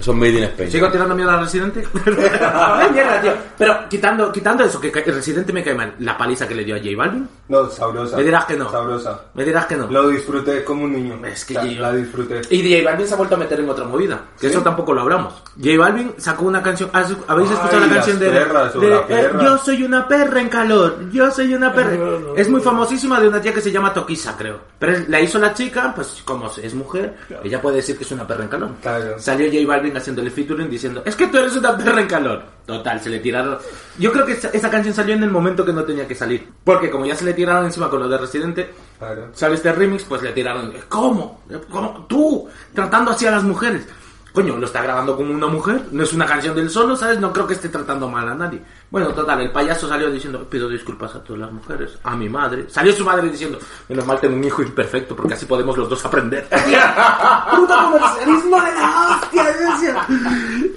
[SPEAKER 4] Son made in Spain.
[SPEAKER 3] ¿Sigo tirando mierda al residente? Ay, mierda, tío. Pero quitando, quitando eso, que ca- el residente me cae mal. La paliza que le dio a J Balvin.
[SPEAKER 7] No, sabrosa.
[SPEAKER 3] Me dirás que no.
[SPEAKER 7] Sabrosa.
[SPEAKER 3] Me dirás que no.
[SPEAKER 7] Lo disfruté como un niño.
[SPEAKER 3] Es que
[SPEAKER 7] la,
[SPEAKER 3] yo-
[SPEAKER 7] la disfruté.
[SPEAKER 3] Y J Balvin se ha vuelto a meter en otra movida. Que eso tampoco lo hablamos. J Balvin sacó una canción. ¿has- ¿Habéis
[SPEAKER 7] Ay,
[SPEAKER 3] escuchado la
[SPEAKER 7] las
[SPEAKER 3] canción de.
[SPEAKER 7] perras o
[SPEAKER 3] de,
[SPEAKER 7] la
[SPEAKER 3] eh,
[SPEAKER 7] perra.
[SPEAKER 3] yo soy una perra en calor. Yo soy una perra. es muy famosísima de una tía que se llama Toquisa, creo. Pero es- la hizo la chica, pues como es mujer, ella puede decir que es una perra en calor.
[SPEAKER 7] Claro.
[SPEAKER 3] Salió J Balvin haciéndole featuring diciendo: Es que tú eres una perra en calor. Total, se le tiraron. Yo creo que esa, esa canción salió en el momento que no tenía que salir. Porque como ya se le tiraron encima con lo de Residente,
[SPEAKER 7] Claro.
[SPEAKER 3] sale este remix, pues le tiraron, ¿cómo? ¿Cómo? Tú, tratando así a las mujeres. Coño, lo está grabando como una mujer, no es una canción del solo, ¿sabes? No creo que esté tratando mal a nadie. Bueno, total, el payaso salió diciendo, pido disculpas a todas las mujeres, a mi madre. Salió su madre diciendo, menos mal tengo un hijo imperfecto porque así podemos los dos aprender. ¡Puto comercialismo de la hostia! decía.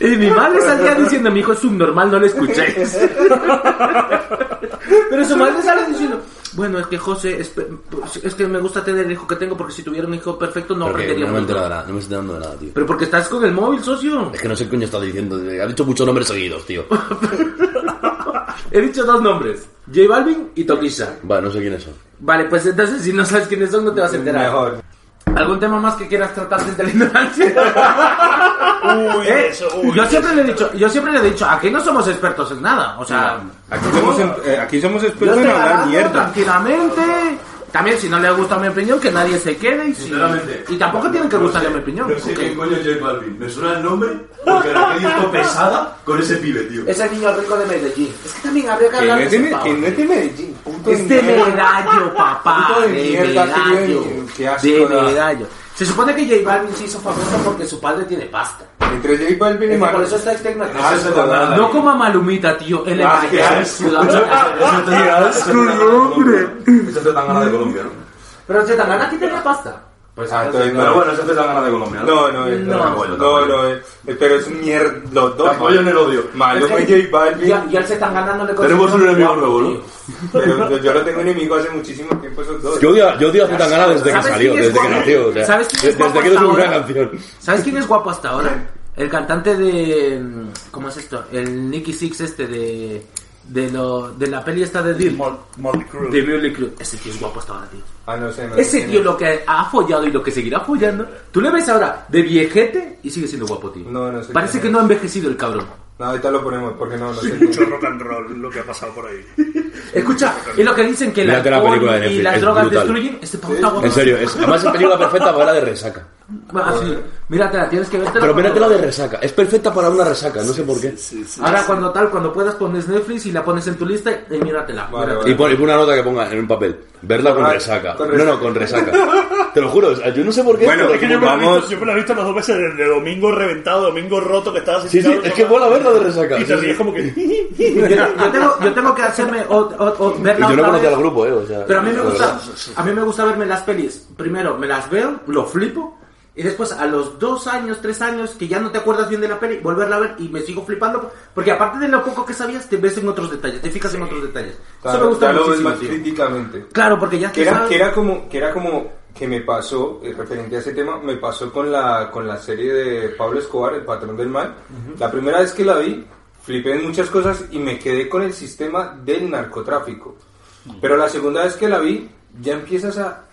[SPEAKER 3] Y mi madre salía diciendo, mi hijo es subnormal, no le escuchéis. Pero su madre sale diciendo, Bueno, es que José, es, pe- pues, es que me gusta tener el hijo que tengo porque si tuviera un hijo perfecto no
[SPEAKER 4] Pero que
[SPEAKER 3] aprendería
[SPEAKER 4] no me he
[SPEAKER 3] mucho.
[SPEAKER 4] enterado de nada, no me estoy enterando de nada, tío.
[SPEAKER 3] Pero porque estás con el móvil, socio.
[SPEAKER 4] Es que no sé qué coño estás diciendo. Ha dicho muchos nombres seguidos, tío.
[SPEAKER 3] He dicho dos nombres, J Balvin y Tokisha.
[SPEAKER 4] Vale, no sé quiénes son.
[SPEAKER 3] Vale, pues entonces si no sabes quiénes son no te vas a enterar.
[SPEAKER 5] Mejor.
[SPEAKER 3] ¿Algún tema más que quieras tratar desde la ignorancia?
[SPEAKER 6] Uy, eso, uy.
[SPEAKER 3] yo siempre le he dicho, yo siempre le he dicho, aquí no somos expertos en nada, o sea,
[SPEAKER 5] Aquí somos, en- eh, aquí somos expertos en
[SPEAKER 3] estoy
[SPEAKER 5] hablar
[SPEAKER 3] hablando
[SPEAKER 5] mierda.
[SPEAKER 3] tranquilamente. También si no le gusta mi opinión que nadie se quede y, si-
[SPEAKER 9] Sinceramente.
[SPEAKER 3] y tampoco tienen que
[SPEAKER 9] No
[SPEAKER 3] gustarle
[SPEAKER 9] sé,
[SPEAKER 3] mi opinión.
[SPEAKER 9] No sé
[SPEAKER 3] ok.
[SPEAKER 9] qué coño es J Balvin. Me suena el nombre porque la radio está pesada con ese pibe, tío.
[SPEAKER 3] Es el niño rico de Medellín. Es que también habría que
[SPEAKER 5] Que no
[SPEAKER 3] hablar de
[SPEAKER 5] es
[SPEAKER 3] ese
[SPEAKER 5] de, Me-
[SPEAKER 3] pavo.
[SPEAKER 5] que no es de Medellín. Puto
[SPEAKER 3] Es de
[SPEAKER 5] mierda.
[SPEAKER 3] medallo, papá.
[SPEAKER 5] Puto
[SPEAKER 3] De
[SPEAKER 5] de mierda, tío,
[SPEAKER 3] medallo.
[SPEAKER 5] qué asco
[SPEAKER 3] De
[SPEAKER 5] da.
[SPEAKER 3] medallo. Se supone que J Balvin se hizo famoso porque su padre tiene pasta.
[SPEAKER 5] Entre J Balvin y
[SPEAKER 3] Es que por
[SPEAKER 5] Manuel.
[SPEAKER 3] eso está este externo.
[SPEAKER 9] Ah, eso es verdad.
[SPEAKER 3] No coma malumita, tío. En
[SPEAKER 9] Ah, qué asco. Eso te da- eso te da Colombia. Eso te da ganas de Colombia, ¿no?
[SPEAKER 3] Pero Zetangana aquí tenía pasta.
[SPEAKER 5] Ah, entonces
[SPEAKER 9] Pero
[SPEAKER 5] no.
[SPEAKER 9] bueno, eso te da ganas de Colombia, ¿no?
[SPEAKER 5] No, no, es-
[SPEAKER 3] No.
[SPEAKER 5] no, no, no, es- pero es un mierda, los
[SPEAKER 9] Te
[SPEAKER 5] dos.
[SPEAKER 9] apoyo en el odio.
[SPEAKER 5] Malo
[SPEAKER 3] Es
[SPEAKER 5] fue J
[SPEAKER 3] que- Y
[SPEAKER 5] Balvin,
[SPEAKER 3] al- y al Zetangana no le
[SPEAKER 9] Tenemos un
[SPEAKER 3] consiguió
[SPEAKER 9] enemigo
[SPEAKER 3] guapo,
[SPEAKER 9] nuevo, ¿no?
[SPEAKER 3] tío.
[SPEAKER 5] pero yo- yo lo tengo enemigo hace muchísimo tiempo esos dos.
[SPEAKER 4] Yo odio, yo odio a Zetangana desde que
[SPEAKER 3] ¿Sabes
[SPEAKER 4] salió,
[SPEAKER 3] quién es
[SPEAKER 4] desde que
[SPEAKER 3] guapo?
[SPEAKER 4] nació. O sea,
[SPEAKER 3] ¿Sabes quién es
[SPEAKER 4] desde
[SPEAKER 3] guapo
[SPEAKER 4] que no
[SPEAKER 3] hasta
[SPEAKER 4] subo una
[SPEAKER 3] ahora?
[SPEAKER 4] canción.
[SPEAKER 3] ¿Sabes quién es guapo hasta ahora? El cantante de. mm, ¿Cómo es esto? El Nicky Six, este de. De, lo, de la peli esta de Deal.
[SPEAKER 6] Mod- Motley Crue.
[SPEAKER 3] De Muley Crew. Ese tío es guapo hasta ahora, tío.
[SPEAKER 5] Ah, no sé, no sé
[SPEAKER 3] Ese
[SPEAKER 5] quién
[SPEAKER 3] tío
[SPEAKER 5] es.
[SPEAKER 3] lo que ha follado y lo que seguirá follando. Tú le ves ahora de viejete y sigue siendo guapo, tío.
[SPEAKER 5] No, no sé
[SPEAKER 3] Parece
[SPEAKER 5] quién
[SPEAKER 3] que
[SPEAKER 5] es.
[SPEAKER 3] no ha envejecido el cabrón.
[SPEAKER 5] No, ahorita lo ponemos, porque no, no sé.
[SPEAKER 6] Mucho rock and roll lo que ha pasado por ahí.
[SPEAKER 3] Escucha, es lo que dicen que el
[SPEAKER 4] Mírate la
[SPEAKER 3] alcohol
[SPEAKER 4] película de
[SPEAKER 3] y
[SPEAKER 4] Netflix,
[SPEAKER 3] las
[SPEAKER 4] es
[SPEAKER 3] drogas
[SPEAKER 4] brutal.
[SPEAKER 3] destruyen. Este pavo está guapo.
[SPEAKER 4] En serio, eh. es, además es película perfecta para la de resaca.
[SPEAKER 3] Ah, sí. Míratela, tienes que vértela.
[SPEAKER 4] Pero
[SPEAKER 3] cuando-
[SPEAKER 4] míratela de resaca. Es perfecta para una resaca, no sé por qué.
[SPEAKER 6] Ah,
[SPEAKER 3] Ahora cuando tal, cuando puedas pones Netflix y la pones en tu lista y míratela.
[SPEAKER 5] Vale,
[SPEAKER 3] míratela.
[SPEAKER 5] vale.
[SPEAKER 4] Y pon, y pon una nota que ponga en un papel. Verla con
[SPEAKER 5] Ah,
[SPEAKER 4] resaca.
[SPEAKER 5] con
[SPEAKER 4] No, no, con resaca. Te lo juro, o sea, yo no sé por qué.
[SPEAKER 5] Bueno,
[SPEAKER 4] pero-
[SPEAKER 6] Es que yo me, la he
[SPEAKER 5] Vamos.
[SPEAKER 6] visto, yo me la he visto las dos veces de, de domingo reventado, domingo roto que estaba
[SPEAKER 4] Sí, sí, es que vuela a verla de resaca.
[SPEAKER 6] Y
[SPEAKER 4] Sí,
[SPEAKER 6] te
[SPEAKER 4] sí.
[SPEAKER 6] ríes como que.
[SPEAKER 3] Yo, yo tengo, yo tengo que hacerme o, o- o verla
[SPEAKER 4] Y yo no
[SPEAKER 3] otra
[SPEAKER 4] conocía
[SPEAKER 3] vez.
[SPEAKER 4] al grupo, eh. O sea,
[SPEAKER 3] Pero a mí me
[SPEAKER 4] la
[SPEAKER 3] gusta,
[SPEAKER 4] verdad.
[SPEAKER 3] a mí me gusta verme las pelis. Primero me las veo, lo flipo. Y después a los dos años, tres años, que ya no te acuerdas bien de la peli, volverla a ver y me sigo flipando. Porque aparte de lo poco que sabías, te ves en otros detalles, te fijas en otros detalles. Eso me
[SPEAKER 5] Claro,
[SPEAKER 3] gusta
[SPEAKER 5] ya lo ves
[SPEAKER 3] muchísimo,
[SPEAKER 5] más
[SPEAKER 3] tío.
[SPEAKER 5] críticamente.
[SPEAKER 3] Claro, porque ya
[SPEAKER 5] que
[SPEAKER 3] te
[SPEAKER 5] era,
[SPEAKER 3] sabes-
[SPEAKER 5] que era como que era como que me pasó eh, referente a ese tema me pasó con la con la serie de Pablo Escobar el patrón del mal la primera vez que la vi flipé en muchas cosas y me quedé con el sistema del narcotráfico pero la segunda vez que la vi ya empiezas a,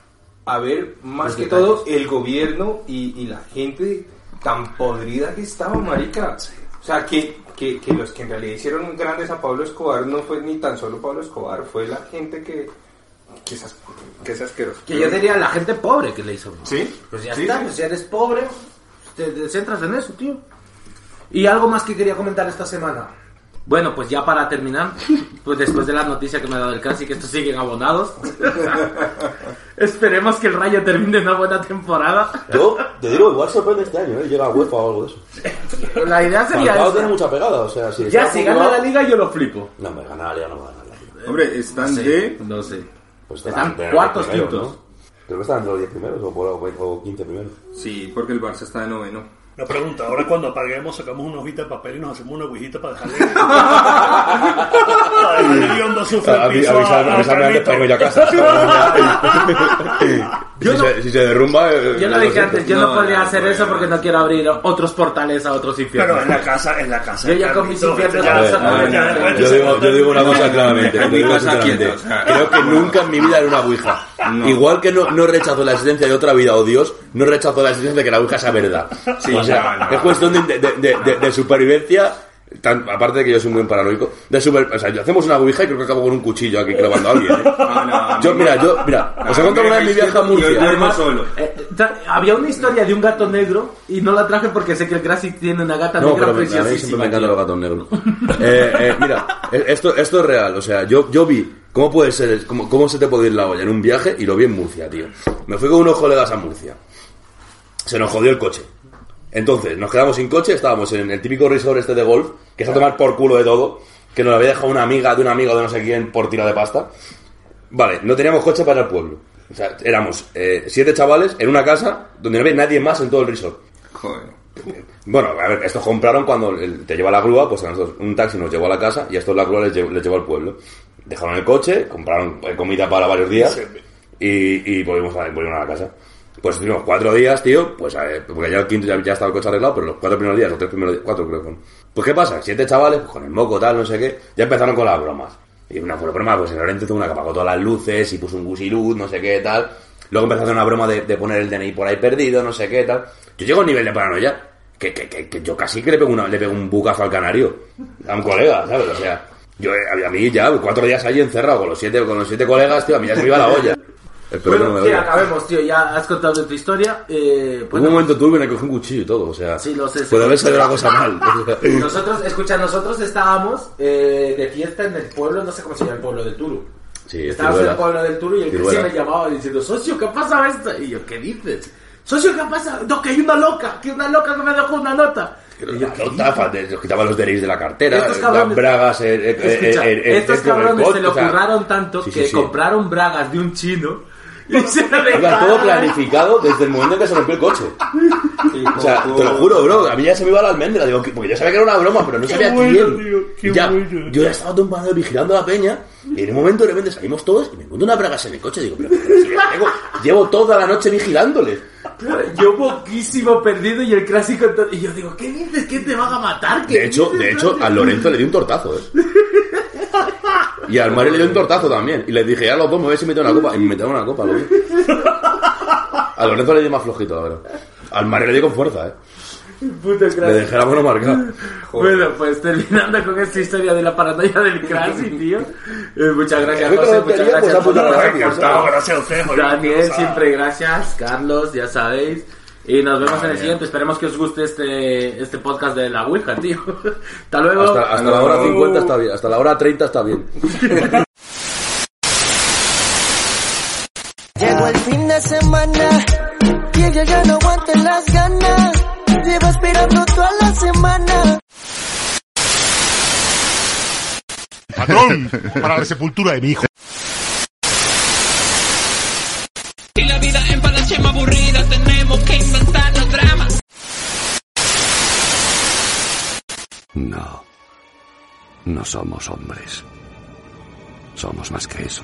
[SPEAKER 5] a ver más que todo el gobierno y, y la gente tan podrida que estaba marica o sea que que, que los que en realidad hicieron grandes a Pablo Escobar no fue ni tan solo Pablo Escobar, fue la gente que, que es, as- que es asqueroso.
[SPEAKER 3] Que yo diría la gente pobre que le hizo.
[SPEAKER 5] ¿Sí?
[SPEAKER 3] Pues ya
[SPEAKER 5] Sí,
[SPEAKER 3] está,
[SPEAKER 5] sí.
[SPEAKER 3] pues ya eres pobre, te, te centras en eso, tío. Y algo más que quería comentar esta semana. Bueno, pues ya para terminar, pues después de la noticia que me ha dado el casi que estos siguen abonados. Esperemos que el Rayo termine una buena temporada.
[SPEAKER 4] Yo te digo, igual sorprende este año, eh. Llega a UEFA o algo de eso.
[SPEAKER 3] La idea sería
[SPEAKER 4] Falcao
[SPEAKER 3] esa.
[SPEAKER 4] tiene mucha pegada, o sea, si
[SPEAKER 3] Ya
[SPEAKER 4] está
[SPEAKER 3] si
[SPEAKER 4] motivado-
[SPEAKER 3] gana la liga yo lo flipo.
[SPEAKER 4] No, me gana la liga, no va a ganar la liga.
[SPEAKER 11] Hombre, están de...
[SPEAKER 3] No sé.
[SPEAKER 4] Pues
[SPEAKER 3] Están
[SPEAKER 4] entre los
[SPEAKER 3] cuartos,
[SPEAKER 4] primeros,
[SPEAKER 3] quintos.
[SPEAKER 4] ¿no? Creo que están entre los 10 primeros o, por- o, o 15 primeros.
[SPEAKER 11] Sí, porque el Barça está de noveno.
[SPEAKER 6] La pregunta, ahora cuando apaguemos sacamos una hojita de papel y nos hacemos una hojita para dejarle. para dejarle el guión no sufre
[SPEAKER 4] Ah,
[SPEAKER 6] el piso. a- a
[SPEAKER 4] Avisarme antes
[SPEAKER 6] Carlito.
[SPEAKER 4] para irme yo a casa. Si se- Si se derrumba. eh,
[SPEAKER 3] Yo lo
[SPEAKER 4] lo
[SPEAKER 3] dije
[SPEAKER 4] siento.
[SPEAKER 3] antes, yo no,
[SPEAKER 11] No,
[SPEAKER 3] podría
[SPEAKER 11] no,
[SPEAKER 3] hacer
[SPEAKER 11] no,
[SPEAKER 3] eso
[SPEAKER 11] no,
[SPEAKER 3] porque
[SPEAKER 11] no.
[SPEAKER 3] no quiero abrir otros portales a otros infiernos.
[SPEAKER 6] Pero en la casa, en la casa.
[SPEAKER 3] Yo
[SPEAKER 6] de
[SPEAKER 3] ya con mis
[SPEAKER 6] Carlito, este
[SPEAKER 3] infiernos
[SPEAKER 6] ya-
[SPEAKER 4] A ver,
[SPEAKER 6] ya-
[SPEAKER 4] a ver,
[SPEAKER 6] ya-
[SPEAKER 4] a ver,
[SPEAKER 6] ya-
[SPEAKER 4] yo, digo, yo digo una cosa claramente,
[SPEAKER 11] En
[SPEAKER 4] te
[SPEAKER 11] mi
[SPEAKER 4] digo
[SPEAKER 11] casa
[SPEAKER 4] sinceramente.
[SPEAKER 11] quieto, o sea.
[SPEAKER 4] Creo que nunca en mi vida era una Ouija. Igual que no, no rechazo la existencia de otra vida o Dios, no rechazo la existencia de que la Ouija sea verdad.
[SPEAKER 11] Sí,
[SPEAKER 4] o sea,
[SPEAKER 11] no, no.
[SPEAKER 4] es cuestión de, de- de- de- de supervivencia. tan- aparte de que yo soy muy paranoico, de super, o sea, yo hacemos una ouija y creo que acabo con un cuchillo aquí clavando a alguien. ¿eh?
[SPEAKER 11] No, Ah, no, a mí
[SPEAKER 4] Yo,
[SPEAKER 11] no.
[SPEAKER 4] mira, yo, mira, os he
[SPEAKER 11] No,
[SPEAKER 4] contado
[SPEAKER 11] me
[SPEAKER 4] una vez mi viaje a
[SPEAKER 11] despierto y yo
[SPEAKER 4] Murcia.
[SPEAKER 11] duermo solo.
[SPEAKER 3] Eh, tra- había una historia de un gato negro y no la traje porque sé que el Grassy tiene una gata
[SPEAKER 4] No,
[SPEAKER 3] negra
[SPEAKER 4] pero me- a mí siempre
[SPEAKER 3] preciosísima.
[SPEAKER 4] me encantan
[SPEAKER 3] tío.
[SPEAKER 4] los gatos negros. Eh, eh, mira, eh, esto, esto es real. O sea, yo, yo vi cómo puede ser, el- cómo, cómo se te puede ir la olla en un viaje y lo vi en Murcia, tío. Me fui con unos colegas a Murcia. Se nos jodió el coche. Entonces, nos quedamos sin coche, estábamos en el típico resort este de golf, que es a tomar por culo de todo, que nos lo había dejado una amiga de una amiga de no sé quién por tira de pasta. Vale, no teníamos coche para el pueblo. O sea, éramos eh, siete chavales en una casa donde no había nadie más en todo el resort.
[SPEAKER 11] Joder.
[SPEAKER 4] Bueno, a ver, estos compraron cuando el- te lleva la grúa, pues a nosotros un taxi nos llevó a la casa y a estos la grúa les lle- les llevó, al pueblo. dejaron el coche, compraron eh, comida para varios días y, y volvimos, a, volvimos a la casa. Pues estuvimos cuatro días, tío, pues a ver, porque ya el quinto ya, ya estaba el coche arreglado, pero los cuatro primeros días, los tres primeros días, cuatro creo que fueron. Pues ¿qué pasa? Siete chavales, pues con el moco, tal, no sé qué, ya empezaron con las bromas. Y una fue la broma, pues en Oriente tuvo una que apagó todas las luces y puso un gusiluz, no sé qué, tal. Luego empezó a hacer una broma de, de poner el DNI por ahí perdido, no sé qué, tal. Yo llego a un nivel de paranoia que, que, que, que yo casi que le pego, una, le pego un bucazo al canario, a un colega, ¿sabes? O sea, yo, eh, a mí ya cuatro días ahí encerrado con los siete, con los siete colegas, tío, a mí ya se me iba la olla. Espero que no me
[SPEAKER 12] Bueno, sí,
[SPEAKER 4] oiga.
[SPEAKER 12] acabemos, tío. Ya has contado de tu historia. Eh,
[SPEAKER 4] Hubo
[SPEAKER 12] bueno,
[SPEAKER 4] un momento turbio en el que cogí un cuchillo y todo, o sea,
[SPEAKER 12] Sí, lo sé, sí.
[SPEAKER 4] puede haber salido la cosa mal. o sea.
[SPEAKER 3] Nosotros, escucha, nosotros estábamos eh, de fiesta en el pueblo, no sé cómo se llama el pueblo del Turu.
[SPEAKER 4] sí,
[SPEAKER 3] Estábamos en el
[SPEAKER 4] ciruelas.
[SPEAKER 3] pueblo del Turu y el que
[SPEAKER 4] Ciruelas.
[SPEAKER 3] me llamaba diciendo, socio, ¿qué pasa esto? Y yo, ¿qué dices? Socio, ¿qué pasa? No, que hay una loca, que una loca que me dejó una nota.
[SPEAKER 4] Pero la nota, fa- de- los quitaban los denis de la cartera,
[SPEAKER 3] Estos cabrones-
[SPEAKER 4] las bragas, el, el, el-
[SPEAKER 3] Escucha,
[SPEAKER 4] eh, el- el
[SPEAKER 3] estos
[SPEAKER 4] centro, el
[SPEAKER 3] cabrones
[SPEAKER 4] coche,
[SPEAKER 3] se le
[SPEAKER 4] o sea,
[SPEAKER 3] ocurraron tanto
[SPEAKER 4] sí, sí,
[SPEAKER 3] que
[SPEAKER 4] sí.
[SPEAKER 3] compraron bragas de un chino y se lo
[SPEAKER 4] Iba todo
[SPEAKER 13] ¿eh?
[SPEAKER 3] dejaron.
[SPEAKER 4] planificado desde el momento en que se rompió el coche. O sea, te lo juro, bro. A mí ya se me iba la almendra. Digo, porque yo sabía que era una broma, pero no sabía
[SPEAKER 13] bueno,
[SPEAKER 4] quién.
[SPEAKER 13] tío, qué
[SPEAKER 4] ya,
[SPEAKER 13] bueno.
[SPEAKER 4] Yo ya estaba tumbado vigilando a la peña. Y en un momento de repente salimos todos y me encuentro una bragas en el coche. Digo, pero, pero si las llevo, llevo toda la noche vigilándoles.
[SPEAKER 3] Yo poquísimo perdido y el clásico ento- Y yo digo, ¿qué dices? ¿Quién te van a matar? ¿Qué
[SPEAKER 4] De hecho,
[SPEAKER 3] dices,
[SPEAKER 4] de hecho,
[SPEAKER 3] Francis?
[SPEAKER 4] a Lorenzo le di un tortazo, eh. Y al Mario le di un tortazo también. Y les dije, ya los dos me ves y me una copa. Y me metieron una copa, lo vi. A Lorenzo le di más flojito, la verdad. Al Mario le di con fuerza, eh.
[SPEAKER 3] Puto crack.
[SPEAKER 4] Le dejé la mano marcada.
[SPEAKER 3] Bueno, pues terminando con esta historia de la paranoia del Crassi, tío. Eh, muchas gracias,
[SPEAKER 4] Es que
[SPEAKER 3] José. Muchas
[SPEAKER 4] la lotería, pues,
[SPEAKER 3] gracias,
[SPEAKER 4] ha puesto la
[SPEAKER 3] Fernando.
[SPEAKER 4] vaca.
[SPEAKER 13] Encantado, gracias a ustedes. joder.
[SPEAKER 3] Daniel,
[SPEAKER 13] O sea,
[SPEAKER 3] siempre gracias. Carlos, ya sabéis. Y nos vemos en el siguiente. Esperemos que os guste este, este podcast de la Ouija, tío. Hasta luego.
[SPEAKER 4] Hasta, hasta la hora 50 está bien. Hasta la hora 30 está bien.
[SPEAKER 9] Llegó el fin de semana y ella ya no aguanta las ganas. Lleva esperando toda la semana.
[SPEAKER 6] Patrón, para la sepultura de mi hijo.
[SPEAKER 2] Y la vida en palacio es más aburrida, tenemos que inventar los dramas.
[SPEAKER 14] No. No somos hombres. Somos más que eso.